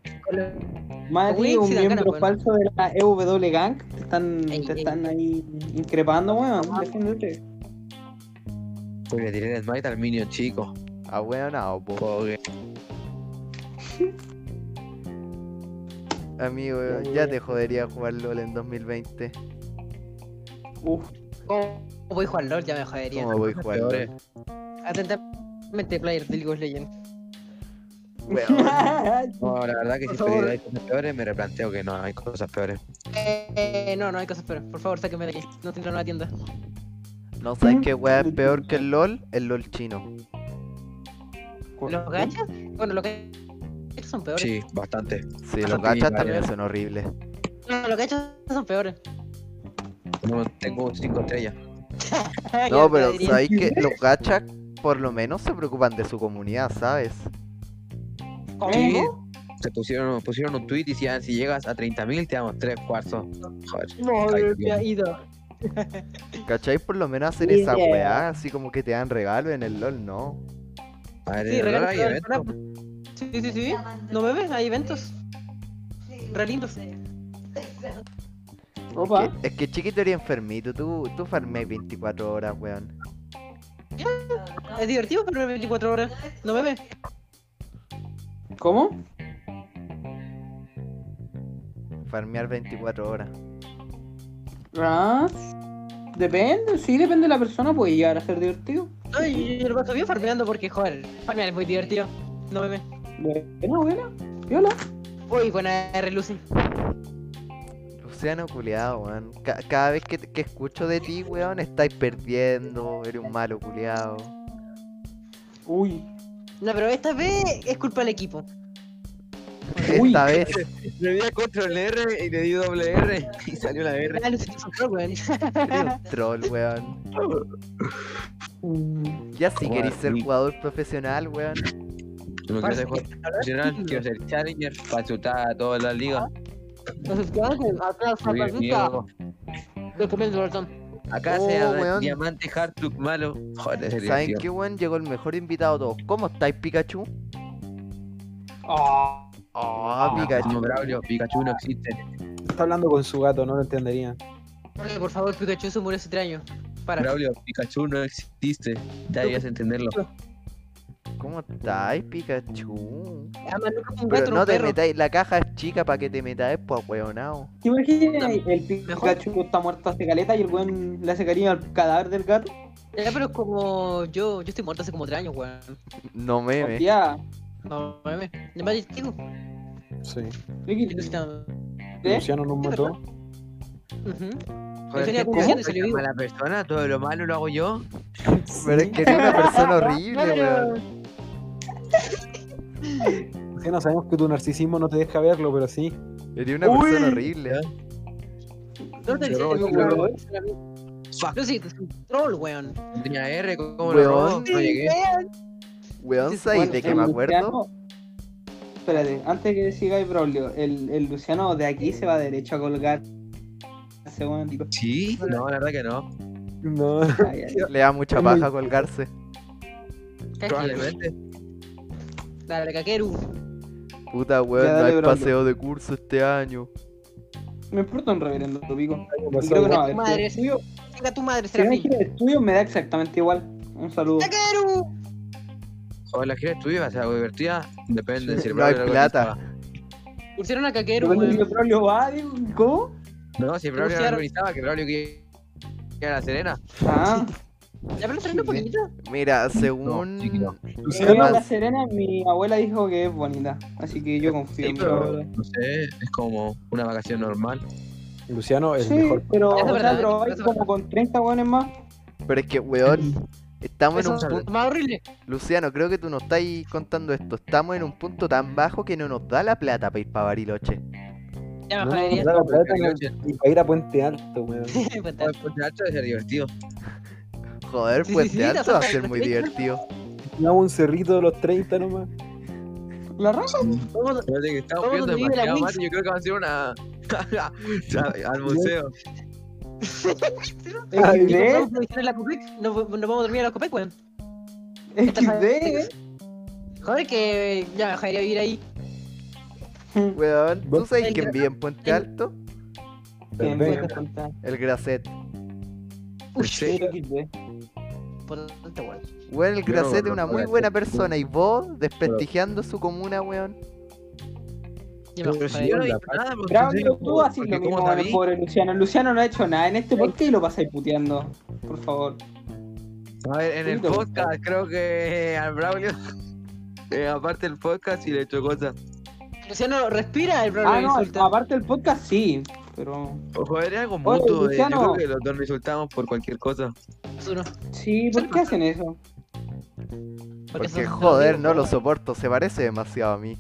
[SPEAKER 4] Mati,
[SPEAKER 2] Uy,
[SPEAKER 4] un
[SPEAKER 2] sí dan ganas,
[SPEAKER 4] miembro
[SPEAKER 2] weón.
[SPEAKER 4] falso de la EW Gang. Te están,
[SPEAKER 2] Ey,
[SPEAKER 4] te
[SPEAKER 2] ey. Ah.
[SPEAKER 4] están ahí increpando, weón. Defiéndete.
[SPEAKER 6] Pues le tiré el smite al minion chico.
[SPEAKER 1] Ah, weón, no, po.
[SPEAKER 6] Porque
[SPEAKER 1] Amigo, ya
[SPEAKER 4] Ya, ya.
[SPEAKER 1] te jodería jugar LOL en 2020.
[SPEAKER 4] Uf.
[SPEAKER 2] ¿Cómo voy a jugar LOL? Ya me jodería.
[SPEAKER 1] ¿Cómo voy a jugar
[SPEAKER 6] peores.
[SPEAKER 1] LOL?
[SPEAKER 2] Atentamente, player de League of Legends.
[SPEAKER 1] Weón,
[SPEAKER 4] ¿Eh?
[SPEAKER 6] No, la verdad que si
[SPEAKER 2] Por favor.
[SPEAKER 6] tuviera cosas peores, me replanteo que no hay cosas peores.
[SPEAKER 2] Eh, no, no hay cosas peores. Por favor, sáquenme de aquí. No tendrán una tienda.
[SPEAKER 1] no sabes qué weá es peor que el LOL, el LOL chino.
[SPEAKER 2] ¿Los gachas? Bueno, los gachas son peores.
[SPEAKER 6] Sí, bastante.
[SPEAKER 1] Ah, Sí, los
[SPEAKER 6] Bastante
[SPEAKER 1] gachas
[SPEAKER 6] bien,
[SPEAKER 1] también
[SPEAKER 6] vale.
[SPEAKER 1] son horribles.
[SPEAKER 2] No, los gachas son peores.
[SPEAKER 6] No, tengo 5 estrellas.
[SPEAKER 1] No, pero sabéis que los gachas por lo menos se preocupan de su comunidad, ¿sabes?
[SPEAKER 6] Sí,
[SPEAKER 4] ¿Cómo?
[SPEAKER 6] se pusieron, pusieron un tweet y decían, si llegas a 30.000 te damos 3 cuarzos. Joder. Ay,
[SPEAKER 2] No, me
[SPEAKER 6] Dios.
[SPEAKER 2] ha ido.
[SPEAKER 1] ¿Cachai? Por lo menos hacer
[SPEAKER 4] Sí,
[SPEAKER 1] esa
[SPEAKER 4] bien.
[SPEAKER 1] weá, así como que te dan regalo en el LOL, no.
[SPEAKER 6] Madre,
[SPEAKER 2] Sí,
[SPEAKER 6] de
[SPEAKER 2] regalos
[SPEAKER 6] verdad, Eh, hay
[SPEAKER 2] para-
[SPEAKER 6] eventos.
[SPEAKER 2] para- Sí, sí, sí, sí. No me ves, hay eventos. Re lindos.
[SPEAKER 4] Opa.
[SPEAKER 1] Es que chiquito eres enfermito, tú, tú farmeas 24 horas, weón.
[SPEAKER 2] Es divertido, pero 24 horas. No me ves.
[SPEAKER 4] ¿Cómo?
[SPEAKER 1] Farmear 24 horas.
[SPEAKER 4] Ah, Depende, sí, depende de la persona, puede llegar a ser divertido.
[SPEAKER 2] No, yo, yo lo paso bien farmeando porque, joder, farmear es muy divertido. No me ves.
[SPEAKER 4] Buena, buena. Viola.
[SPEAKER 2] Uy, buena R, Lucy.
[SPEAKER 1] Luciano culiado, weón. Ca- cada vez que, que escucho de ti, weón, estáis perdiendo, eres un malo culiado.
[SPEAKER 4] Uy.
[SPEAKER 2] No, pero esta vez es culpa del equipo.
[SPEAKER 4] Uy.
[SPEAKER 1] Esta vez,
[SPEAKER 6] Le di a control R y le di doble R y salió la R.
[SPEAKER 2] Ah, Lucy, tú sos pro, weón.
[SPEAKER 1] eres un troll, weón.
[SPEAKER 4] Mm,
[SPEAKER 1] Ya si
[SPEAKER 6] Weón,
[SPEAKER 1] queréis ser
[SPEAKER 6] sí.
[SPEAKER 1] jugador profesional, weón.
[SPEAKER 6] No quiero ser jugador profesional, quiero ser challenger para chutar a toda la liga.
[SPEAKER 2] Efectivamente, atrás,
[SPEAKER 6] Muy
[SPEAKER 2] atrás,
[SPEAKER 6] miedo.
[SPEAKER 2] descubriendo el ratón.
[SPEAKER 6] Acá
[SPEAKER 1] Oh,
[SPEAKER 6] se llama
[SPEAKER 1] weón.
[SPEAKER 6] Diamante Hartuk malo. Joder, sería,
[SPEAKER 1] ¿Saben
[SPEAKER 6] tío.
[SPEAKER 1] qué, weón? Llegó el mejor invitado de todos. ¿Cómo estáis, Pikachu?
[SPEAKER 4] Oh,
[SPEAKER 1] Ah, Pikachu.
[SPEAKER 6] No, Braulio, Pikachu no existe.
[SPEAKER 3] Está hablando con su gato, no lo entendería.
[SPEAKER 2] Oye, por favor, Pikachu se murió hace tres años. Para.
[SPEAKER 6] Braulio, Pikachu no existe. Ya debías entenderlo.
[SPEAKER 1] ¿Cómo estáis, Pikachu?
[SPEAKER 2] Además, Ah, nunca fue un gato,
[SPEAKER 1] Pero
[SPEAKER 2] era
[SPEAKER 1] no
[SPEAKER 2] un
[SPEAKER 1] te
[SPEAKER 2] perro.
[SPEAKER 1] metáis, la caja es chica para que te metáis, pues, weonao.
[SPEAKER 4] ¿Te imaginas el Pikachu
[SPEAKER 2] Mejor.
[SPEAKER 4] está muerto hace caleta y el weón le hace cariño al cadáver del gato?
[SPEAKER 2] Ya, pero es como yo, yo estoy muerto hace como tres años, weón.
[SPEAKER 1] No meme.
[SPEAKER 4] Hostia,
[SPEAKER 2] No, meme. De más distingo.
[SPEAKER 3] Sí.
[SPEAKER 4] Ricky,
[SPEAKER 2] Yo estaba-
[SPEAKER 4] ¿eh?
[SPEAKER 3] Luciano nos mató.
[SPEAKER 2] Ujú.
[SPEAKER 6] Joder,
[SPEAKER 2] tenía
[SPEAKER 6] ¿cómo?
[SPEAKER 2] confusión y
[SPEAKER 6] Soy
[SPEAKER 2] salió
[SPEAKER 6] una
[SPEAKER 2] vivo.
[SPEAKER 6] mala persona, todo lo malo lo hago yo.
[SPEAKER 1] Pero es que eres una persona horrible, weón.
[SPEAKER 3] Luciano, sabemos que tu narcisismo no te deja verlo, pero sí.
[SPEAKER 1] Eres una persona horrible.
[SPEAKER 2] No te
[SPEAKER 6] Pero,
[SPEAKER 2] dices,
[SPEAKER 6] claro.
[SPEAKER 2] weón.
[SPEAKER 6] Fuck.
[SPEAKER 2] Yo sí, es un troll, weón.
[SPEAKER 6] No Tenía R, ¿cómo
[SPEAKER 1] Weón.
[SPEAKER 6] lo robó? No llegué.
[SPEAKER 1] Weón,
[SPEAKER 2] Sí,
[SPEAKER 1] ¿sabéis de
[SPEAKER 4] Bueno,
[SPEAKER 1] qué
[SPEAKER 4] el
[SPEAKER 1] me acuerdo?
[SPEAKER 4] Luciano- Espérate, antes que sigáis, Braulio, el, el Luciano de aquí se va derecho a colgar. Ese weón, tipo,
[SPEAKER 6] Sí, no, la verdad que no.
[SPEAKER 3] No.
[SPEAKER 4] ay, ay.
[SPEAKER 1] Le da mucha
[SPEAKER 3] Es muy-
[SPEAKER 1] paja colgarse.
[SPEAKER 6] Probablemente.
[SPEAKER 2] Dale, caqueru.
[SPEAKER 1] Puta, weón,
[SPEAKER 4] Ya,
[SPEAKER 1] no
[SPEAKER 4] dale,
[SPEAKER 1] hay
[SPEAKER 4] Brando.
[SPEAKER 1] paseo de curso este año.
[SPEAKER 4] Me importa un reverendo tu pico.
[SPEAKER 3] pasó
[SPEAKER 4] Creo
[SPEAKER 3] algo.
[SPEAKER 4] que no, a ver,
[SPEAKER 2] Madre.
[SPEAKER 4] el estudio,
[SPEAKER 2] Saca tu madre,
[SPEAKER 4] si no hay
[SPEAKER 2] Serafín.
[SPEAKER 4] gira de estudio me da exactamente igual. Un saludo.
[SPEAKER 2] ¡Caqueru!
[SPEAKER 6] Joder, la gira de estudio va a ser algo divertida. Depende. si el
[SPEAKER 1] No hay
[SPEAKER 6] Braulio lo
[SPEAKER 1] plata.
[SPEAKER 2] Pusieron a caqueru,
[SPEAKER 4] Depende si el
[SPEAKER 2] weón.
[SPEAKER 4] Braulio va, digo, ¿cómo?
[SPEAKER 6] organizaba. No, si el Braulio no
[SPEAKER 2] Luciano.
[SPEAKER 6] organizaba, que Braulio que a la Serena.
[SPEAKER 4] Ah,
[SPEAKER 2] Ya, pero traen un poquito.
[SPEAKER 1] Mira, según.
[SPEAKER 6] chiquito.
[SPEAKER 4] Luciano
[SPEAKER 1] Además-
[SPEAKER 4] La Serena, mi abuela dijo que es bonita. Así que yo confío
[SPEAKER 6] Sí,
[SPEAKER 4] en
[SPEAKER 6] pero
[SPEAKER 4] Braulio.
[SPEAKER 6] no sé, es como una vacación normal.
[SPEAKER 3] Luciano, el
[SPEAKER 4] Sí,
[SPEAKER 3] mejor.
[SPEAKER 4] pero,
[SPEAKER 2] Eso es
[SPEAKER 4] o sea,
[SPEAKER 2] verdad,
[SPEAKER 4] probáis
[SPEAKER 2] eso es
[SPEAKER 4] como con 30 weones más.
[SPEAKER 1] Pero es que, weón, estamos en
[SPEAKER 2] Eso
[SPEAKER 1] un
[SPEAKER 2] es
[SPEAKER 1] punto.
[SPEAKER 2] más horrible.
[SPEAKER 1] Luciano, creo que tú nos estás contando esto. Estamos en un punto tan bajo que no nos da la plata para ir para Bariloche.
[SPEAKER 2] Ya,
[SPEAKER 3] No,
[SPEAKER 2] me jodería.
[SPEAKER 3] no, la plata ni para ir a Puente Alto, weón.
[SPEAKER 2] Fantástico.
[SPEAKER 6] Joder, Puente Alto debe ser divertido.
[SPEAKER 1] Joder,
[SPEAKER 2] Sí, sí,
[SPEAKER 1] pues
[SPEAKER 2] sí,
[SPEAKER 1] te alto
[SPEAKER 2] la
[SPEAKER 1] va a
[SPEAKER 2] sopa de
[SPEAKER 1] ser muy
[SPEAKER 2] frutas.
[SPEAKER 1] divertido.
[SPEAKER 3] Me hago un cerrito de los 30 nomás.
[SPEAKER 4] La raza.
[SPEAKER 2] Vamos a-
[SPEAKER 6] Parece que estamos
[SPEAKER 2] Todo
[SPEAKER 6] viendo
[SPEAKER 2] donde vive la
[SPEAKER 6] demasiado
[SPEAKER 2] Winx.
[SPEAKER 6] mate. Yo creo que va a ser una. al museo.
[SPEAKER 2] y
[SPEAKER 4] ¿Ah,
[SPEAKER 2] nos
[SPEAKER 4] XD,
[SPEAKER 2] vamos a visitar la Copec, Nos nos vamos a dormir a la Copec, weón.
[SPEAKER 4] XD.
[SPEAKER 2] Joder, que ya me dejaría vivir ahí.
[SPEAKER 1] Weón, ¿tú
[SPEAKER 3] ¿Vos?
[SPEAKER 1] sabes
[SPEAKER 2] El
[SPEAKER 1] quién
[SPEAKER 2] gra-
[SPEAKER 1] vive en Puente
[SPEAKER 2] el-
[SPEAKER 1] Alto?
[SPEAKER 4] Bien,
[SPEAKER 3] Perfecto.
[SPEAKER 4] voy a contar.
[SPEAKER 1] El Gracet.
[SPEAKER 2] Uy,
[SPEAKER 6] Sí.
[SPEAKER 4] XD.
[SPEAKER 2] por tanto, weón.
[SPEAKER 1] Weón, el
[SPEAKER 6] Yo no
[SPEAKER 1] Gracet es
[SPEAKER 6] conozco
[SPEAKER 1] una
[SPEAKER 6] a
[SPEAKER 1] muy
[SPEAKER 6] Gracet,
[SPEAKER 1] buena
[SPEAKER 6] weón.
[SPEAKER 1] persona y vos desprestigiando su comuna, weón.
[SPEAKER 2] Ya me
[SPEAKER 6] Pero si
[SPEAKER 2] jodería.
[SPEAKER 6] yo no he
[SPEAKER 3] la
[SPEAKER 6] dicho nada, pues,
[SPEAKER 4] Braulio,
[SPEAKER 6] entonces,
[SPEAKER 4] tú haces lo
[SPEAKER 6] porque
[SPEAKER 4] mismo
[SPEAKER 6] como
[SPEAKER 4] con el
[SPEAKER 6] David,
[SPEAKER 4] pobre Luciano. Luciano no ha hecho nada en este podcast y lo pasáis puteando. Por favor.
[SPEAKER 6] A ver, en el
[SPEAKER 4] Punto.
[SPEAKER 6] podcast, creo que eh, al Braulio. eh, aparte del podcast y le echó cosas.
[SPEAKER 2] Luciano, respira el problema
[SPEAKER 4] Ah, no,
[SPEAKER 2] insulta.
[SPEAKER 4] aparte del podcast sí, pero.
[SPEAKER 6] Joder, es algo
[SPEAKER 4] Oye,
[SPEAKER 6] mutuo. eh, Yo
[SPEAKER 4] Luciano.
[SPEAKER 6] creo que los dos nos insultamos por cualquier cosa.
[SPEAKER 2] Uno,
[SPEAKER 4] Sí, ¿por qué hacen eso?
[SPEAKER 1] Porque
[SPEAKER 2] son
[SPEAKER 1] joder, no
[SPEAKER 2] amigos,
[SPEAKER 1] lo soporto, se parece demasiado a mí.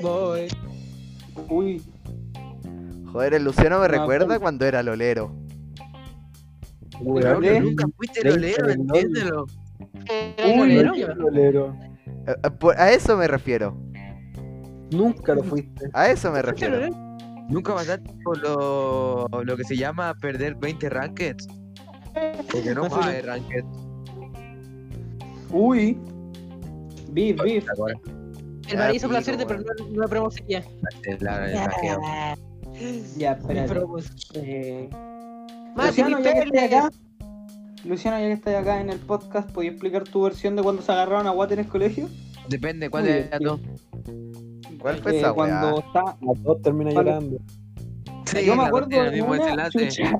[SPEAKER 2] Voy.
[SPEAKER 4] Uy,
[SPEAKER 1] Joder, el Luciano me
[SPEAKER 4] No,
[SPEAKER 1] recuerda
[SPEAKER 4] pero-
[SPEAKER 1] cuando era lolero.
[SPEAKER 3] Weón,
[SPEAKER 6] Braulio,
[SPEAKER 4] ¿eh?
[SPEAKER 6] nunca fuiste
[SPEAKER 3] Veinte
[SPEAKER 6] lolero,
[SPEAKER 3] del novio.
[SPEAKER 6] entiéndelo.
[SPEAKER 2] ¿Eres bolero? Ya me-
[SPEAKER 3] Lolero.
[SPEAKER 1] Eh, eh, por- A eso me refiero.
[SPEAKER 3] Nunca lo fuiste.
[SPEAKER 1] A eso me
[SPEAKER 2] ¿Eres
[SPEAKER 1] refiero.
[SPEAKER 2] bolero?
[SPEAKER 6] Nunca pasaste por lo, lo que se llama perder 20 rankings. Porque no jugaba de rankings.
[SPEAKER 4] uy. Beef, beef.
[SPEAKER 2] El paraíso
[SPEAKER 1] Ah,
[SPEAKER 2] placerte,
[SPEAKER 1] pico,
[SPEAKER 2] pero no, no probamos ya.
[SPEAKER 6] La- el hackeo.
[SPEAKER 4] Ya,
[SPEAKER 2] No
[SPEAKER 4] espérate.
[SPEAKER 2] probamos.
[SPEAKER 4] Eh,
[SPEAKER 2] Mati,
[SPEAKER 4] Luciano,
[SPEAKER 2] mi
[SPEAKER 4] ya que
[SPEAKER 2] perle.
[SPEAKER 4] estás acá. Luciano, ya que estás acá en el podcast, ¿podías explicar tu versión de cuando se agarraron a Watt en el colegio?
[SPEAKER 6] Depende, ¿cuál
[SPEAKER 4] Uy,
[SPEAKER 6] es
[SPEAKER 4] sí.
[SPEAKER 6] no?
[SPEAKER 1] ¿Cuál fue
[SPEAKER 4] Eh,
[SPEAKER 1] esa
[SPEAKER 4] cuando
[SPEAKER 1] weá?
[SPEAKER 4] está.
[SPEAKER 3] A todos termina
[SPEAKER 4] Vale.
[SPEAKER 3] llorando.
[SPEAKER 6] Sí,
[SPEAKER 4] Yo me
[SPEAKER 6] la
[SPEAKER 4] acuerdo
[SPEAKER 6] tiene el
[SPEAKER 4] de
[SPEAKER 6] mismo
[SPEAKER 4] una,
[SPEAKER 6] desenlace.
[SPEAKER 4] chucha.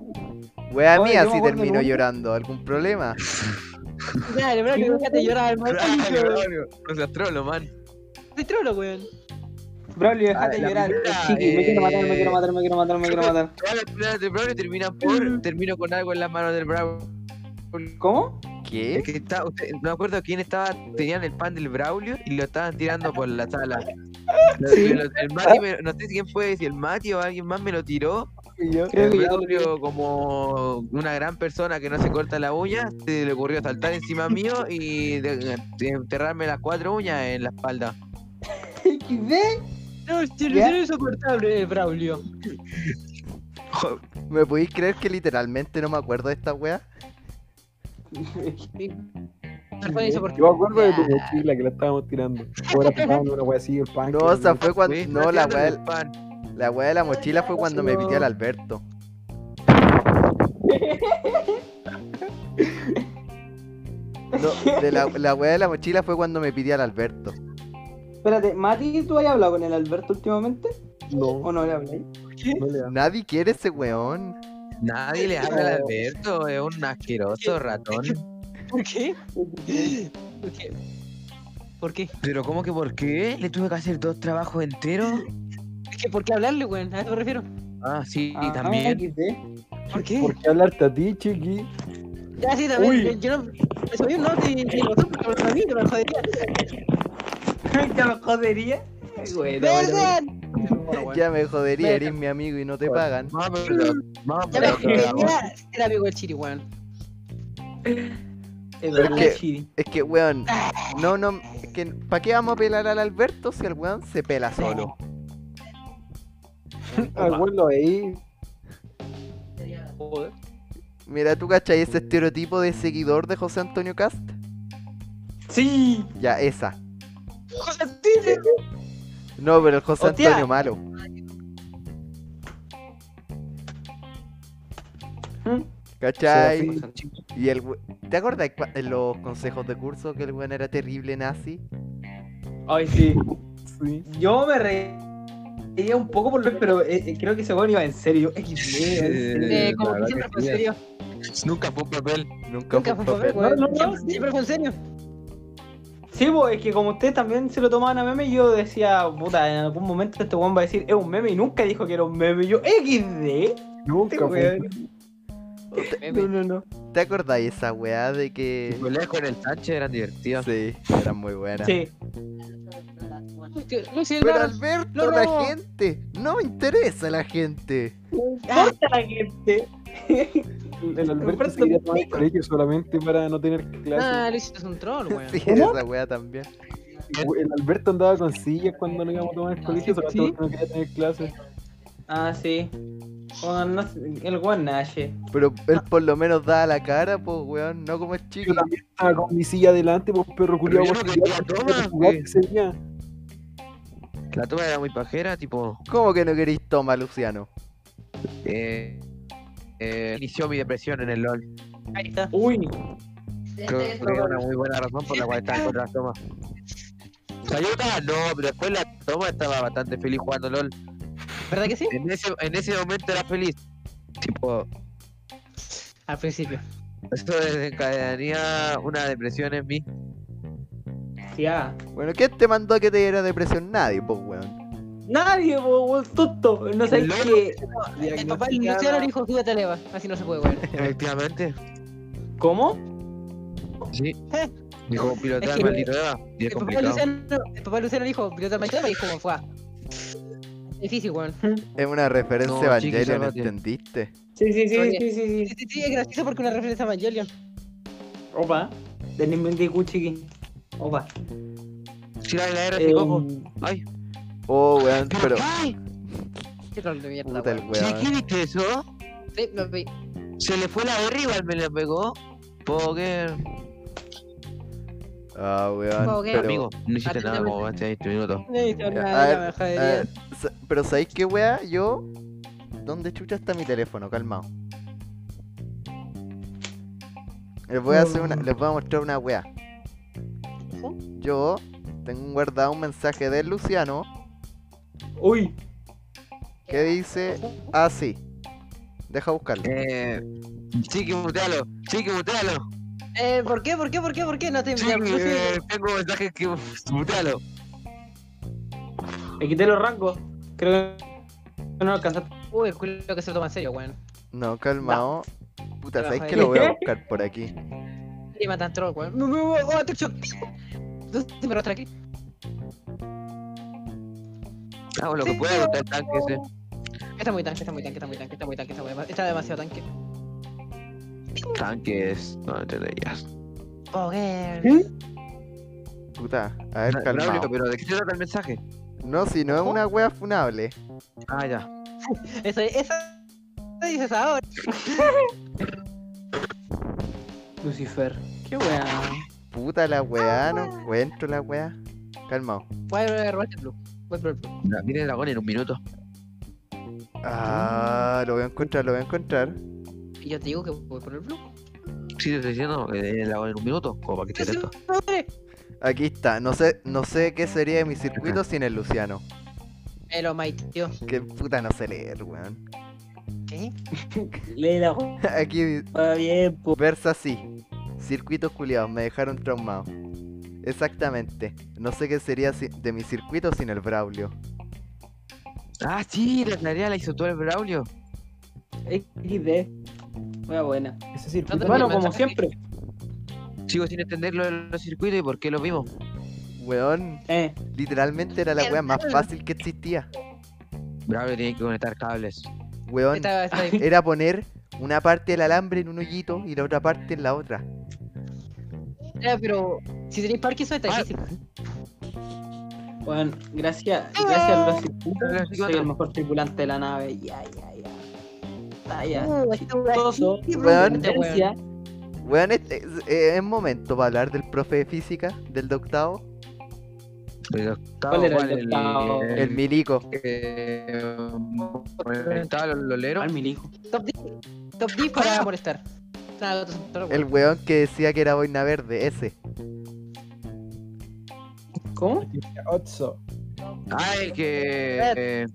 [SPEAKER 1] Wea
[SPEAKER 4] Oye,
[SPEAKER 1] mía
[SPEAKER 4] yo me
[SPEAKER 1] si
[SPEAKER 4] acuerdo
[SPEAKER 1] termino
[SPEAKER 4] nunca.
[SPEAKER 1] llorando. ¿Algún problema?
[SPEAKER 2] Dale, bro, que déjate llorar, man.
[SPEAKER 6] Ay, Braulio, No seas trolo, man.
[SPEAKER 2] Soy trolo, weón.
[SPEAKER 1] Ah,
[SPEAKER 4] Braulio,
[SPEAKER 6] A ver,
[SPEAKER 4] dejate
[SPEAKER 6] la
[SPEAKER 4] llorar.
[SPEAKER 6] primera,
[SPEAKER 4] Chiqui, me quiero matar, me
[SPEAKER 6] eh,
[SPEAKER 4] quiero matar, Mm. me quiero matar, me quiero matar.
[SPEAKER 6] Todas las primeras de Braulio terminan por. Termino con algo en las manos del Braulio.
[SPEAKER 4] ¿Cómo?
[SPEAKER 1] ¿Qué?
[SPEAKER 6] Es que está, usted- no me acuerdo quién estaba, tenían el pan del Braulio y lo estaban tirando por la sala. Lo- me lo- el Mati me- no sé quién fue, si el Mati o alguien más me lo tiró.
[SPEAKER 4] Creo que
[SPEAKER 6] el
[SPEAKER 4] yo
[SPEAKER 6] Braulio, como una gran persona que no se corta la uña, se le ocurrió saltar encima mío y de- de enterrarme las cuatro uñas en la espalda.
[SPEAKER 4] XD.
[SPEAKER 2] No, si
[SPEAKER 4] ¿Ya?
[SPEAKER 2] eres insoportable, Braulio.
[SPEAKER 1] ¿Me podéis creer que literalmente no me acuerdo de esta wea?
[SPEAKER 2] Fue
[SPEAKER 3] Yo
[SPEAKER 2] insoportable.
[SPEAKER 3] me acuerdo de tu mochila que la estábamos tirando. Ahora tocando una wea así, el pan.
[SPEAKER 1] No,
[SPEAKER 3] que-
[SPEAKER 1] o sea, fue cuando.
[SPEAKER 6] Fuiste
[SPEAKER 1] No, la
[SPEAKER 6] haciendo
[SPEAKER 1] wea,
[SPEAKER 6] el pan.
[SPEAKER 1] la wea de la mochila fue cuando me pitió el Alberto. No, de la, la wea de la mochila fue cuando me pitió al Alberto.
[SPEAKER 4] Espérate, Mati, ¿tú has hablado con el Alberto últimamente?
[SPEAKER 3] No,
[SPEAKER 4] ¿O no le habláis?
[SPEAKER 3] no le da.
[SPEAKER 1] Nadie quiere ese weón.
[SPEAKER 6] Nadie le habla a Alberto, es un asqueroso ratón.
[SPEAKER 2] ¿Por qué? ¿Por qué? ¿Por qué?
[SPEAKER 6] Pero ¿cómo que por qué? ¿Le tuve que hacer dos trabajos enteros?
[SPEAKER 2] Es que, ¿por qué hablarle, weón? A eso me refiero.
[SPEAKER 6] Ah, sí, y
[SPEAKER 4] Ah,
[SPEAKER 6] también.
[SPEAKER 4] quité.
[SPEAKER 2] ¿Por qué?
[SPEAKER 3] ¿Por qué hablarte a ti, chiqui?
[SPEAKER 2] Ya, sí, también.
[SPEAKER 3] Uy.
[SPEAKER 2] Yo, yo no. Me subí un note y y vosotros, pero a mí, que me jodería.
[SPEAKER 4] ¿Te lo jodería? Bueno, bueno.
[SPEAKER 2] ¡Verdad!
[SPEAKER 1] Ya me jodería, eres mi amigo y no te pagan.
[SPEAKER 6] Más pero, más
[SPEAKER 2] Ya me jodería ser amigo del Chiri, weón.
[SPEAKER 4] Es verdad,
[SPEAKER 1] Porque-
[SPEAKER 4] Chiri.
[SPEAKER 1] Es que, weón, no, no, es que, ¿para qué vamos a pelar al Alberto si el weón se pela solo?
[SPEAKER 3] Al weón lo veí.
[SPEAKER 2] Joder.
[SPEAKER 1] Mira, ¿tú cachai ese estereotipo de seguidor de José Antonio Cast?
[SPEAKER 4] Sí.
[SPEAKER 1] Ya, esa.
[SPEAKER 2] José, sí, sí, sí.
[SPEAKER 1] No, pero el José
[SPEAKER 4] Hostia.
[SPEAKER 1] Antonio malo.
[SPEAKER 4] ¿Mm?
[SPEAKER 1] ¿Cachai?
[SPEAKER 3] Sí,
[SPEAKER 1] Y el we- ¿Te acuerdas cua- en los consejos de curso que el weón era terrible nazi?
[SPEAKER 4] Ay, sí.
[SPEAKER 3] Sí.
[SPEAKER 4] Yo me reía un poco por lo pero eh, eh, creo que ese weón iba en serio. XD, en serio.
[SPEAKER 2] Eh, como
[SPEAKER 6] la
[SPEAKER 2] que siempre
[SPEAKER 6] verdad que
[SPEAKER 2] fue en
[SPEAKER 6] sí.
[SPEAKER 2] serio.
[SPEAKER 6] Nunca fue un papel.
[SPEAKER 1] Nunca,
[SPEAKER 2] Nunca fue
[SPEAKER 1] un
[SPEAKER 2] en
[SPEAKER 1] papel.
[SPEAKER 2] papel, weón.
[SPEAKER 4] No, no, no,
[SPEAKER 2] Siempre-
[SPEAKER 4] sí.
[SPEAKER 2] Siempre fue en serio.
[SPEAKER 4] Sí, pues es que como ustedes también se lo tomaban a meme, yo decía, puta, en algún momento este weón va a decir, es un meme, y nunca dijo que era un meme. Y yo, XD, este
[SPEAKER 3] Nunca fue.
[SPEAKER 4] weón. No, no, no.
[SPEAKER 1] ¿Te acordáis esa weá de que.?
[SPEAKER 6] Las peleas con el Sánchez eran divertidas.
[SPEAKER 1] Sí, eran muy buenas.
[SPEAKER 4] Sí.
[SPEAKER 2] No sé,
[SPEAKER 1] Pero
[SPEAKER 2] no,
[SPEAKER 1] Alberto,
[SPEAKER 2] no,
[SPEAKER 1] la
[SPEAKER 2] no.
[SPEAKER 1] gente. No me interesa la gente.
[SPEAKER 6] Ah.
[SPEAKER 4] Corta la gente.
[SPEAKER 3] El Alberto se quería tomar el colegio solamente para no tener clases.
[SPEAKER 2] Ah, Luis es un troll, weón.
[SPEAKER 1] Sí, esa weá también.
[SPEAKER 3] El Alberto andaba con sillas cuando no íbamos a tomar el colegio,
[SPEAKER 2] Sí,
[SPEAKER 3] solamente
[SPEAKER 2] sí.
[SPEAKER 3] porque no quería tener clases.
[SPEAKER 4] Ah, sí. Weón, no sé, el weón nace.
[SPEAKER 1] Pero él por lo menos da la cara, pues weón, no como el chico.
[SPEAKER 3] Yo también estaba con mi silla adelante, pues perro culiado.
[SPEAKER 6] yo no quería tomar, güey.
[SPEAKER 3] ese día.
[SPEAKER 6] La toma era muy pajera, tipo.
[SPEAKER 1] ¿Cómo que no queréis tomar, Luciano?
[SPEAKER 6] Eh, eh, inició mi depresión en el LOL.
[SPEAKER 2] Ahí está.
[SPEAKER 4] Uy,
[SPEAKER 6] Creo creo que era una muy buena razón por la cual estaba contra las tomas. Sayuta, no, pero después la toma estaba bastante feliz jugando LOL.
[SPEAKER 2] ¿Verdad que sí?
[SPEAKER 6] En ese, en ese momento era feliz. Tipo,
[SPEAKER 2] Al principio.
[SPEAKER 6] eso desencadenaría una depresión en mí.
[SPEAKER 4] ya.
[SPEAKER 1] Bueno, ¿quién te mandó que te diera depresión? Nadie, pues weón.
[SPEAKER 4] Nadie, po, weón, tonto. No sé
[SPEAKER 6] El
[SPEAKER 4] qué.
[SPEAKER 2] El papá de Luciano le dijo, súbete a Leva. Así no se puede, weón.
[SPEAKER 6] Efectivamente.
[SPEAKER 4] ¿Cómo?
[SPEAKER 6] Sí.
[SPEAKER 2] Eh.
[SPEAKER 6] Dijo pilotar
[SPEAKER 2] Es que-
[SPEAKER 6] maldito Eva. Y
[SPEAKER 2] El
[SPEAKER 6] es
[SPEAKER 2] papá de
[SPEAKER 6] complicado.
[SPEAKER 2] Luciano, el papá de Luciano dijo, pilota Maitama y dijo, como fue. Difícil, weón.
[SPEAKER 1] Es una referencia
[SPEAKER 6] No, chiqui,
[SPEAKER 1] evangélica, ¿no
[SPEAKER 6] sálvate.
[SPEAKER 1] entendiste?
[SPEAKER 4] Sí, sí, sí,
[SPEAKER 2] Oye.
[SPEAKER 4] sí, sí, sí.
[SPEAKER 2] Sí, sí, sí, es gracioso porque una referencia a Evangelion.
[SPEAKER 4] Opa. Tenés mente cuchiqui. Opa.
[SPEAKER 6] Sí, la heladera, sí,
[SPEAKER 4] Eh,
[SPEAKER 6] cojo. Ay,
[SPEAKER 1] Oh, weón, pero.
[SPEAKER 6] pero. ¡Ay!
[SPEAKER 2] Qué troll de mierda,
[SPEAKER 1] Puta el
[SPEAKER 2] weón.
[SPEAKER 6] Chiqui,
[SPEAKER 1] weón.
[SPEAKER 6] ¿viste eso?
[SPEAKER 2] Sí, lo vi.
[SPEAKER 6] Se le fue la R igual me la pegó. Poker.
[SPEAKER 1] Ah, weón.
[SPEAKER 2] Pavo, ¿qué?
[SPEAKER 1] Pero,
[SPEAKER 6] Amigo, no hiciste nada como este 20 minutos.
[SPEAKER 2] No he visto
[SPEAKER 1] Ya,
[SPEAKER 2] nada,
[SPEAKER 1] a
[SPEAKER 2] ya me
[SPEAKER 1] eh,
[SPEAKER 2] jodería.
[SPEAKER 1] sa- pero ¿sabéis qué, weá? Yo. ¿Dónde chucha está mi teléfono? Calmado. Les voy a, hacer una, les voy a mostrar una weá. Yo tengo guardado un mensaje de Luciano
[SPEAKER 4] Uy.
[SPEAKER 1] que dice así. Deja buscarlo.
[SPEAKER 6] Eh. Chiqui, mutealo. Chiqui, mutealo.
[SPEAKER 2] Eh, ¿Por qué? ¿Por qué? ¿por qué? ¿Por qué? No te
[SPEAKER 6] Chiqui,
[SPEAKER 2] ya, no sé.
[SPEAKER 6] eh, tengo mensajes que. Mutealo.
[SPEAKER 4] Me quité los rangos. Creo que no alcanzaste.
[SPEAKER 2] Uy, el culo que se lo toma en serio, weón.
[SPEAKER 1] No, calmado. Puta,
[SPEAKER 2] Te
[SPEAKER 1] ¿sabéis
[SPEAKER 2] bajo
[SPEAKER 1] que
[SPEAKER 2] de-
[SPEAKER 1] lo voy a buscar por aquí?
[SPEAKER 2] Y matan troll, weón. No, no, no, oh, te choc. Entonces me lo traqué.
[SPEAKER 6] Hago lo que
[SPEAKER 2] Sí,
[SPEAKER 6] pueda eh. con el tanque ese.
[SPEAKER 2] Está muy tanque, está muy tanque, está muy tanque, está muy tanque, está, muy, está demasiado tanque.
[SPEAKER 6] Tanques. No entenderías.
[SPEAKER 2] Poguer.
[SPEAKER 1] Puta, a ver,
[SPEAKER 6] Braulio,
[SPEAKER 1] calmado.
[SPEAKER 6] pero ¿de qué se trata el mensaje?
[SPEAKER 1] No, si no es una wea funable.
[SPEAKER 6] Ah, ya.
[SPEAKER 2] Eso, eso dices ahora.
[SPEAKER 4] Lucifer. Qué weá.
[SPEAKER 1] Puta la weá, no encuentro la weá. Calmao.
[SPEAKER 2] Voy a robarte el blue. Voy a robar el blue.
[SPEAKER 6] Ya, Viene el dragón en un minuto.
[SPEAKER 1] Ah, lo voy a encontrar, lo voy a encontrar.
[SPEAKER 2] Y yo te digo que voy por el blue.
[SPEAKER 6] Sí, te estoy diciendo que viene el dragón en un minuto. Como para que te sepa.
[SPEAKER 1] Aquí está. No sé, no sé qué sería de mi circuito sin el Luciano.
[SPEAKER 2] Pero, Mike, Eh, tío.
[SPEAKER 1] Que puta no sé leer, weón.
[SPEAKER 2] ¿Qué?
[SPEAKER 7] Léela,
[SPEAKER 1] Aquí di-
[SPEAKER 7] juega bien, po.
[SPEAKER 1] versa así. Circuitos culiados, me dejaron traumado. Exactamente. No sé qué sería si- de mi circuito sin el Braulio.
[SPEAKER 6] Ah, sí, la tarea la hizo todo el Braulio.
[SPEAKER 4] XD. Wea buena.
[SPEAKER 3] Ese circuito.
[SPEAKER 2] Bueno,
[SPEAKER 4] Bueno,
[SPEAKER 2] me
[SPEAKER 4] como
[SPEAKER 2] saca-
[SPEAKER 4] siempre.
[SPEAKER 6] Sigo sin entender lo de los circuitos y por qué los vimos.
[SPEAKER 1] Weón,
[SPEAKER 4] Eh.
[SPEAKER 1] literalmente era la weá más fácil que existía.
[SPEAKER 6] Braulio tiene que conectar cables.
[SPEAKER 1] Weón,
[SPEAKER 2] Está, está ahí.
[SPEAKER 1] era poner una parte del alambre en un hoyito y la otra parte en la otra.
[SPEAKER 2] Ya, pero si tenéis Parkinson está difícil. ¿eh?
[SPEAKER 4] Bueno, gracias, gracias a los circuitos,
[SPEAKER 6] Gracias,
[SPEAKER 4] soy
[SPEAKER 6] Iván.
[SPEAKER 4] el mejor tripulante de la nave. Ya, ya, ya. Está ya.
[SPEAKER 2] Uh, este weón.
[SPEAKER 4] Chistoso,
[SPEAKER 1] Weón.
[SPEAKER 4] tendencia.
[SPEAKER 1] Weón, este- es, eh, es momento para hablar del profe de física, del de octavo,
[SPEAKER 6] El octavo,
[SPEAKER 4] ¿Cuál era el
[SPEAKER 6] ¿cuál?
[SPEAKER 4] octavo?
[SPEAKER 6] El,
[SPEAKER 1] el milico.
[SPEAKER 6] eh, conectaba los loleros.
[SPEAKER 4] Al milico.
[SPEAKER 2] Top D. Top D para molestar. Nada, otro- otro
[SPEAKER 1] El
[SPEAKER 2] weón.
[SPEAKER 1] weón que decía que era boina verde, ese.
[SPEAKER 4] ¿Cómo?
[SPEAKER 3] Otso.
[SPEAKER 6] Ah, el que. eh,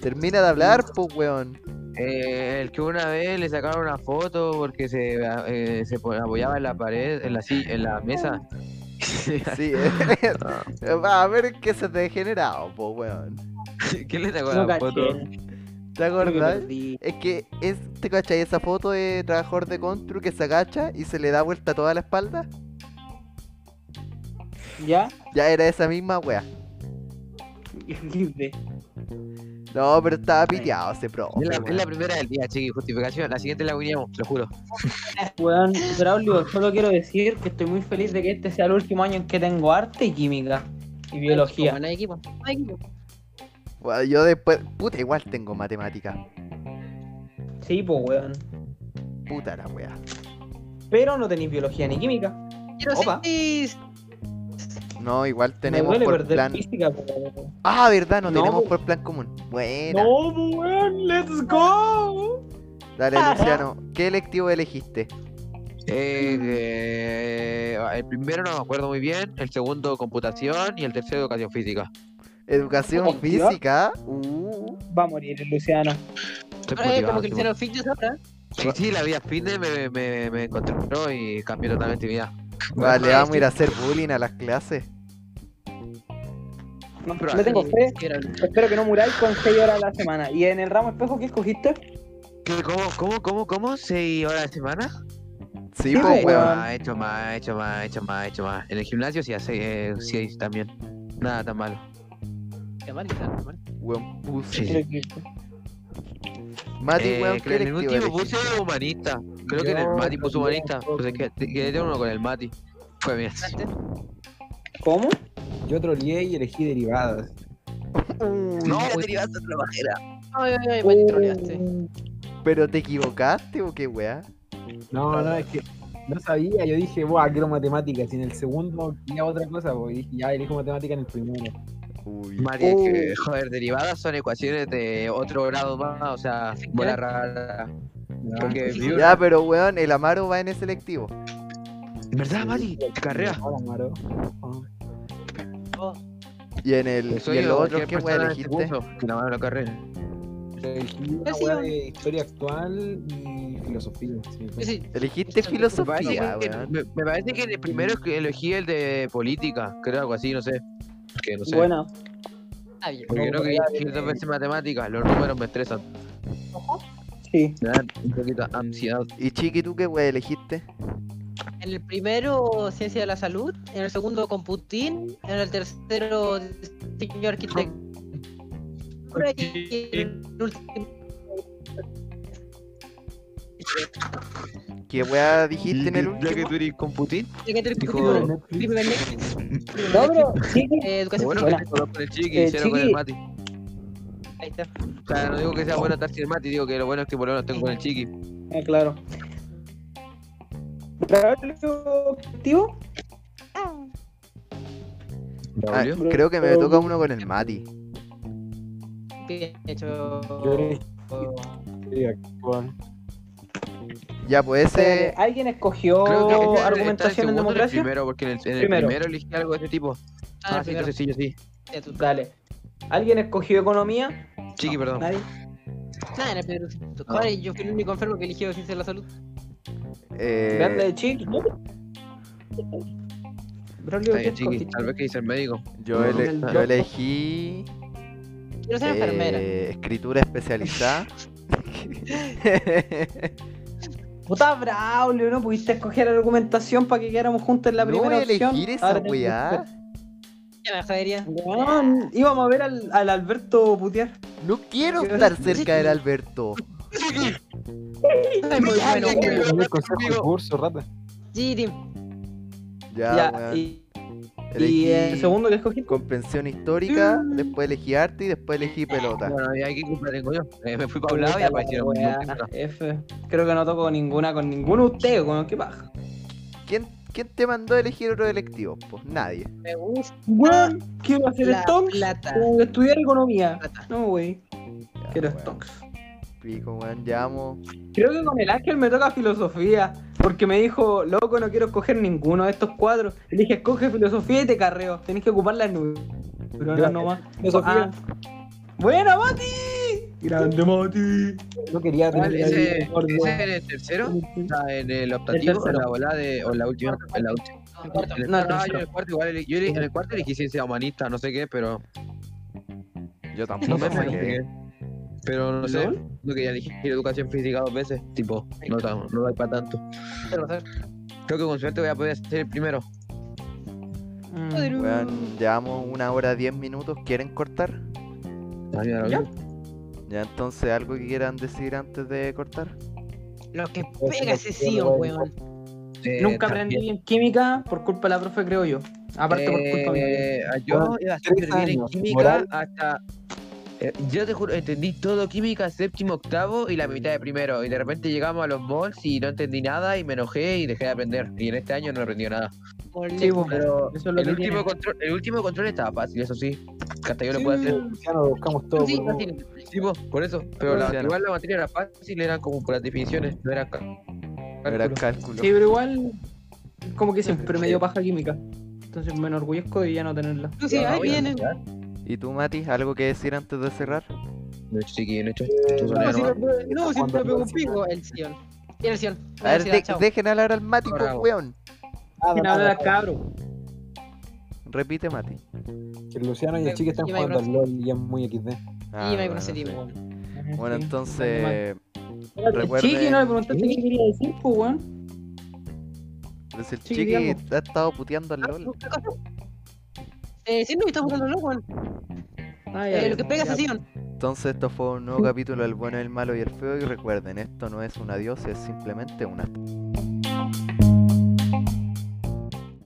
[SPEAKER 1] Termina de hablar, pues weón.
[SPEAKER 6] Eh, el que una vez le sacaron una foto porque se, eh, se po- apoyaba en la pared, en la, si- en la mesa.
[SPEAKER 1] Sí, eh, va a ver que se degenerado, po, weón.
[SPEAKER 6] ¿Quién le sacó
[SPEAKER 4] No
[SPEAKER 6] la
[SPEAKER 4] caché.
[SPEAKER 6] foto?
[SPEAKER 1] ¿Te
[SPEAKER 4] Creo que
[SPEAKER 1] acordás?
[SPEAKER 4] perdí.
[SPEAKER 1] Es que, es, ¿te cachai esa foto de trabajador de Contru que se agacha y se le da vuelta toda la espalda?
[SPEAKER 4] ¿Ya?
[SPEAKER 1] Ya era esa misma wea.
[SPEAKER 4] XD.
[SPEAKER 1] No, pero estaba piteado ese pro.
[SPEAKER 6] Es la, es la primera del día, chiqui, justificación. La siguiente la uniríamos, lo juro.
[SPEAKER 4] Weón, Braulio, solo quiero decir que estoy muy feliz de que este sea el último año en que tengo arte y química y
[SPEAKER 2] Como
[SPEAKER 4] biología.
[SPEAKER 2] No hay equipo. No hay equipo.
[SPEAKER 1] Bueno, yo después, puta, igual tengo matemáticas.
[SPEAKER 4] Sí, pues weón.
[SPEAKER 1] Puta la wea.
[SPEAKER 4] Pero no tenéis biología ni química.
[SPEAKER 2] Pero
[SPEAKER 4] Opa.
[SPEAKER 2] sí,
[SPEAKER 1] No, igual
[SPEAKER 4] Me
[SPEAKER 1] tenemos
[SPEAKER 4] duele
[SPEAKER 1] por
[SPEAKER 4] perder
[SPEAKER 1] plan.
[SPEAKER 4] física, po, weón.
[SPEAKER 1] Ah, verdad, no,
[SPEAKER 4] No,
[SPEAKER 1] tenemos
[SPEAKER 4] po.
[SPEAKER 1] por plan común. Buena.
[SPEAKER 4] No, po, weón, let's go.
[SPEAKER 1] Dale, Luciano, ¿qué electivo elegiste?
[SPEAKER 6] Eh, eh, el primero no me acuerdo muy bien, el segundo computación y el tercero educación física.
[SPEAKER 1] Educación
[SPEAKER 4] Oh, Dios.
[SPEAKER 1] física. Uh.
[SPEAKER 4] Va a morir el Luciano.
[SPEAKER 6] Estoy
[SPEAKER 2] Ahora es como
[SPEAKER 6] motivado,
[SPEAKER 2] que hicieron fitness ahora.
[SPEAKER 6] sí, sí, la vida fitness me, me, me encontró y cambió totalmente mi vida.
[SPEAKER 1] Vale, vamos a ir a hacer bullying a las clases.
[SPEAKER 4] No,
[SPEAKER 6] Pero-
[SPEAKER 4] le tengo fe.
[SPEAKER 2] Sí, era el-
[SPEAKER 4] Espero que no muráis con 6 horas a la semana. ¿Y en el ramo espejo qué escogiste?
[SPEAKER 6] ¿Qué, ¿Cómo, cómo, cómo, cómo? ¿Seis horas a la semana?
[SPEAKER 1] Sí,
[SPEAKER 4] Sí,
[SPEAKER 1] po,
[SPEAKER 4] po,
[SPEAKER 1] weón.
[SPEAKER 4] weón.
[SPEAKER 6] más, he hecho más, he hecho más, he hecho más, he hecho más. En el gimnasio sí hace, eh, sí hay también. Nada tan malo.
[SPEAKER 2] Qué mal, qué mal.
[SPEAKER 1] Weón, puse.
[SPEAKER 6] Sí.
[SPEAKER 1] Mati,
[SPEAKER 6] Eh,
[SPEAKER 1] weón, ¿qué
[SPEAKER 6] creo que en
[SPEAKER 1] electivo
[SPEAKER 6] el último
[SPEAKER 1] elegiste?
[SPEAKER 6] puse humanista. Creo que en el
[SPEAKER 4] Yo
[SPEAKER 6] Mati puso
[SPEAKER 4] también,
[SPEAKER 6] humanista. Pues es que quedé uno con el Mati. Fue bien.
[SPEAKER 4] ¿Cómo?
[SPEAKER 3] Yo troleé y elegí derivadas.
[SPEAKER 6] No, derivaste otra bajera.
[SPEAKER 2] Ay, ay, ay, maldito troleaste.
[SPEAKER 1] ¿Pero te equivocaste o qué weá?
[SPEAKER 3] No, no, es que no sabía. Yo dije, buah, quiero matemáticas. Y en el segundo quería otra cosa, pues. Y dije, ya elijo matemáticas en el primero.
[SPEAKER 1] Uy.
[SPEAKER 6] Mati, es que,
[SPEAKER 4] Uh.
[SPEAKER 6] joder, derivadas son ecuaciones de otro grado más, o sea, bola rara.
[SPEAKER 4] Ah,
[SPEAKER 6] Porque vi una-
[SPEAKER 1] Ya, pero weón, el Amaro va en ese electivo.
[SPEAKER 6] ¿Verdad, Mati? Carrera.
[SPEAKER 3] Hola, Maro.
[SPEAKER 2] Oh,
[SPEAKER 1] Y en el, y
[SPEAKER 6] Soy
[SPEAKER 1] el
[SPEAKER 6] yo,
[SPEAKER 1] otro,
[SPEAKER 6] cualquier
[SPEAKER 1] ¿qué weá
[SPEAKER 6] persona en este
[SPEAKER 1] elegiste?
[SPEAKER 6] mundo que no, no, carrera.
[SPEAKER 3] Elegí una
[SPEAKER 2] Ha sido-
[SPEAKER 3] wea de historia actual y filosofía. sí. pues.
[SPEAKER 2] Sí, sí.
[SPEAKER 1] Elegiste
[SPEAKER 6] Me parece,
[SPEAKER 1] filosofía,
[SPEAKER 6] que,
[SPEAKER 1] weón.
[SPEAKER 6] me- me parece que en el primero que elegí el de política, creo algo así, no sé. Que no sé.
[SPEAKER 4] Buena.
[SPEAKER 2] Está bien.
[SPEAKER 6] Porque creo que elegí dos veces matemáticas, los números me estresan.
[SPEAKER 4] Sí.
[SPEAKER 6] Me dan un poquito de ansiedad.
[SPEAKER 1] Y Chiqui, ¿tú qué weá elegiste?
[SPEAKER 2] En el primero, ciencia de la salud. En el segundo, computín. En el tercero, diseño arquitectura. Y en el último.
[SPEAKER 1] ¿Qué weá dijiste en el
[SPEAKER 6] Ya que
[SPEAKER 1] último?
[SPEAKER 6] tú eres con Putin.
[SPEAKER 2] Dijo...
[SPEAKER 4] No, pero sí que-
[SPEAKER 2] Eh, educación
[SPEAKER 6] Bueno, que
[SPEAKER 2] física.
[SPEAKER 6] te coló con el chiqui
[SPEAKER 4] Eh,
[SPEAKER 6] y hicieron con el
[SPEAKER 4] Chiqui.
[SPEAKER 6] Mati.
[SPEAKER 4] Ahí está.
[SPEAKER 6] O sea, no digo que sea bueno estar sin el Mati, digo que lo bueno es que por lo menos tengo con el chiqui.
[SPEAKER 4] Ah, claro. ¿Braulio activo?
[SPEAKER 1] Ah,
[SPEAKER 6] ¿Braulio?
[SPEAKER 1] creo que me toca uno con el Mati.
[SPEAKER 2] Bien hecho.
[SPEAKER 3] Yo creo Sí, actual.
[SPEAKER 1] Ya, pues ese.
[SPEAKER 4] Eh, ¿Alguien escogió
[SPEAKER 6] Creo que este está en el
[SPEAKER 4] argumentación en
[SPEAKER 6] segundo o en el
[SPEAKER 4] democracia?
[SPEAKER 6] primero, porque en el, en el
[SPEAKER 4] Primero.
[SPEAKER 6] primero elegí algo de ese tipo.
[SPEAKER 2] Ah,
[SPEAKER 6] Ah, sí, entonces sí, yo sí.
[SPEAKER 2] ya tú-
[SPEAKER 4] Dale. ¿Alguien escogió economía?
[SPEAKER 6] Chiqui, perdón.
[SPEAKER 4] Nadie.
[SPEAKER 2] Nada, era Pedro. Ahora yo fui el único enfermo que eligió ciencia de la salud.
[SPEAKER 1] eh,
[SPEAKER 4] Grande de chiqui. Braulio, ¿qué
[SPEAKER 6] Está bien, chiqui.
[SPEAKER 4] escogiste?
[SPEAKER 6] Tal vez que dice el médico.
[SPEAKER 1] yo, ele-
[SPEAKER 4] el
[SPEAKER 1] yo
[SPEAKER 4] doctor.
[SPEAKER 1] elegí.
[SPEAKER 2] Quiero ser enfermera.
[SPEAKER 1] eh, escritura especializada.
[SPEAKER 4] Puta Braulio, no pudiste escoger argumentación para que quedáramos juntos en la
[SPEAKER 1] no
[SPEAKER 4] primera
[SPEAKER 1] voy a
[SPEAKER 4] opción.
[SPEAKER 1] elegir esa
[SPEAKER 4] Ahora tengo que
[SPEAKER 1] weá.
[SPEAKER 2] Ya me jodería.
[SPEAKER 4] Weón, íbamos a ver al, al Alberto putear.
[SPEAKER 1] No quiero
[SPEAKER 4] Yo-
[SPEAKER 1] estar cerca del Alberto.
[SPEAKER 2] Ay, muy bueno, bueno.
[SPEAKER 3] Primer consejo del curso, rata.
[SPEAKER 2] Sí, Tim.
[SPEAKER 1] Ya,
[SPEAKER 4] ya,
[SPEAKER 1] weón.
[SPEAKER 4] y,
[SPEAKER 1] Elegí
[SPEAKER 4] y el segundo Mm. que escogí.
[SPEAKER 1] Comprensión histórica, después elegí arte y después elegí pelota.
[SPEAKER 6] Bueno, y aquí culpa tengo yo. Eh, me fui para un lado y aparecieron.
[SPEAKER 4] pues, Weá, F. Creo que no toco ninguna con ninguno de ustedes, weón, qué paja.
[SPEAKER 1] ¿Quién, quién te mandó a elegir otro electivo? Pues nadie.
[SPEAKER 2] Me gusta
[SPEAKER 4] Weón, quiero hacer
[SPEAKER 2] la
[SPEAKER 4] stonks.
[SPEAKER 2] plata.
[SPEAKER 4] Tengo que estudiar economía.
[SPEAKER 2] Plata.
[SPEAKER 4] No, wey.
[SPEAKER 1] Ya,
[SPEAKER 4] Quiero
[SPEAKER 1] weón,
[SPEAKER 4] stonks.
[SPEAKER 1] Pico, weón, llamo.
[SPEAKER 4] Creo que con el Ángel me toca filosofía, porque me dijo, loco, no quiero escoger ninguno de estos cuatro. Le dije, escoge filosofía y te carreo. Tenés que ocupar las nubes. Pero no,
[SPEAKER 3] Gracias.
[SPEAKER 4] nomás.
[SPEAKER 3] Filosofía.
[SPEAKER 4] Ah. Buena, Mati. Grande, Mati.
[SPEAKER 3] No quería
[SPEAKER 6] ¿Cuál?
[SPEAKER 3] tener
[SPEAKER 6] ¿Ese,
[SPEAKER 3] ahí, gordo.
[SPEAKER 6] ese en el tercero? ¿Está en el
[SPEAKER 4] El
[SPEAKER 6] optativo?
[SPEAKER 4] tercero.
[SPEAKER 6] ¿En la volada de, o en la última? En la última. En el,
[SPEAKER 4] No, el
[SPEAKER 6] ah, yo
[SPEAKER 4] tercero.
[SPEAKER 6] en el cuarto igual elegí, yo elegí- en el cuarto elegí ciencia humanista, no sé qué, pero
[SPEAKER 1] Yo
[SPEAKER 6] no
[SPEAKER 1] tampoco
[SPEAKER 6] me
[SPEAKER 1] sé
[SPEAKER 6] acuerdo
[SPEAKER 1] qué.
[SPEAKER 6] qué. Pero no sé, no quería elegir educación física dos veces, tipo, no, tan- no da para tanto.
[SPEAKER 2] Pero, ¿sabes?
[SPEAKER 6] Creo que con suerte voy a poder hacer el primero.
[SPEAKER 4] Mm.
[SPEAKER 1] Weón, llevamos una hora diez minutos. ¿Quieren cortar?
[SPEAKER 6] Ah, mira,
[SPEAKER 4] ¿Ya?
[SPEAKER 1] Ya entonces, ¿algo que quieran decir antes de cortar?
[SPEAKER 2] Lo que pega ese sí, weón.
[SPEAKER 6] eh,
[SPEAKER 4] Nunca aprendí
[SPEAKER 6] también.
[SPEAKER 4] en química por culpa de la profe, creo yo. Aparte por culpa mía.
[SPEAKER 6] Eh, Yo
[SPEAKER 3] Bueno,
[SPEAKER 6] iba a hacer
[SPEAKER 3] tres
[SPEAKER 6] bien en
[SPEAKER 3] años,
[SPEAKER 6] química
[SPEAKER 3] moral.
[SPEAKER 6] hasta. eh, Yo te juro, entendí todo química, séptimo, octavo y la mitad de primero. Y de repente llegamos a los malls y no entendí nada y me enojé y dejé de aprender. Y en este año no aprendí nada.
[SPEAKER 4] Sí,
[SPEAKER 2] Ah,
[SPEAKER 4] vos,
[SPEAKER 6] Pero
[SPEAKER 4] eso es lo
[SPEAKER 6] el
[SPEAKER 4] que
[SPEAKER 6] último,
[SPEAKER 4] tiene.
[SPEAKER 6] control, el último control estaba fácil, eso sí. Hasta yo lo pude hacer.
[SPEAKER 3] Luciano, lo buscamos todo.
[SPEAKER 2] Mm, Sí,
[SPEAKER 3] por-
[SPEAKER 2] fácil.
[SPEAKER 6] Sí, po, por eso. Pero la,
[SPEAKER 1] Luciano.
[SPEAKER 6] igual la materia era fácil, eran como por las definiciones, no era. ca-
[SPEAKER 1] Era
[SPEAKER 6] cálculo.
[SPEAKER 1] cálculo.
[SPEAKER 4] Sí, pero igual, como que siempre me dio paja química. Entonces me enorgullezco de ya no tenerla.
[SPEAKER 2] No, sí,
[SPEAKER 6] No,
[SPEAKER 2] ahí
[SPEAKER 6] voy a
[SPEAKER 2] viene.
[SPEAKER 6] estudiar.
[SPEAKER 1] ¿Y tú, Mati, algo que decir antes de cerrar?
[SPEAKER 6] No, chiqui, no, chiqui,
[SPEAKER 3] Eh,
[SPEAKER 6] chiqui,
[SPEAKER 2] No,
[SPEAKER 6] no,
[SPEAKER 2] si no,
[SPEAKER 6] no.
[SPEAKER 2] no, si
[SPEAKER 3] Cuando
[SPEAKER 2] no pego un
[SPEAKER 3] lo-
[SPEAKER 2] pico, el Sion. Mira el Sion.
[SPEAKER 1] A ver,
[SPEAKER 2] Mira,
[SPEAKER 1] de-
[SPEAKER 2] ah, chao.
[SPEAKER 1] dejen hablar al Mati, pues,
[SPEAKER 6] Bravo.
[SPEAKER 1] weón.
[SPEAKER 2] Ah,
[SPEAKER 3] Nada,
[SPEAKER 4] Sin
[SPEAKER 3] nada,
[SPEAKER 4] hablar
[SPEAKER 3] nada.
[SPEAKER 4] cabro.
[SPEAKER 1] Repite, Mati.
[SPEAKER 3] Que Luciano y el chiqui están
[SPEAKER 2] Y
[SPEAKER 3] jugando
[SPEAKER 2] Minecraft.
[SPEAKER 3] al LOL y es muy XD.
[SPEAKER 1] Ah,
[SPEAKER 2] Y me
[SPEAKER 1] bueno,
[SPEAKER 2] conoce
[SPEAKER 1] sí.
[SPEAKER 2] Tim, weón.
[SPEAKER 1] Bueno, entonces,
[SPEAKER 4] Recuerde...
[SPEAKER 1] recuerden-
[SPEAKER 4] Chiqui, no le preguntaste qué quería decir, pues, weón.
[SPEAKER 1] pues el
[SPEAKER 4] Sí,
[SPEAKER 1] chiqui
[SPEAKER 4] digamos.
[SPEAKER 1] ha estado puteando al LOL.
[SPEAKER 2] ¿Qué cosa? Eh, sí, no, estás jugando loco, weón.
[SPEAKER 4] Ah, ya,
[SPEAKER 2] Eh,
[SPEAKER 4] ya,
[SPEAKER 2] Lo que pega es
[SPEAKER 4] ya.
[SPEAKER 2] Sion.
[SPEAKER 1] Entonces, esto fue un nuevo capítulo del bueno, el malo y el feo. Y recuerden, esto no es un adiós, es simplemente una